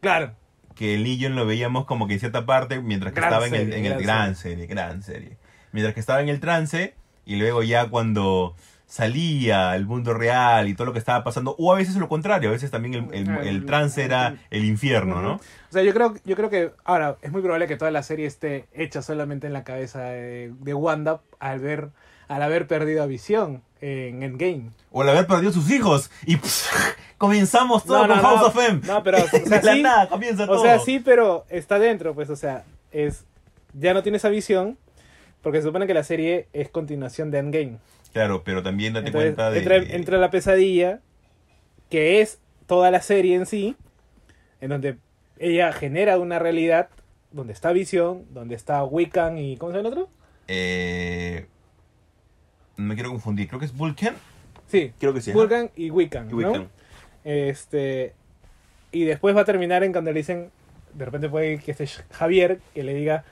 [SPEAKER 7] Claro.
[SPEAKER 6] que Legion lo veíamos como que en cierta parte mientras que
[SPEAKER 7] Gran
[SPEAKER 6] estaba en el,
[SPEAKER 7] serie,
[SPEAKER 6] en el-
[SPEAKER 7] gran
[SPEAKER 6] gran serie, gran serie. Mientras que estaba en el trance y luego ya cuando salía al mundo real y todo lo que estaba pasando, o a veces lo contrario, a veces también el, el-
[SPEAKER 7] Ah,
[SPEAKER 6] el
[SPEAKER 7] el-
[SPEAKER 6] trance era el infierno, ¿no?
[SPEAKER 7] O sea, yo creo, yo creo que ahora es muy probable que toda la serie esté hecha solamente en la cabeza de, de Wanda al ver al haber perdido a Visión en Endgame.
[SPEAKER 6] O al haber perdido sus hijos y comenzamos todo
[SPEAKER 7] No, no,
[SPEAKER 6] con House
[SPEAKER 7] no.
[SPEAKER 6] of M.
[SPEAKER 7] No,
[SPEAKER 6] <laughs>
[SPEAKER 7] pero, o sea,
[SPEAKER 6] De la
[SPEAKER 7] sí.
[SPEAKER 6] nada comienza todo.
[SPEAKER 7] O sea, sí, pero está dentro, pues, o sea, es ya no tiene esa visión porque se supone que la serie es continuación de Endgame.
[SPEAKER 6] Claro, pero también date
[SPEAKER 7] Entonces,
[SPEAKER 6] cuenta de...
[SPEAKER 7] entra, entra la pesadilla, que es toda la serie en sí, en donde ella genera una realidad donde está Visión, donde está Wiccan y ¿cómo se llama el otro?
[SPEAKER 6] eh, no me quiero confundir, creo que es Vulcan.
[SPEAKER 7] Sí,
[SPEAKER 9] Creo que sí. ajá.
[SPEAKER 7] Vulcan y Wiccan,
[SPEAKER 9] Y
[SPEAKER 7] ¿no?
[SPEAKER 9] Wiccan.
[SPEAKER 7] Este y después va a terminar en cuando le dicen, de repente puede que esté Javier que le diga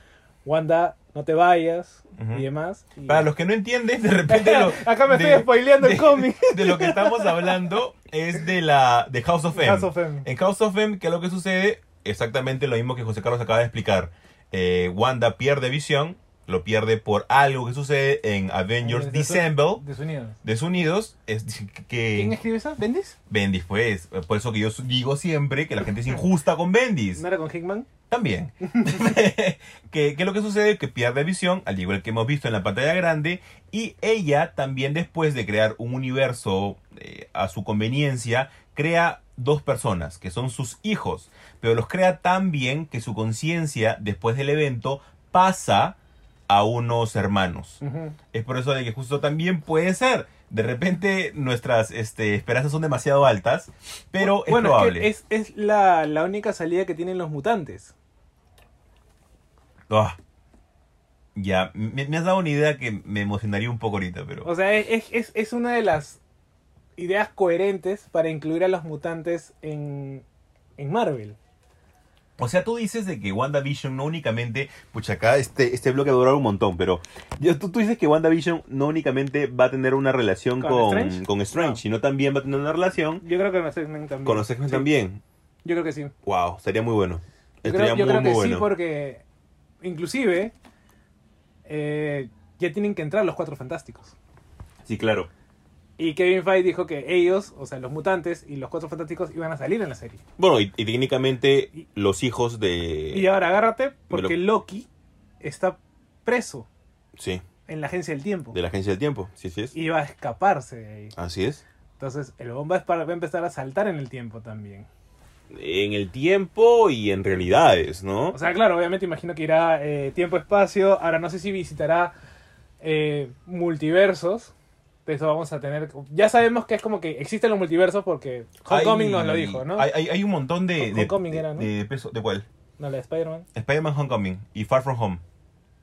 [SPEAKER 7] Wanda, no te vayas
[SPEAKER 6] Ujú.
[SPEAKER 7] y demás. Y-
[SPEAKER 6] Para los que no entienden, de repente lo-
[SPEAKER 7] <laughs> Acá me
[SPEAKER 6] de-
[SPEAKER 7] estoy spoileando el
[SPEAKER 6] de-
[SPEAKER 7] cómic.
[SPEAKER 6] <laughs> de lo que estamos hablando es de la de House of M.
[SPEAKER 7] House of M.
[SPEAKER 6] En House of M, ¿qué es lo que sucede? Exactamente lo mismo que José Carlos acaba de explicar. Eh, Wanda pierde visión, lo pierde por algo que sucede en Avengers
[SPEAKER 7] Desde su-
[SPEAKER 6] Disassemble,
[SPEAKER 7] Desunidos.
[SPEAKER 6] Desunidos, es
[SPEAKER 7] ¿Quién
[SPEAKER 6] que
[SPEAKER 7] escribe eso? ¿Bendis?
[SPEAKER 6] Bendis pues, por eso que yo digo siempre que la gente es injusta con Bendis.
[SPEAKER 7] ¿No era con Hickman?
[SPEAKER 6] También. <laughs> que, que lo que sucede es que pierde visión, al igual que hemos visto en la pantalla grande, y ella también después de crear un universo eh, a su conveniencia, crea dos personas, que son sus hijos, pero los crea tan bien que su conciencia, después del evento, pasa a unos hermanos.
[SPEAKER 7] Ujú.
[SPEAKER 6] Es por eso de que justo también puede ser. De repente nuestras este, esperanzas son demasiado altas, pero es
[SPEAKER 7] bueno,
[SPEAKER 6] probable.
[SPEAKER 7] es que es, es la, la única salida que tienen los mutantes.
[SPEAKER 6] Ah. Ya, me, me has dado una idea que me emocionaría un poco ahorita, pero.
[SPEAKER 7] O sea, es, es, es una de las ideas coherentes para incluir a los mutantes en, en Marvel.
[SPEAKER 6] O sea, tú dices de que WandaVision no únicamente.
[SPEAKER 9] Pucha, acá este, este bloque va a durar un montón, pero yo- tú, tú dices que WandaVision no únicamente va a tener una relación
[SPEAKER 7] ¿Con
[SPEAKER 9] con, con
[SPEAKER 7] Strange?
[SPEAKER 9] Strange, sino también va a tener una relación
[SPEAKER 7] Yo creo que los X-Men también.
[SPEAKER 9] con los X-Men
[SPEAKER 7] Sí,
[SPEAKER 9] también.
[SPEAKER 7] Yo creo que sí.
[SPEAKER 9] Wow, sería muy bueno.
[SPEAKER 7] Yo
[SPEAKER 9] Estaría
[SPEAKER 7] creo,
[SPEAKER 9] muy,
[SPEAKER 7] yo creo que
[SPEAKER 9] muy bueno.
[SPEAKER 7] sí porque inclusive eh, ya tienen que entrar los Cuatro Fantásticos.
[SPEAKER 9] Sí, claro.
[SPEAKER 7] Y Kevin Feige dijo que ellos, o sea, los mutantes y los Cuatro Fantásticos iban a salir en la serie.
[SPEAKER 9] Bueno, y, y técnicamente
[SPEAKER 7] Y-
[SPEAKER 9] los hijos
[SPEAKER 6] Eh,
[SPEAKER 7] Y
[SPEAKER 9] de...
[SPEAKER 7] ahora agárrate porque
[SPEAKER 9] me
[SPEAKER 7] Loki está preso
[SPEAKER 9] Sí,
[SPEAKER 7] en la agencia del tiempo.
[SPEAKER 9] de la Agencia del Tiempo. Sí, sí es.
[SPEAKER 7] Y va a escaparse de ahí.
[SPEAKER 9] Así es.
[SPEAKER 7] Entonces, el bomba es para, va a empezar a saltar en el tiempo también.
[SPEAKER 9] En el tiempo y en realidades, ¿no?
[SPEAKER 7] O sea, claro, obviamente imagino que irá eh, tiempo-espacio. Ahora no sé si visitará eh, multiversos. De eso vamos a tener. Ya sabemos que es como que existen los multiversos porque Homecoming
[SPEAKER 6] Hay-
[SPEAKER 7] nos lo dijo, ¿no?
[SPEAKER 6] Hay, hay- hay un montón de.
[SPEAKER 7] Hon-
[SPEAKER 6] de-
[SPEAKER 7] Homecoming
[SPEAKER 6] de-
[SPEAKER 7] era, ¿no?
[SPEAKER 6] de peso- ¿De cuál?
[SPEAKER 7] No, la de Spider-Man.
[SPEAKER 6] Spider-Man Homecoming y Far From Home.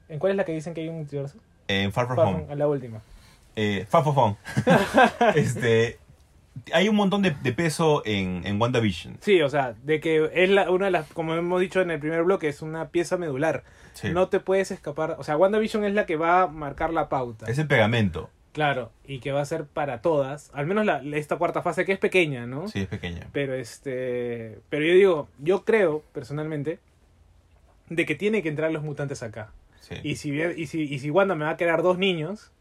[SPEAKER 7] ¿En cuál es la que dicen que hay un multiverso?
[SPEAKER 6] En Far From
[SPEAKER 7] Far
[SPEAKER 6] Home.
[SPEAKER 7] From- en la última.
[SPEAKER 6] Eh, Far
[SPEAKER 7] <laughs>
[SPEAKER 6] From Home. este. Hay un montón de, de peso en, en WandaVision.
[SPEAKER 7] Sí, o sea, de que es la, una de las, como hemos dicho en el primer bloque, es una pieza medular.
[SPEAKER 6] Sí.
[SPEAKER 7] No te puedes escapar. O sea, WandaVision es la que va a marcar la pauta.
[SPEAKER 6] Es el pegamento.
[SPEAKER 7] Claro, y que va a ser para todas, al menos la, la- esta cuarta fase que es pequeña, ¿no?
[SPEAKER 6] Sí, es pequeña.
[SPEAKER 7] Pero este, pero yo digo, yo creo personalmente de que tiene que entrar los mutantes acá.
[SPEAKER 6] Sí.
[SPEAKER 7] Y si bien- y si y si Wanda me va a crear dos niños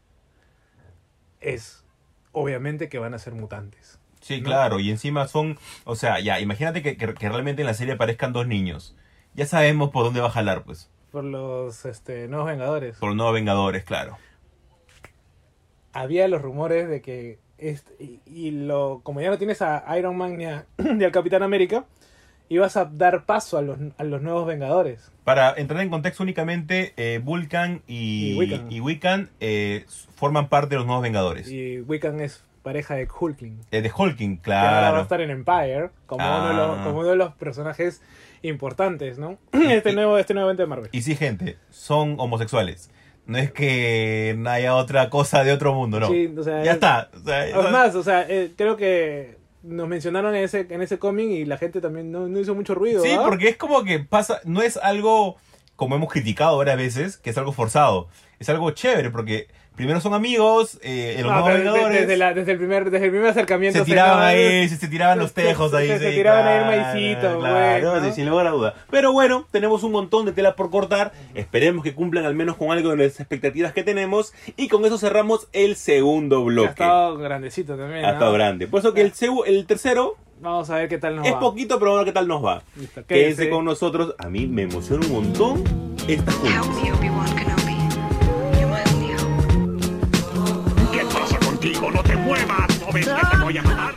[SPEAKER 7] es obviamente que van a ser mutantes.
[SPEAKER 6] Sí,
[SPEAKER 7] ¿no?
[SPEAKER 6] claro, y encima son, o sea, ya, imagínate que, que- que realmente en la serie aparezcan dos niños. Ya sabemos por dónde va a jalar, pues.
[SPEAKER 7] Por los este, nuevos Vengadores.
[SPEAKER 6] Por los nuevos Vengadores, claro.
[SPEAKER 7] Había los rumores de que este, y, y lo como ya no tienes a Iron Man ni, a- <clears throat> ni al Capitán América, ibas a dar paso a los, a los nuevos Vengadores.
[SPEAKER 6] Para entrar en contexto únicamente, eh, Vulcan y,
[SPEAKER 7] Y Wiccan.
[SPEAKER 6] y Wiccan, eh, s- forman parte de los nuevos Vengadores.
[SPEAKER 7] Y Wiccan es pareja de Hulkling.
[SPEAKER 6] Eh, de Hulking,
[SPEAKER 7] que ahora va a
[SPEAKER 6] claro.
[SPEAKER 7] estar en Empire como, uno, de
[SPEAKER 6] Ah.
[SPEAKER 7] los, como uno de los personajes importantes, ¿no? <clears throat> Este nuevo, este nuevo evento de Marvel.
[SPEAKER 6] Y sí, gente, son homosexuales. No es que haya otra cosa de otro mundo, no.
[SPEAKER 7] Sí, o sea,
[SPEAKER 6] ya
[SPEAKER 7] es-
[SPEAKER 6] está. o sea,
[SPEAKER 7] Es
[SPEAKER 6] eso-
[SPEAKER 7] más, o sea, eh, creo que nos mencionaron en ese, en ese cómic y la gente también no, no hizo mucho ruido.
[SPEAKER 5] Sí,
[SPEAKER 7] ¿ah?
[SPEAKER 5] porque es como que pasa, no es algo como hemos criticado varias veces, que es algo forzado. Es algo chévere porque primero son amigos, eh, en los
[SPEAKER 7] Ah,
[SPEAKER 5] nuevos
[SPEAKER 7] pero de-
[SPEAKER 5] Vengadores
[SPEAKER 7] desde, la- desde el primer, desde el primer acercamiento.
[SPEAKER 5] se
[SPEAKER 7] se
[SPEAKER 5] tiraban
[SPEAKER 7] daban-
[SPEAKER 5] ahí, se, se tiraban los
[SPEAKER 7] <laughs> se-
[SPEAKER 5] tejos ahí.
[SPEAKER 7] se- se
[SPEAKER 5] sí,
[SPEAKER 7] tiraban ahí el
[SPEAKER 5] claro,
[SPEAKER 7] maicito,
[SPEAKER 5] claro,
[SPEAKER 7] güey, ¿no?
[SPEAKER 5] sí, sin lugar a duda. Pero bueno, tenemos un montón de tela por cortar. Esperemos que cumplan al menos con algo de las expectativas que tenemos. Y con eso cerramos el segundo
[SPEAKER 7] Ha
[SPEAKER 6] bloque.
[SPEAKER 7] estado grandecito también.
[SPEAKER 6] Ha
[SPEAKER 7] ¿no?
[SPEAKER 6] estado grande. Por eso que el, segu- el tercero
[SPEAKER 7] Vamos a ver qué tal nos
[SPEAKER 6] es
[SPEAKER 7] va.
[SPEAKER 6] poquito, pero vamos a ver qué tal nos va.
[SPEAKER 7] Listo,
[SPEAKER 6] Quédense
[SPEAKER 7] quédense.
[SPEAKER 6] con nosotros. A mí me emociona un montón esta
[SPEAKER 1] Help
[SPEAKER 6] junta.
[SPEAKER 1] me, Obi-Wan Kenobi. You're my only hope.
[SPEAKER 4] ¿Qué pasa contigo? ¡No te muevas! ¿No ves que te voy a matar?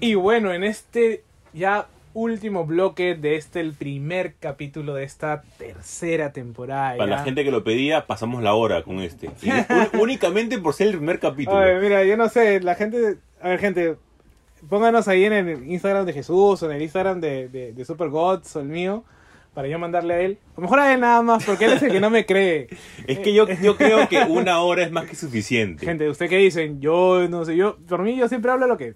[SPEAKER 7] Y bueno, en este ya último bloque de este, el primer capítulo de esta tercera temporada.
[SPEAKER 6] Para
[SPEAKER 7] ya.
[SPEAKER 6] la gente que lo pedía, pasamos la hora con este.
[SPEAKER 7] <laughs>
[SPEAKER 6] Y un- únicamente por ser el primer capítulo.
[SPEAKER 7] Oye, mira, yo no sé, la gente. A ver, gente, pónganos ahí en el Instagram de Jesús o en el Instagram de, de, de Super Gods o el mío. Para yo mandarle a él. A lo mejor a él nada más, porque él es el que no me
[SPEAKER 6] <laughs>
[SPEAKER 7] cree.
[SPEAKER 6] Es que yo,
[SPEAKER 7] eh.
[SPEAKER 6] yo creo
[SPEAKER 7] <laughs>
[SPEAKER 6] que una hora es más que suficiente.
[SPEAKER 7] Gente, ¿usted qué dicen? Yo no sé, yo. Por mí, yo siempre hablo lo que.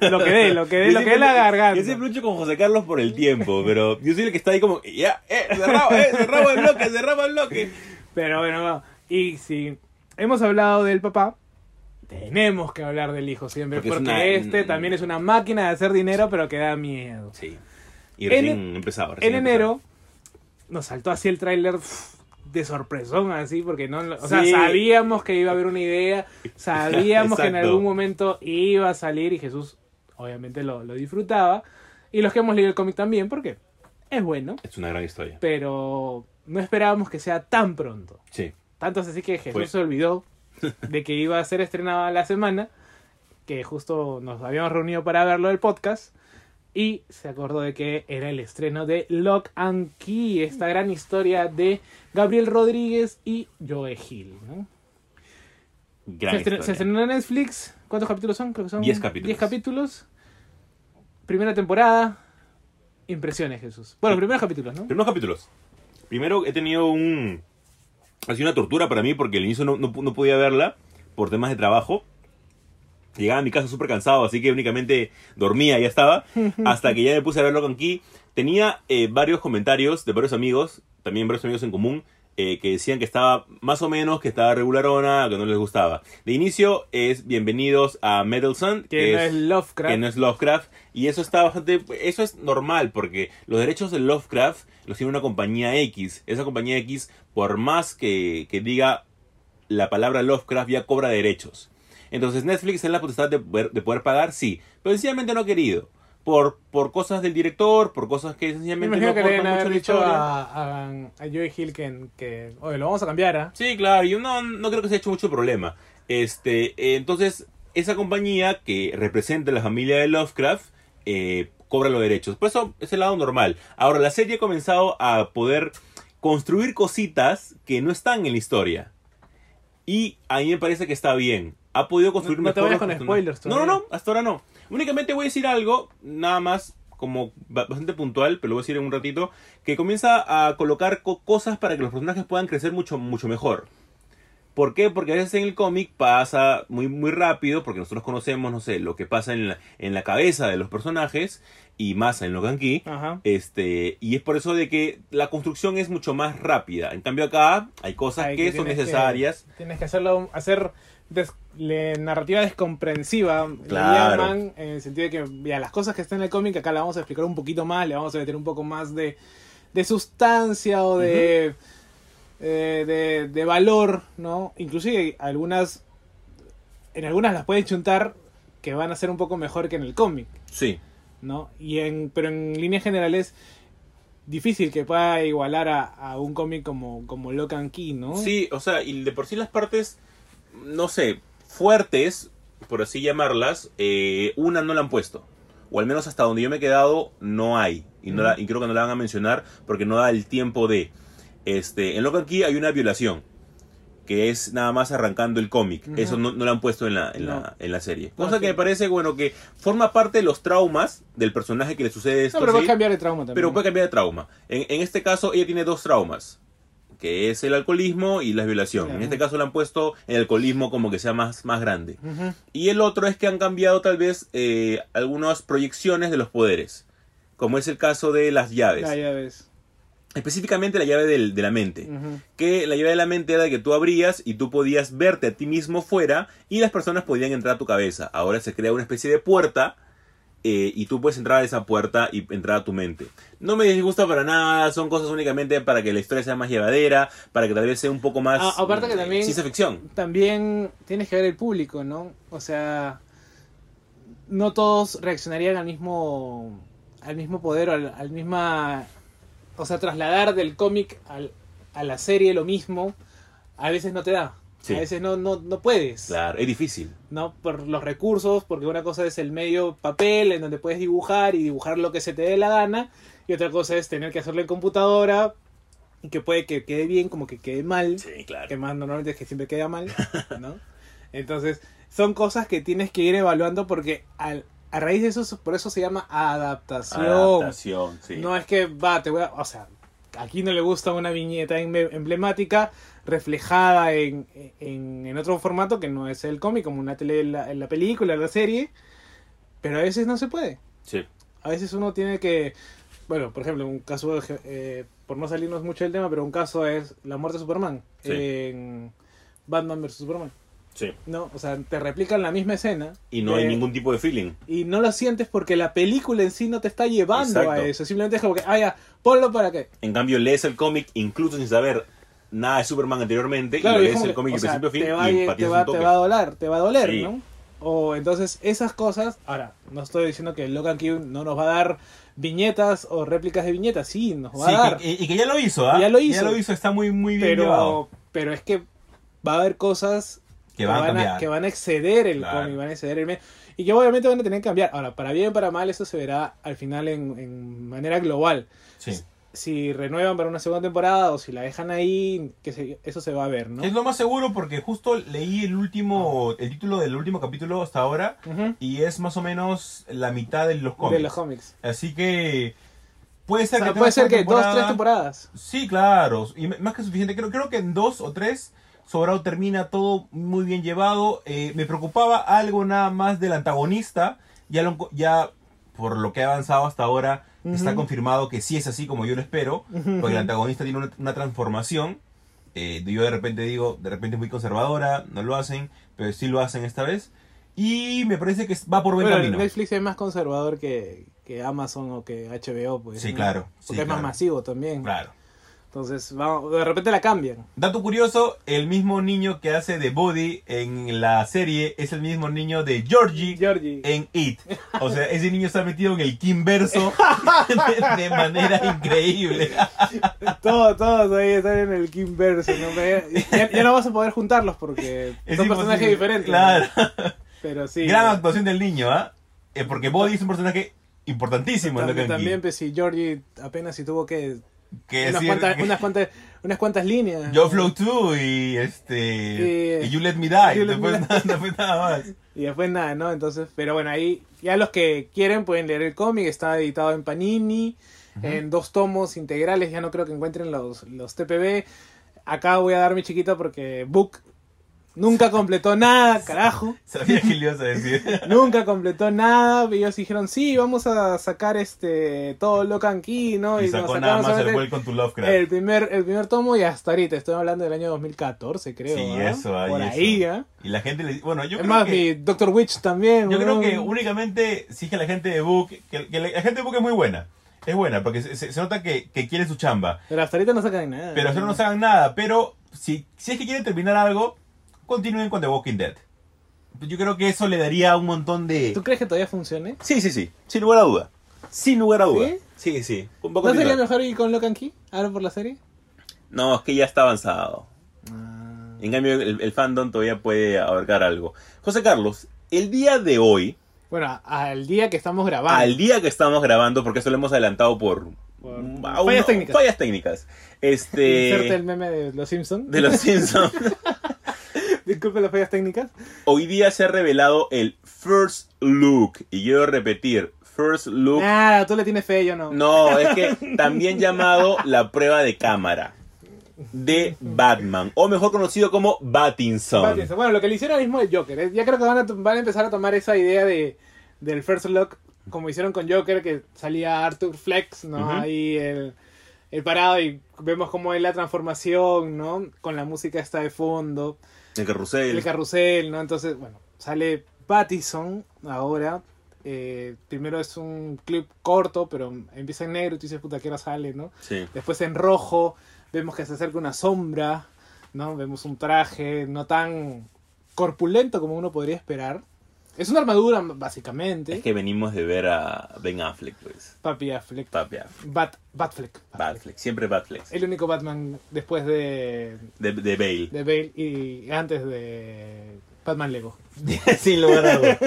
[SPEAKER 7] Lo que dé, lo que dé, lo que dé
[SPEAKER 6] Yo siempre-
[SPEAKER 7] la garganta.
[SPEAKER 6] Yo siempre lucho con José Carlos por el tiempo, pero yo soy el que está ahí como, ya, eh, cerramos, eh, cerramos el bloque, cerramos el bloque.
[SPEAKER 7] Pero bueno, va. y si hemos hablado del papá, tenemos que hablar del hijo siempre.
[SPEAKER 6] Porque
[SPEAKER 7] Porque,
[SPEAKER 6] es una-
[SPEAKER 7] este también es una máquina de hacer dinero, pero que da miedo.
[SPEAKER 6] Sí. Y recién
[SPEAKER 7] En-
[SPEAKER 6] empezaba.
[SPEAKER 7] En
[SPEAKER 6] recién
[SPEAKER 7] enero nos saltó así el tráiler pf, de sorpresón, así, porque no. O sea,
[SPEAKER 6] Sí.
[SPEAKER 7] sabíamos que iba a haber una
[SPEAKER 6] <laughs>
[SPEAKER 7] idea, sabíamos que en
[SPEAKER 6] Exacto.
[SPEAKER 7] algún momento iba a salir y Jesús, obviamente, lo, lo disfrutaba. Y los que hemos leído el cómic también, porque es bueno,
[SPEAKER 6] empezaba. Es una gran historia.
[SPEAKER 7] pero no esperábamos que sea tan pronto.
[SPEAKER 6] Sí.
[SPEAKER 7] Tanto es así que Jesús
[SPEAKER 6] Fue.
[SPEAKER 7] se olvidó de que iba a ser estrenada la semana, que justo nos habíamos reunido para verlo del podcast, y se acordó de que era el estreno de Lock and Key, esta gran historia de Gabriel Rodríguez y Joe Hill. ¿no?
[SPEAKER 6] Gran
[SPEAKER 7] Se, estren- se
[SPEAKER 6] historia.
[SPEAKER 7] estrenó en Netflix, ¿cuántos capítulos son? Creo que son
[SPEAKER 6] Diez capítulos.
[SPEAKER 7] 10 capítulos. Primera temporada. Impresiones, Jesús. Bueno, primeros capítulos, ¿no?
[SPEAKER 6] Primeros capítulos. Primero he tenido un... Ha sido una tortura para mí porque al inicio no, no, no podía verla por temas de trabajo. Llegaba a mi casa súper cansado, así que únicamente dormía, ya estaba. Hasta que ya me puse a ver Logan Key. Tenía eh, varios comentarios de varios amigos, también varios amigos en común, eh, que decían que estaba más o menos, que estaba regularona, que no les gustaba. De inicio es bienvenidos a Metal Sun,
[SPEAKER 7] Que no es Lovecraft.
[SPEAKER 6] que no es Lovecraft. Y eso está bastante. Eso es normal, porque los derechos de Lovecraft los tiene una compañía X. Esa compañía X, por más que, que diga la palabra Lovecraft, ya cobra derechos. Entonces, Netflix es la potestad de poder, de poder pagar, sí. Pero sencillamente no ha querido. Por, por cosas del director, por cosas que
[SPEAKER 7] Me
[SPEAKER 6] sencillamente
[SPEAKER 7] imagino
[SPEAKER 6] no
[SPEAKER 7] que le deben
[SPEAKER 6] aportan mucho a
[SPEAKER 7] haber
[SPEAKER 6] la
[SPEAKER 7] dicho
[SPEAKER 6] historia.
[SPEAKER 7] a, a, a Joey Hill que, que, oye, lo vamos a cambiar, ¿ah?
[SPEAKER 6] Sí, claro, yo no, no creo que se haya hecho mucho problema. Este, eh, entonces, esa compañía que representa la familia de Lovecraft eh, cobra los derechos. Por eso es el lado normal. Ahora, la serie ha comenzado a poder construir cositas que no están en la historia. Y a mí me parece que está bien. Ha podido construir
[SPEAKER 7] No- no te
[SPEAKER 6] mejor
[SPEAKER 7] vayas
[SPEAKER 6] los
[SPEAKER 7] con
[SPEAKER 6] personajes.
[SPEAKER 7] spoilers
[SPEAKER 6] No, no,
[SPEAKER 7] todavía.
[SPEAKER 6] no, hasta ahora no. Únicamente voy a decir algo, nada más, como ba- bastante puntual, pero lo voy a decir en un ratito, que comienza a colocar co- cosas para que los personajes puedan crecer mucho, mucho mejor. ¿Por qué? Porque a veces en el cómic pasa muy, muy rápido, porque nosotros conocemos, no sé, lo que pasa en la, en la cabeza de los personajes, y más en Logan Key,
[SPEAKER 7] Ajá.
[SPEAKER 6] este, y es por eso de que la construcción es mucho más rápida. En cambio acá hay cosas
[SPEAKER 7] Ay,
[SPEAKER 6] que,
[SPEAKER 7] que
[SPEAKER 6] son
[SPEAKER 7] tienes que-
[SPEAKER 6] necesarias.
[SPEAKER 7] Tienes que hacerlo, hacer des- le- narrativa descomprensiva, le
[SPEAKER 6] Claro.
[SPEAKER 7] llaman, en el sentido de que ya, las cosas que están en el cómic acá las vamos a explicar un poquito más, le vamos a meter un poco más de, de sustancia o de, eh, de, de valor, ¿no? Inclusive algunas, en algunas las puedes chuntar que van a ser un poco mejor que en el cómic.
[SPEAKER 6] Sí.
[SPEAKER 7] ¿no? Y en, pero en líneas generales, difícil que pueda igualar a, a un cómic como, como Locan Key, ¿no?
[SPEAKER 6] Sí, o sea, y de por sí las partes, no sé, fuertes, por así llamarlas, eh, una no la han puesto. O al menos hasta donde yo me he quedado, no hay. Y, no
[SPEAKER 7] Mm.
[SPEAKER 6] la- y creo que no la van a mencionar porque no da el tiempo de... Este, en Logan Key hay una violación, que es nada más arrancando el cómic.
[SPEAKER 7] Ujú.
[SPEAKER 6] Eso no, no lo han puesto en la, en
[SPEAKER 7] No.
[SPEAKER 6] la, en la serie.
[SPEAKER 7] No,
[SPEAKER 6] Cosa que
[SPEAKER 7] sí.
[SPEAKER 6] me parece, bueno, que forma parte de los traumas del personaje que le sucede esto.
[SPEAKER 7] No, pero puede
[SPEAKER 6] ¿sí?
[SPEAKER 7] cambiar de trauma también.
[SPEAKER 6] Pero puede cambiar de trauma. En, en este caso, ella tiene dos traumas. que es el alcoholismo y las violaciones. En
[SPEAKER 7] Claro.
[SPEAKER 6] este caso le han puesto el alcoholismo como que sea más, más grande.
[SPEAKER 7] Ujú.
[SPEAKER 6] Y el otro es que han cambiado tal vez eh, algunas proyecciones de los poderes, como es el caso de las llaves.
[SPEAKER 7] Ah, ya ves.
[SPEAKER 6] Específicamente la llave del- de la mente.
[SPEAKER 7] Ujú.
[SPEAKER 6] Que la llave de la mente era que tú abrías y tú podías verte a ti mismo fuera y las personas podían entrar a tu cabeza. Ahora se crea una especie de puerta eh, y tú puedes entrar a esa puerta y entrar a tu mente. No me disgusta para nada, son cosas únicamente para que la historia sea más llevadera, para que tal vez sea un poco más
[SPEAKER 7] Ah, aparte que
[SPEAKER 6] eh,
[SPEAKER 7] también-
[SPEAKER 6] ciencia ficción.
[SPEAKER 7] También tienes que ver el público, ¿no? O sea, no todos reaccionarían al mismo, al mismo poder o al, al misma... O sea, trasladar del cómic al- a la serie lo mismo, a veces no te da.
[SPEAKER 6] Sí.
[SPEAKER 7] A veces no, no, no puedes.
[SPEAKER 6] Claro, es difícil.
[SPEAKER 7] ¿no? Por los recursos, porque una cosa es el medio papel en donde puedes dibujar y dibujar lo que se te dé la gana, y otra cosa es tener que hacerlo en computadora y que puede que quede bien, como que quede mal,
[SPEAKER 6] Sí, claro.
[SPEAKER 7] que más normalmente es que siempre queda mal, ¿no? <laughs> Entonces, son cosas que tienes que ir evaluando porque al- a raíz de eso, por eso se llama adaptación.
[SPEAKER 6] Adaptación, sí.
[SPEAKER 7] No es que va, te voy a. O sea, aquí no le gusta una viñeta em- emblemática reflejada en, en, en otro formato que no es el cómic, como una tele, la, la película, la serie. Pero a veces no se puede.
[SPEAKER 6] Sí.
[SPEAKER 7] A veces uno tiene que. Bueno, por ejemplo, un caso, eh, por no salirnos mucho del tema, pero un caso es la muerte de Superman
[SPEAKER 6] Sí.
[SPEAKER 7] en Batman vs. Superman.
[SPEAKER 6] Sí.
[SPEAKER 7] No, o sea, te replican la misma escena.
[SPEAKER 6] Y no hay
[SPEAKER 7] eh,
[SPEAKER 6] ningún tipo de feeling.
[SPEAKER 7] y no lo sientes porque la película en sí no te está llevando a
[SPEAKER 6] Exacto.
[SPEAKER 7] eso. Simplemente es como que, ah, ya, ponlo para que.
[SPEAKER 6] En cambio, lees el cómic incluso sin saber nada de Superman anteriormente
[SPEAKER 7] Claro,
[SPEAKER 6] y
[SPEAKER 7] es
[SPEAKER 6] lees
[SPEAKER 7] como
[SPEAKER 6] el
[SPEAKER 7] que,
[SPEAKER 6] cómic
[SPEAKER 7] o
[SPEAKER 6] de
[SPEAKER 7] sea,
[SPEAKER 6] principio a fin
[SPEAKER 7] te va, a-
[SPEAKER 6] y
[SPEAKER 7] te,
[SPEAKER 6] empatizas
[SPEAKER 7] va,
[SPEAKER 6] un toque.
[SPEAKER 7] te va a doler, te va a doler,
[SPEAKER 6] Sí.
[SPEAKER 7] ¿no? O entonces esas cosas, ahora, no estoy diciendo que Logan Q no nos va a dar viñetas o réplicas de viñetas, sí, nos va
[SPEAKER 5] Sí,
[SPEAKER 7] a dar.
[SPEAKER 5] que- y, y que ya lo hizo, ¿ah?
[SPEAKER 7] Ya lo hizo.
[SPEAKER 5] Ya lo hizo, está muy, muy bien llevado.
[SPEAKER 7] pero, pero es que va a haber cosas
[SPEAKER 5] Que van a cambiar.
[SPEAKER 7] que van a exceder el
[SPEAKER 5] Claro.
[SPEAKER 7] cómic, van a exceder el me- y que obviamente van a tener que cambiar. Ahora, para bien y para mal, eso se verá al final en, en manera global.
[SPEAKER 5] Sí.
[SPEAKER 7] Si renuevan para una segunda temporada o si la dejan ahí, que se- eso se va a ver, ¿no? Ah.
[SPEAKER 5] Es lo más seguro porque justo leí el último, el título del último capítulo hasta ahora
[SPEAKER 7] Ujú.
[SPEAKER 5] y es más o menos la mitad de los cómics.
[SPEAKER 7] De los cómics.
[SPEAKER 5] Así que puede
[SPEAKER 7] O
[SPEAKER 5] ser
[SPEAKER 7] sea,
[SPEAKER 5] que
[SPEAKER 7] puede
[SPEAKER 5] tengas
[SPEAKER 7] ser
[SPEAKER 5] una
[SPEAKER 7] que dos, tres
[SPEAKER 5] temporada.
[SPEAKER 7] temporadas.
[SPEAKER 5] Sí, claro. Y m- más que suficiente. Creo, creo que en dos o tres Sobrado termina todo muy bien llevado. Eh, me preocupaba algo nada más del antagonista. Ya, lo enco- ya por lo que ha avanzado hasta ahora, está confirmado que sí es así como yo lo espero. Porque el antagonista tiene una, una transformación. Eh, yo de repente digo, de repente es muy conservadora, no lo hacen, pero sí lo hacen esta vez. Y me parece que va por buen
[SPEAKER 7] Bueno,
[SPEAKER 5] camino.
[SPEAKER 7] Netflix es más conservador que, que Amazon o que HBO, pues.
[SPEAKER 5] Sí,
[SPEAKER 7] ¿no?
[SPEAKER 5] claro, sí,
[SPEAKER 7] Porque es más
[SPEAKER 5] claro.
[SPEAKER 7] masivo también.
[SPEAKER 5] Claro.
[SPEAKER 7] Entonces, vamos, de repente la cambian.
[SPEAKER 5] Dato curioso, el mismo niño que hace de Buddy en la serie es el mismo niño de Georgie Eh.
[SPEAKER 7] Georgie.
[SPEAKER 5] en It. O sea, ese niño está metido en el
[SPEAKER 7] <laughs>
[SPEAKER 5] Kimverso de, de manera increíble.
[SPEAKER 7] Todos, todos ahí están en el Kimverse. ¿no? Me- Ya, ya no vas a poder juntarlos porque
[SPEAKER 5] <laughs> Es
[SPEAKER 7] son
[SPEAKER 5] imposible.
[SPEAKER 7] personajes diferentes. ¿no?
[SPEAKER 5] Claro.
[SPEAKER 7] Pero sí.
[SPEAKER 5] Gran actuación del niño, ¿ah? Eh, porque Buddy es un personaje importantísimo en
[SPEAKER 7] También,
[SPEAKER 5] Locan
[SPEAKER 7] también pues, sí, Georgie apenas si tuvo que.
[SPEAKER 5] Que
[SPEAKER 7] Unas,
[SPEAKER 5] decir
[SPEAKER 7] cuantas,
[SPEAKER 5] que- <laughs>
[SPEAKER 7] unas, cuantas, unas cuantas líneas.
[SPEAKER 5] Yo Flow 2 y este.
[SPEAKER 7] Sí.
[SPEAKER 5] y You Let Me Die.
[SPEAKER 7] Eh, You Let
[SPEAKER 5] no, fue
[SPEAKER 7] Me
[SPEAKER 5] nada, no fue nada más.
[SPEAKER 7] Y después nada, ¿no? Entonces, pero bueno, ahí ya los que quieren pueden leer el cómic, está editado en Panini, en dos tomos integrales, ya no creo que encuentren los, los TPB. Acá voy a dar mi chiquita porque Book nunca
[SPEAKER 5] <laughs>
[SPEAKER 7] completó nada, carajo.
[SPEAKER 5] Sabía que le ibas a decir.
[SPEAKER 7] Nunca completó nada. Ellos dijeron, sí, vamos a sacar este todo Locan Key, <laughs> ¿no?
[SPEAKER 5] Y
[SPEAKER 7] nos
[SPEAKER 5] sacó
[SPEAKER 7] sacaron
[SPEAKER 5] nada más el
[SPEAKER 7] solamente
[SPEAKER 5] Welcome to Lovecraft.
[SPEAKER 7] el primer, el primer tomo y hasta ahorita, estoy hablando del año 2014, creo.
[SPEAKER 5] sí,
[SPEAKER 7] ¿ah?
[SPEAKER 5] eso, ahí.
[SPEAKER 7] Por
[SPEAKER 5] eso.
[SPEAKER 7] ahí, ¿ah?
[SPEAKER 5] Y la gente le Bueno, yo
[SPEAKER 7] Es
[SPEAKER 5] creo
[SPEAKER 7] más,
[SPEAKER 5] que.
[SPEAKER 7] mi Doctor Witch también.
[SPEAKER 5] Yo creo
[SPEAKER 7] weón.
[SPEAKER 5] que únicamente sí que la gente de Book, que, que la, la gente de Book es muy buena. Es buena, porque se, se- se nota que, que quiere su chamba.
[SPEAKER 7] Pero hasta ahorita no sacan nada.
[SPEAKER 5] Pero solo no saben nada. Pero si, si es que quieren terminar algo, continúen con The Walking Dead. Yo creo que eso le daría un montón
[SPEAKER 7] ¿Tú
[SPEAKER 5] de...
[SPEAKER 7] crees que todavía funcione?
[SPEAKER 6] Sí, sí, sí. Sin lugar a duda. Sin lugar a duda.
[SPEAKER 7] ¿Sí?
[SPEAKER 6] Sí, sí. sí. Un
[SPEAKER 7] ¿No
[SPEAKER 6] poco
[SPEAKER 7] sería
[SPEAKER 6] titular.
[SPEAKER 7] mejor ir con Locan Key? ¿Ahora por la serie?
[SPEAKER 6] no, es que ya está avanzado.
[SPEAKER 7] Ah.
[SPEAKER 6] En cambio, el, el fandom todavía puede abarcar algo. José Carlos, el día de hoy,
[SPEAKER 7] Bueno, a- al día que estamos grabando.
[SPEAKER 6] al día que estamos grabando, porque eso lo hemos adelantado por,
[SPEAKER 7] Por
[SPEAKER 6] mm,
[SPEAKER 7] fallas
[SPEAKER 6] a uno-
[SPEAKER 7] técnicas.
[SPEAKER 6] fallas técnicas.
[SPEAKER 7] <laughs> Inserte el
[SPEAKER 6] Este,
[SPEAKER 7] meme de Los Simpsons.
[SPEAKER 6] de los Simpsons.
[SPEAKER 7] <laughs> Disculpe las fallas técnicas.
[SPEAKER 6] Hoy día se ha revelado el first look. Y quiero repetir, first look.
[SPEAKER 7] Ah. Nada, tú le tienes fe, yo no.
[SPEAKER 6] No, es que también llamado la prueba de cámara.
[SPEAKER 10] de Batman, o mejor conocido como Batinson.
[SPEAKER 7] Pattinson. Bueno, lo que le hicieron al mismo el Joker. ¿eh? Ya creo que van a, to- van a empezar a tomar esa idea de, del First Look, como hicieron con Joker, que salía Arthur Flex, ¿no?
[SPEAKER 10] Ujú.
[SPEAKER 7] Ahí el, el parado y vemos cómo es la transformación, ¿no? Con la música está de fondo,
[SPEAKER 10] El
[SPEAKER 7] el
[SPEAKER 10] carrusel.
[SPEAKER 7] carrusel, ¿no? Entonces, bueno, sale Pattison ahora. Eh, primero es un clip corto, pero empieza en negro y tú dices, puta, ¿qué hora sale, no?
[SPEAKER 10] Sí.
[SPEAKER 7] Después en rojo vemos que se acerca una sombra, ¿no? Vemos un traje no tan corpulento como uno podría esperar. Es una armadura, básicamente.
[SPEAKER 10] Es que venimos de ver a Ben Affleck, pues.
[SPEAKER 7] Papi Affleck.
[SPEAKER 10] Papi Affleck.
[SPEAKER 7] Bat, Batfleck.
[SPEAKER 10] Batfleck, siempre Batfleck.
[SPEAKER 7] El único Batman después de,
[SPEAKER 10] De, de
[SPEAKER 7] <laughs>
[SPEAKER 10] Bale.
[SPEAKER 7] de Bale y antes de Batman Lego.
[SPEAKER 10] Sin lugar a dudas.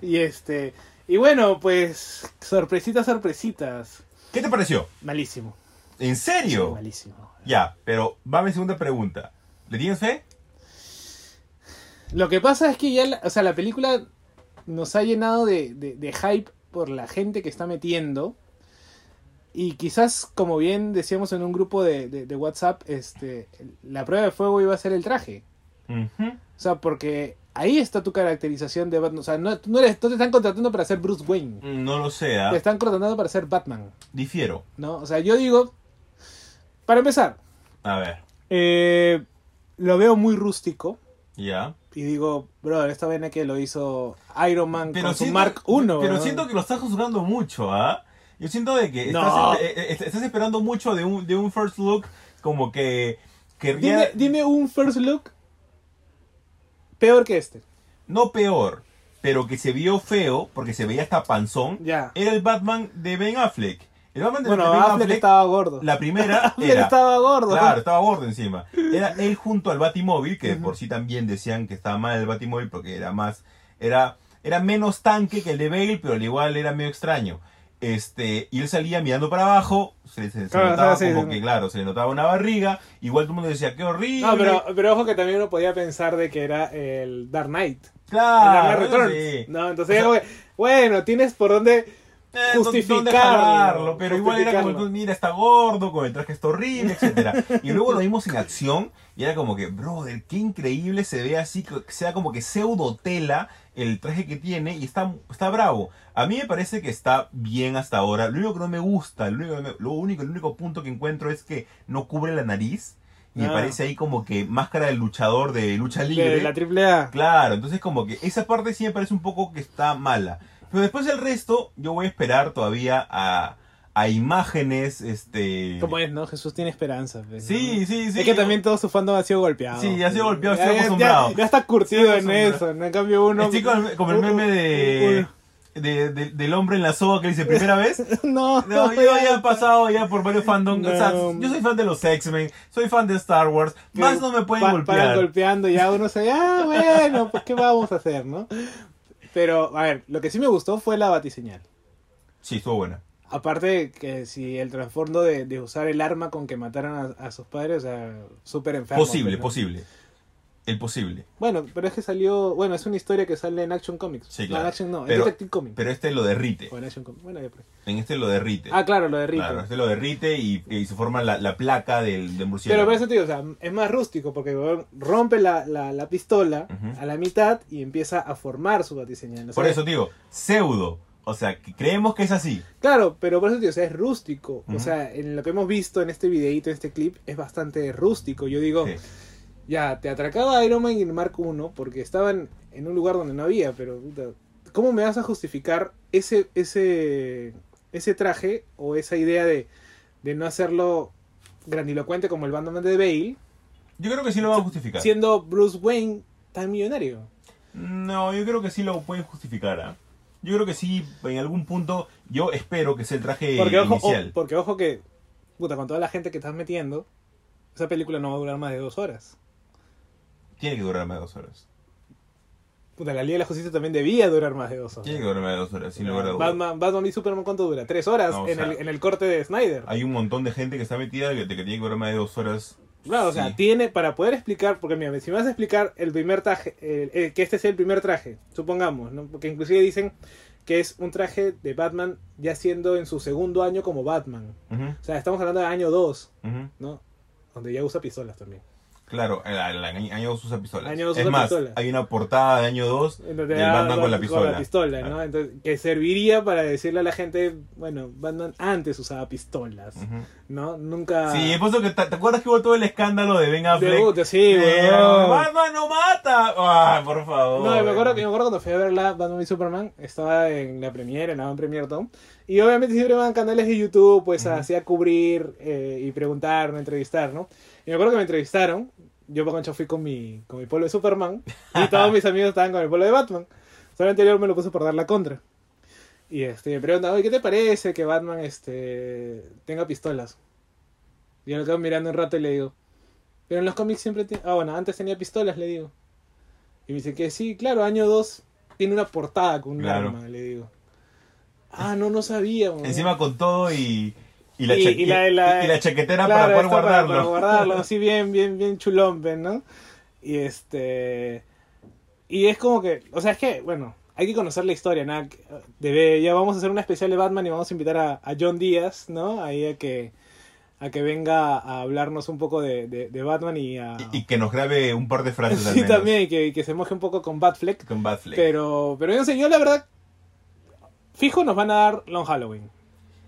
[SPEAKER 7] Y este... Y bueno, pues sorpresitas, sorpresitas.
[SPEAKER 6] ¿Qué te pareció?
[SPEAKER 7] Malísimo.
[SPEAKER 6] ¿En serio?
[SPEAKER 7] Malísimo.
[SPEAKER 6] Ya, pero va mi segunda pregunta. ¿Le tienes fe?
[SPEAKER 7] Lo que pasa es que ya, la, o sea, la película nos ha llenado de, de- de hype por la gente que está metiendo. Y quizás, como bien decíamos en un grupo de, de- de WhatsApp, este, la prueba de fuego iba a ser el traje.
[SPEAKER 6] Ujú.
[SPEAKER 7] O sea, porque ahí está tu caracterización de Batman. O sea, no, tú no, eres, no te están contratando para ser Bruce Wayne.
[SPEAKER 6] Mm, No lo sé, ¿ah?
[SPEAKER 7] Te están contratando para ser Batman.
[SPEAKER 6] Difiero.
[SPEAKER 7] ¿no? O sea, yo digo, para empezar,
[SPEAKER 6] A ver,
[SPEAKER 7] eh, lo veo muy rústico.
[SPEAKER 6] ya.
[SPEAKER 7] Y digo, brother, esta vaina que lo hizo Iron Man con su
[SPEAKER 6] siento-
[SPEAKER 7] Mark 1.
[SPEAKER 6] Pero siento que lo estás juzgando mucho, ¿ah? Yo siento de que estás,
[SPEAKER 7] No.
[SPEAKER 6] eh, eh, estás esperando mucho de un, de un first look como que querría...
[SPEAKER 7] Dime, dime un first look peor que este.
[SPEAKER 6] No peor, pero que se vio feo porque se veía hasta panzón.
[SPEAKER 7] Ya.
[SPEAKER 6] Era el Batman de Ben Affleck. El Batman de
[SPEAKER 7] Bueno,
[SPEAKER 6] de Ben
[SPEAKER 7] Affleck estaba gordo.
[SPEAKER 6] La
[SPEAKER 7] <laughs>
[SPEAKER 6] primera
[SPEAKER 7] Affleck
[SPEAKER 6] era...
[SPEAKER 7] estaba gordo.
[SPEAKER 6] Claro, estaba gordo encima.
[SPEAKER 7] <laughs>
[SPEAKER 6] Era él junto al Batimóvil, que de por sí también decían que estaba mal el Batimóvil porque era más. Era, era menos tanque que el de Bale, pero al igual era medio extraño. Este, y él salía mirando para abajo, se, se- se
[SPEAKER 7] Claro,
[SPEAKER 6] notaba
[SPEAKER 7] o sea, sí,
[SPEAKER 6] como
[SPEAKER 7] sí.
[SPEAKER 6] que, claro, se le notaba una barriga. Igual todo el mundo decía, qué horrible.
[SPEAKER 7] No, pero, pero ojo que también uno podía pensar de que era el Dark Knight. el Dark
[SPEAKER 6] claro,
[SPEAKER 7] Knight Returns.
[SPEAKER 6] Ah, sí.
[SPEAKER 7] No, entonces como que, bueno, tienes por dónde...
[SPEAKER 6] Eh, no-
[SPEAKER 7] justificarlo,
[SPEAKER 6] no dejarlo, pero igual era como,
[SPEAKER 7] justificarlo.
[SPEAKER 6] mira, está gordo, con el traje está horrible, etcétera Y luego lo vimos en acción y era como que, brother, qué increíble se ve así, que sea como que pseudo tela el traje que tiene y está, está bravo. A mí me parece que está bien hasta ahora. Lo único que no me gusta, lo único, que me- lo único, el único punto que encuentro es que no cubre la nariz. Y me
[SPEAKER 7] Ah.
[SPEAKER 6] parece ahí como que máscara del luchador de lucha libre.
[SPEAKER 7] De la triple A.
[SPEAKER 6] Claro, entonces como que esa parte sí me parece un poco que está mala. Pero después el resto, yo voy a esperar todavía a, a imágenes, este...
[SPEAKER 7] Como es, ¿no? Jesús tiene esperanza. pues,
[SPEAKER 6] Sí,
[SPEAKER 7] ¿no?
[SPEAKER 6] sí, sí.
[SPEAKER 7] Es que también todo su fandom ha sido golpeado.
[SPEAKER 6] Sí, ha sido golpeado,
[SPEAKER 7] Ya-
[SPEAKER 6] estoy
[SPEAKER 7] ya-
[SPEAKER 6] acostumbrado.
[SPEAKER 7] Ya, ya está curtido
[SPEAKER 6] Estoy
[SPEAKER 7] en
[SPEAKER 6] acostumbrado.
[SPEAKER 7] eso, ¿no? En cambio uno...
[SPEAKER 6] Estoy con- como, el meme de, de- de- del hombre en la soga que dice primera vez.
[SPEAKER 7] <laughs> No,
[SPEAKER 6] No, yo
[SPEAKER 7] <laughs>
[SPEAKER 6] ya he pasado ya por varios fandom. o sea,
[SPEAKER 7] No.
[SPEAKER 6] yo soy fan de los X-Men, soy fan de Star Wars. Más no me pueden
[SPEAKER 7] Pa- Paran
[SPEAKER 6] golpear.
[SPEAKER 7] golpeando y ya uno se
[SPEAKER 6] <laughs>
[SPEAKER 7] ah, bueno, pues qué vamos a hacer, ¿no? Pero, a ver, lo que sí me gustó fue la batiseñal.
[SPEAKER 6] Sí, estuvo buena.
[SPEAKER 7] Aparte que si el trasfondo de, de usar el arma con que mataron a, a sus padres, o sea, súper enfermo. pues,
[SPEAKER 6] Posible,
[SPEAKER 7] ¿no?
[SPEAKER 6] posible. El posible.
[SPEAKER 7] Bueno, pero es que salió, bueno, es una historia que sale en Action Comics.
[SPEAKER 6] Sí, claro.
[SPEAKER 7] No, en Action no,
[SPEAKER 6] Pero-
[SPEAKER 7] en Detective Comics.
[SPEAKER 6] Pero este lo derrite.
[SPEAKER 7] O en Action Comics. Bueno, ya, pues.
[SPEAKER 6] En este lo derrite.
[SPEAKER 7] Ah, claro, lo de Rito.
[SPEAKER 6] Claro, este lo derrite y, y se forma la, la placa del, del
[SPEAKER 7] Pero
[SPEAKER 6] murciélago.
[SPEAKER 7] por eso te digo, o sea, es más rústico porque weón, rompe la, la, la pistola
[SPEAKER 6] Ujú.
[SPEAKER 7] a la mitad y empieza a formar su batiseñal. O
[SPEAKER 6] Por
[SPEAKER 7] sea,
[SPEAKER 6] eso te digo, pseudo. O sea, que creemos que es así.
[SPEAKER 7] Claro, pero por eso te digo, o sea, es rústico.
[SPEAKER 6] Ujú.
[SPEAKER 7] O sea, en lo que hemos visto en este videíto, en este clip, es bastante rústico. Yo digo,
[SPEAKER 6] Sí.
[SPEAKER 7] ya, te atracaba Iron Man y el Mark 1 porque estaban en un lugar donde no había, pero puta, ¿cómo me vas a justificar ese, ese, ese traje o esa idea de, de no hacerlo grandilocuente como el Batman de Bale?
[SPEAKER 6] Yo creo que sí lo van a justificar.
[SPEAKER 7] siendo Bruce Wayne tan millonario.
[SPEAKER 6] No, yo creo que sí lo pueden justificar. ¿ah? Yo creo que sí, en algún punto, yo espero que sea el traje
[SPEAKER 7] Porque ojo,
[SPEAKER 6] inicial.
[SPEAKER 7] o- porque ojo que, puta, con toda la gente que estás metiendo, esa película no va a durar más de dos horas.
[SPEAKER 6] Tiene que durar más de dos horas.
[SPEAKER 7] Puta, la Liga de la Justicia también debía durar más de dos horas.
[SPEAKER 6] Tiene que durar más de dos horas, sin lugar a dudas.
[SPEAKER 7] Batman, Batman y Superman, ¿cuánto dura? Tres horas
[SPEAKER 6] No, o
[SPEAKER 7] en,
[SPEAKER 6] sea,
[SPEAKER 7] el, en el corte de Snyder.
[SPEAKER 6] Hay un montón de gente que está metida de que de que tiene que durar más de dos horas.
[SPEAKER 7] Claro, o sea,
[SPEAKER 6] sí.
[SPEAKER 7] tiene para poder explicar, porque mira, si me vas a explicar el primer traje, el- el- que este sea el primer traje, supongamos, ¿no? porque inclusive dicen que es un traje de Batman ya siendo en su segundo año como Batman.
[SPEAKER 6] Ujú,
[SPEAKER 7] O sea, estamos hablando de año 2.
[SPEAKER 6] ujú.
[SPEAKER 7] ¿no? donde ya usa pistolas también.
[SPEAKER 11] Claro, el, el año 2 usa pistolas.
[SPEAKER 7] Año dos
[SPEAKER 11] es
[SPEAKER 7] usa
[SPEAKER 11] más,
[SPEAKER 7] pistolas.
[SPEAKER 11] hay una portada de año 2
[SPEAKER 7] En
[SPEAKER 11] del
[SPEAKER 7] donde da-
[SPEAKER 11] Batman con la pistola. Ah.
[SPEAKER 7] ¿no? Entonces, que serviría para decirle a la gente, bueno, Batman antes usaba pistolas,
[SPEAKER 11] Ujú.
[SPEAKER 7] ¿no? Nunca...
[SPEAKER 11] Sí, es por eso que ta- te acuerdas que hubo todo el escándalo de Ben Affleck.
[SPEAKER 7] Debut, sí,
[SPEAKER 11] De,
[SPEAKER 7] weón.
[SPEAKER 11] Batman no mata. Ah, por favor.
[SPEAKER 7] No, me acuerdo, que- me acuerdo cuando fui a ver la Batman y Superman, estaba en la premiere, en la Van Premiere Town, y obviamente siempre van canales de YouTube, pues
[SPEAKER 11] Ujú.
[SPEAKER 7] así a cubrir eh, y preguntar, no entrevistar, ¿no? Y me acuerdo que me entrevistaron, yo por concha fui con mi, con mi polo de Superman, y todos mis amigos estaban con el polo de Batman. Solamente yo me lo puse por dar la contra. Y este, me preguntan, oye, ¿qué te parece que Batman este, tenga pistolas? Y yo lo quedo mirando un rato y le digo, pero en los cómics siempre tiene... Ah, bueno, antes tenía pistolas, le digo. Y me dice que sí, claro, año 2 tiene una portada con un
[SPEAKER 11] Claro.
[SPEAKER 7] arma, le digo. Ah, no, no sabía. weón.
[SPEAKER 11] Encima con todo y, y, la,
[SPEAKER 7] Y-
[SPEAKER 11] chaque-
[SPEAKER 7] y la- la-
[SPEAKER 11] y la chaquetera
[SPEAKER 7] Claro,
[SPEAKER 11] Ah, para poder
[SPEAKER 7] está
[SPEAKER 11] guardarlo.
[SPEAKER 7] Para, guardarlo, así bien, bien, bien chulón, ven, ¿no? Y este. Y es como que. O sea, es que, bueno, hay que conocer la historia, nada. que- debe- ya vamos a hacer una especial de Batman y vamos a invitar a, a John Díaz, ¿no? Ahí a que. A que venga a hablarnos un poco de, de- de Batman <laughs> y a.
[SPEAKER 11] Y, y que nos grabe un par de frases
[SPEAKER 7] <laughs>
[SPEAKER 11] al
[SPEAKER 7] sí,
[SPEAKER 11] menos.
[SPEAKER 7] también, y que, y que se moje un poco con Batfleck.
[SPEAKER 11] Con Batfleck.
[SPEAKER 7] Pero, pero yo no sé, yo la verdad. Fijo, nos van a dar Long Halloween.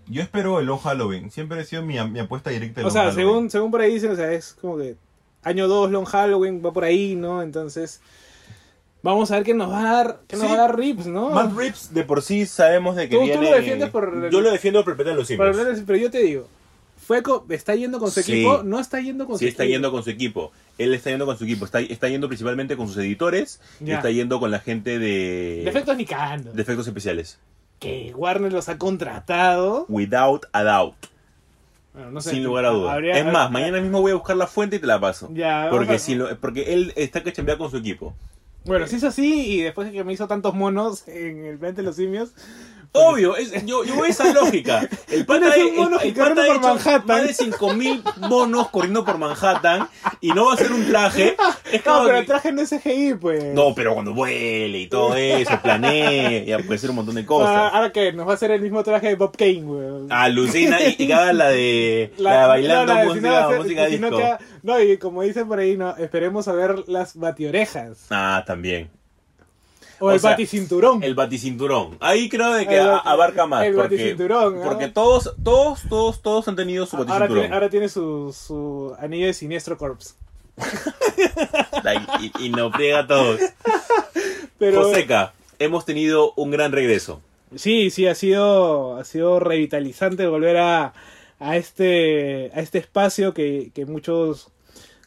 [SPEAKER 11] Yo espero el Long Halloween. Siempre ha sido mi, mi apuesta directa. el
[SPEAKER 7] O
[SPEAKER 11] Long
[SPEAKER 7] sea,
[SPEAKER 11] Halloween.
[SPEAKER 7] según, según por ahí dicen, o sea, es como que año 2, Long Halloween, va por ahí, ¿no? Entonces, vamos a ver qué nos va a dar, qué nos
[SPEAKER 11] Sí.
[SPEAKER 7] va a dar Rips, ¿no?
[SPEAKER 11] Matt Reeves de por sí sabemos de que
[SPEAKER 7] Tú- tú lo
[SPEAKER 11] viene...
[SPEAKER 7] defiendes por-
[SPEAKER 6] Yo lo defiendo por respeto a los
[SPEAKER 7] Para
[SPEAKER 6] simios.
[SPEAKER 7] hablar de- pero yo te digo, Fueco está yendo con su
[SPEAKER 6] Sí.
[SPEAKER 7] equipo, no está yendo con
[SPEAKER 6] Sí,
[SPEAKER 7] su
[SPEAKER 6] está
[SPEAKER 7] equipo.
[SPEAKER 6] yendo con su equipo. Él está yendo con su equipo. Está, está yendo principalmente con sus editores. y
[SPEAKER 7] Ya.
[SPEAKER 6] está yendo con la gente de
[SPEAKER 7] Defectos ni cagando.
[SPEAKER 6] de efectos especiales.
[SPEAKER 7] Que Warner los ha contratado.
[SPEAKER 6] Without a doubt.
[SPEAKER 7] Bueno, no sé,
[SPEAKER 6] sin lugar a dudas.
[SPEAKER 7] habría-
[SPEAKER 6] es más, mañana mismo voy a buscar la fuente y te la paso.
[SPEAKER 7] Ya,
[SPEAKER 6] porque,
[SPEAKER 7] vamos a-
[SPEAKER 6] si lo- porque él está que chambear con su equipo.
[SPEAKER 7] Bueno, si es así, y después de que me hizo tantos monos en el Planeta de los Simios,
[SPEAKER 6] Obvio, es, yo, yo veo esa lógica. El pata,
[SPEAKER 7] Tienes
[SPEAKER 6] ha-
[SPEAKER 7] un mono
[SPEAKER 6] el, el
[SPEAKER 7] que corre
[SPEAKER 6] pata ha
[SPEAKER 7] por
[SPEAKER 6] hecho
[SPEAKER 7] Manhattan.
[SPEAKER 6] más de 5000 monos corriendo por Manhattan y no va a ser un traje. Es
[SPEAKER 7] no,
[SPEAKER 6] como
[SPEAKER 7] pero
[SPEAKER 6] que-
[SPEAKER 7] el traje no es CGI, pues.
[SPEAKER 6] No, pero cuando vuele y todo eso, planea, ya puede ser un montón de
[SPEAKER 7] Ah,
[SPEAKER 6] cosas.
[SPEAKER 7] Ahora que nos va a hacer el mismo traje de Bob Kane, weón.
[SPEAKER 6] Alucina y, y cada la de la, de
[SPEAKER 7] no, <laughs> la
[SPEAKER 6] bailando
[SPEAKER 7] de si no
[SPEAKER 6] música,
[SPEAKER 7] va a ser-
[SPEAKER 6] música
[SPEAKER 7] si no
[SPEAKER 6] disco.
[SPEAKER 7] queda- no, y como dicen por ahí, no, esperemos a ver las batiorejas.
[SPEAKER 6] Ah, también.
[SPEAKER 7] O,
[SPEAKER 6] O
[SPEAKER 7] el
[SPEAKER 6] sea,
[SPEAKER 7] baticinturón.
[SPEAKER 6] El baticinturón. Ahí creo de que
[SPEAKER 7] El bati-
[SPEAKER 6] a- abarca más.
[SPEAKER 7] el
[SPEAKER 6] porque,
[SPEAKER 7] baticinturón, ¿no?
[SPEAKER 6] Porque todos, todos, todos, todos han tenido su
[SPEAKER 7] ahora, tiene,
[SPEAKER 6] baticinturón.
[SPEAKER 7] ahora tiene su, su anillo de siniestro corps.
[SPEAKER 6] Ahí, Y, y nos friega a todos.
[SPEAKER 7] <laughs> Pero
[SPEAKER 6] Joseca, hemos tenido un gran regreso.
[SPEAKER 7] sí, sí, ha sido, ha sido revitalizante volver a, a este, a este espacio que, que muchos,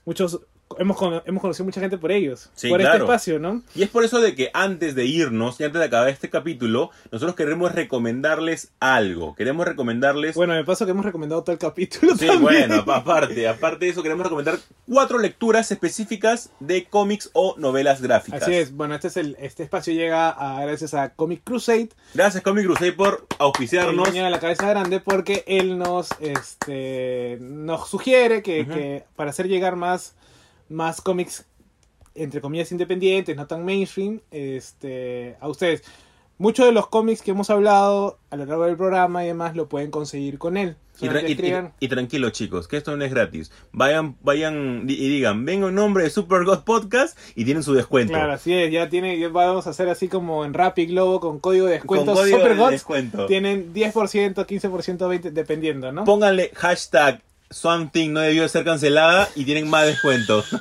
[SPEAKER 7] muchos hemos, cono- hemos conocido mucha gente por ellos.
[SPEAKER 6] Sí,
[SPEAKER 7] por este
[SPEAKER 6] claro.
[SPEAKER 7] espacio, ¿no?
[SPEAKER 6] Y es por eso de que antes de irnos y antes de acabar este capítulo, nosotros queremos recomendarles algo. Queremos recomendarles
[SPEAKER 7] Bueno, de paso que hemos recomendado todo el capítulo.
[SPEAKER 6] Sí,
[SPEAKER 7] también.
[SPEAKER 6] bueno, pa- aparte, aparte de eso queremos recomendar cuatro lecturas específicas de cómics o novelas gráficas.
[SPEAKER 7] Así es, bueno, este es el, este espacio llega a, gracias a Comic Crusade,
[SPEAKER 6] Gracias Comic Crusade por
[SPEAKER 7] el
[SPEAKER 6] auspiciarnos.
[SPEAKER 7] niño de la cabeza grande, porque él nos este nos sugiere que,
[SPEAKER 6] Ujú.
[SPEAKER 7] que para hacer llegar más, más cómics entre comillas independientes, no tan mainstream, este, a ustedes. Muchos de los cómics que hemos hablado a lo largo del programa y demás lo pueden conseguir con él.
[SPEAKER 6] Y,
[SPEAKER 7] Solamente
[SPEAKER 6] tra- y-
[SPEAKER 7] escriban-
[SPEAKER 6] y- y tranquilo chicos, que esto no es gratis. Vayan, vayan di- y digan, vengo en nombre de Super God Podcast y tienen su descuento.
[SPEAKER 7] Claro, así es, ya tiene, ya vamos a hacer así como en Rappi Globo con código de
[SPEAKER 6] Con
[SPEAKER 7] descuento
[SPEAKER 6] código de
[SPEAKER 7] Supergods.
[SPEAKER 6] descuento.
[SPEAKER 7] Tienen 10%, 15%, 20%, dependiendo, ¿no?
[SPEAKER 6] Pónganle hashtag something no debió de ser cancelada y tienen más descuentos.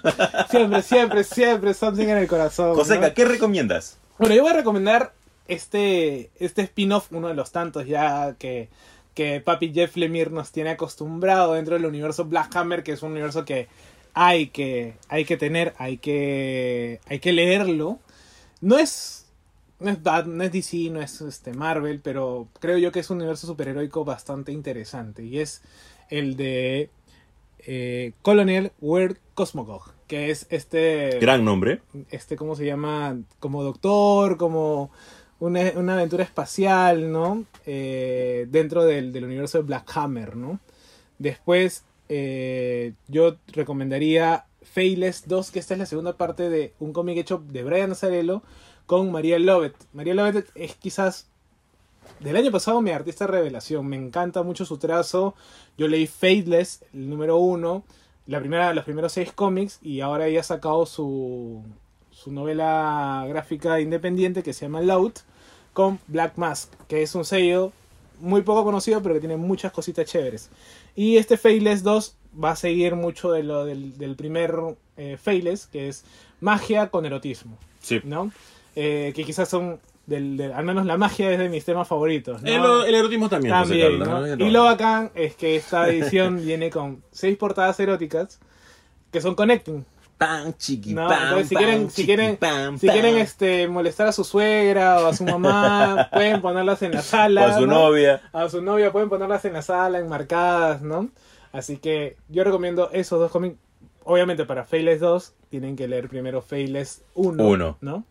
[SPEAKER 7] Siempre, siempre, siempre, something en el corazón.
[SPEAKER 6] Joseca,
[SPEAKER 7] ¿no?
[SPEAKER 6] ¿qué recomiendas?
[SPEAKER 7] Bueno, yo voy a recomendar este, este spin-off, uno de los tantos ya que, que Papi Jeff Lemire nos tiene acostumbrado dentro del universo Black Hammer, que es un universo que hay que, hay que tener, hay que, hay que leerlo. No es... No es, Bat- no es DC, no es este, Marvel, pero creo yo que es un universo superheroico bastante interesante. Y es el de eh, Colonel Weird Cosmogog, que es este
[SPEAKER 6] Gran nombre.
[SPEAKER 7] este, ¿cómo se llama? Como doctor, como una, una aventura espacial, ¿no? Eh, dentro del, del universo de Black Hammer, ¿no? Después, eh, yo recomendaría Feiles 2, que esta es la segunda parte de un cómic hecho de Brian Nazarello con María Lovett. María Lovett es quizás del año pasado mi artista revelación. Me encanta mucho su trazo. Yo leí Faithless, el número uno. la primera, los primeros seis cómics y ahora ella ha sacado su, su novela gráfica independiente que se llama Loud con Black Mask, que es un sello muy poco conocido pero que tiene muchas cositas chéveres. Y este Faithless 2 va a seguir mucho de lo del, del primer eh, Faithless, que es magia con erotismo,
[SPEAKER 6] Sí.
[SPEAKER 7] ¿no? Eh, que quizás son, del, del- al menos la magia es de mis temas favoritos. ¿no?
[SPEAKER 6] El, el erotismo también. José
[SPEAKER 7] También,
[SPEAKER 6] Carlos,
[SPEAKER 7] ¿no?
[SPEAKER 6] ¿no?
[SPEAKER 7] Y lo bacán es que esta edición viene con seis portadas eróticas que son connecting.
[SPEAKER 6] Pan, chiqui,
[SPEAKER 7] No,
[SPEAKER 6] pan,
[SPEAKER 7] entonces si
[SPEAKER 6] pan,
[SPEAKER 7] quieren, si
[SPEAKER 6] chiqui,
[SPEAKER 7] quieren,
[SPEAKER 6] pan,
[SPEAKER 7] si quieren
[SPEAKER 6] pan.
[SPEAKER 7] este, molestar a su suegra o a su
[SPEAKER 6] <laughs>
[SPEAKER 7] mamá, pueden ponerlas en la
[SPEAKER 6] O
[SPEAKER 7] sala.
[SPEAKER 6] a su
[SPEAKER 7] ¿no?
[SPEAKER 6] novia.
[SPEAKER 7] A su novia pueden ponerlas en la sala, enmarcadas, ¿no? Así que yo recomiendo esos dos cómics. Obviamente para Failes 2 tienen que leer primero Failes 1.
[SPEAKER 6] Uno.
[SPEAKER 7] ¿No?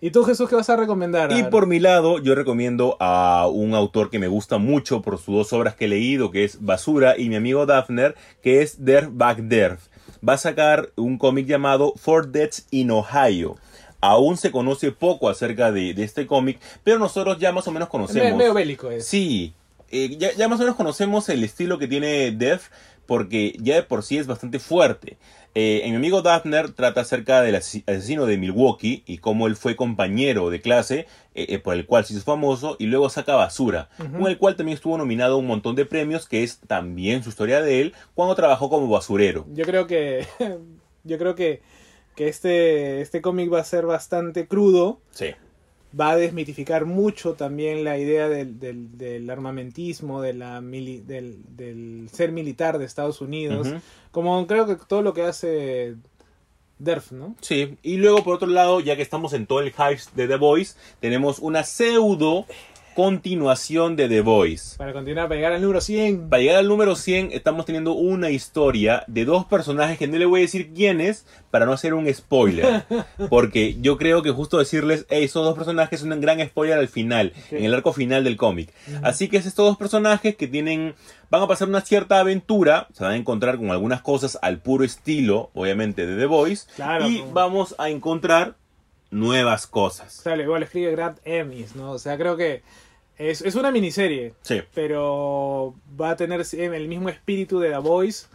[SPEAKER 7] ¿Y tú, Jesús, qué vas a recomendar? A
[SPEAKER 6] Y
[SPEAKER 7] ver. Eh,
[SPEAKER 6] por mi lado, yo recomiendo a un autor que me gusta mucho por sus dos obras que he leído, que es Basura, y mi amigo Daphner, que es Der Back Derf. Va a sacar un cómic llamado Four Deaths in Ohio. Aún se conoce poco acerca de, de este cómic, pero nosotros ya más o menos
[SPEAKER 7] Me-
[SPEAKER 6] conocemos.
[SPEAKER 7] medio bélico es.
[SPEAKER 6] Sí, eh, ya, ya más o menos conocemos el estilo que tiene Def, porque ya de por sí es bastante fuerte. Eh, en mi amigo Daphner trata acerca del asi- asesino de Milwaukee y cómo él fue compañero de clase, eh, eh, por el cual se hizo famoso, y luego saca Basura, con el cual también estuvo nominado a un montón de premios, que es también su historia de él, cuando trabajó como basurero.
[SPEAKER 7] Yo creo que. <laughs> Yo creo que. que este. Este cómic va a ser bastante crudo.
[SPEAKER 6] Sí.
[SPEAKER 7] Va a desmitificar mucho también la idea del, del- del armamentismo, de la mili- del, del ser militar de Estados Unidos. Como creo que todo lo que hace Derf, ¿no?
[SPEAKER 6] Sí, y luego por otro lado, ya que estamos en todo el hype de The Voice, tenemos una pseudo continuación de The Voice.
[SPEAKER 7] Para continuar, para llegar al número 100.
[SPEAKER 6] Para llegar al número 100 estamos teniendo una historia de dos personajes que no le voy a decir quiénes para no hacer un
[SPEAKER 7] <laughs>
[SPEAKER 6] spoiler. Porque yo creo que justo decirles, "Ey, esos dos personajes son un gran spoiler al final, en el arco final del cómic. Así que es estos dos personajes que tienen, van a pasar una cierta aventura, se van a encontrar con algunas cosas al puro estilo, obviamente, de The Voice.
[SPEAKER 7] Claro, pues.
[SPEAKER 6] y
[SPEAKER 7] como-
[SPEAKER 6] vamos a encontrar nuevas cosas.
[SPEAKER 7] Claro, igual escribe Grant Emmis, ¿no? O sea, creo que es, es una miniserie.
[SPEAKER 6] Sí.
[SPEAKER 7] pero va a tener sí, el mismo espíritu de The Voice,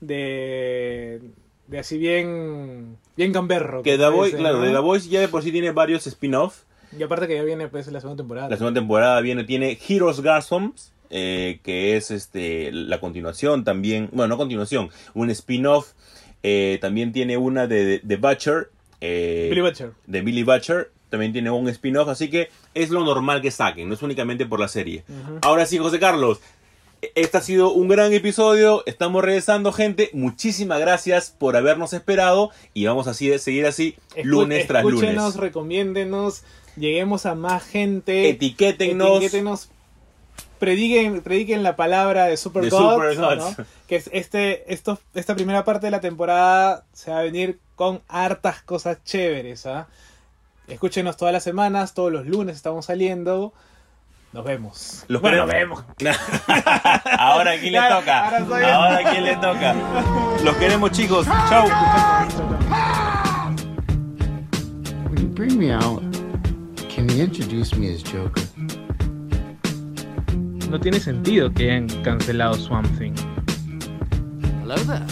[SPEAKER 7] de, de así bien, bien gamberro.
[SPEAKER 6] Que The
[SPEAKER 7] como
[SPEAKER 6] Voice,
[SPEAKER 7] dicen,
[SPEAKER 6] claro,
[SPEAKER 7] ¿no?
[SPEAKER 6] de The Voice ya de por sí tiene varios spin-offs.
[SPEAKER 7] Y aparte que ya viene pues la segunda temporada.
[SPEAKER 6] La segunda temporada viene, tiene Heroes Garsoms, eh, que es este la continuación también, bueno, no continuación, un spin-off. eh, también tiene una de The Butcher, eh,
[SPEAKER 7] Billy Butcher.
[SPEAKER 6] de Billy Butcher, también tiene un spin-off, así que es lo normal que saquen, no es únicamente por la serie. Ahora sí, José Carlos. e- Este ha sido un gran episodio. Estamos regresando, gente. Muchísimas gracias por habernos esperado. Y vamos así de seguir así
[SPEAKER 7] Escu-
[SPEAKER 6] lunes tras lunes.
[SPEAKER 7] Escúchenos, recomiéndenos, lleguemos a más gente.
[SPEAKER 6] Etiquétennos.
[SPEAKER 7] Etiquétenos. Prediquen, prediquen la palabra de Super
[SPEAKER 6] De
[SPEAKER 7] Gods,
[SPEAKER 6] Super
[SPEAKER 7] ¿no?
[SPEAKER 6] Gods.
[SPEAKER 7] Que es este, esto, esta primera parte de la temporada se va a venir con hartas cosas chéveres. ¿ah? Escúchenos todas las semanas, todos los lunes estamos saliendo. Nos vemos.
[SPEAKER 6] Los
[SPEAKER 7] Bueno,
[SPEAKER 6] <laughs> queremos. ahora aquí le
[SPEAKER 7] Claro,
[SPEAKER 6] toca.
[SPEAKER 7] ahora soy-
[SPEAKER 6] Ahora aquí le toca. Los queremos, chicos. Chau.
[SPEAKER 12] When you bring me out, can you introduce me as Joker?
[SPEAKER 13] No tiene sentido que hayan cancelado Swamp Thing.
[SPEAKER 14] Hello there.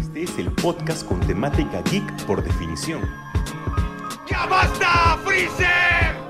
[SPEAKER 6] Este es el podcast con temática geek por definición.
[SPEAKER 15] ¡Ya basta, Freezer!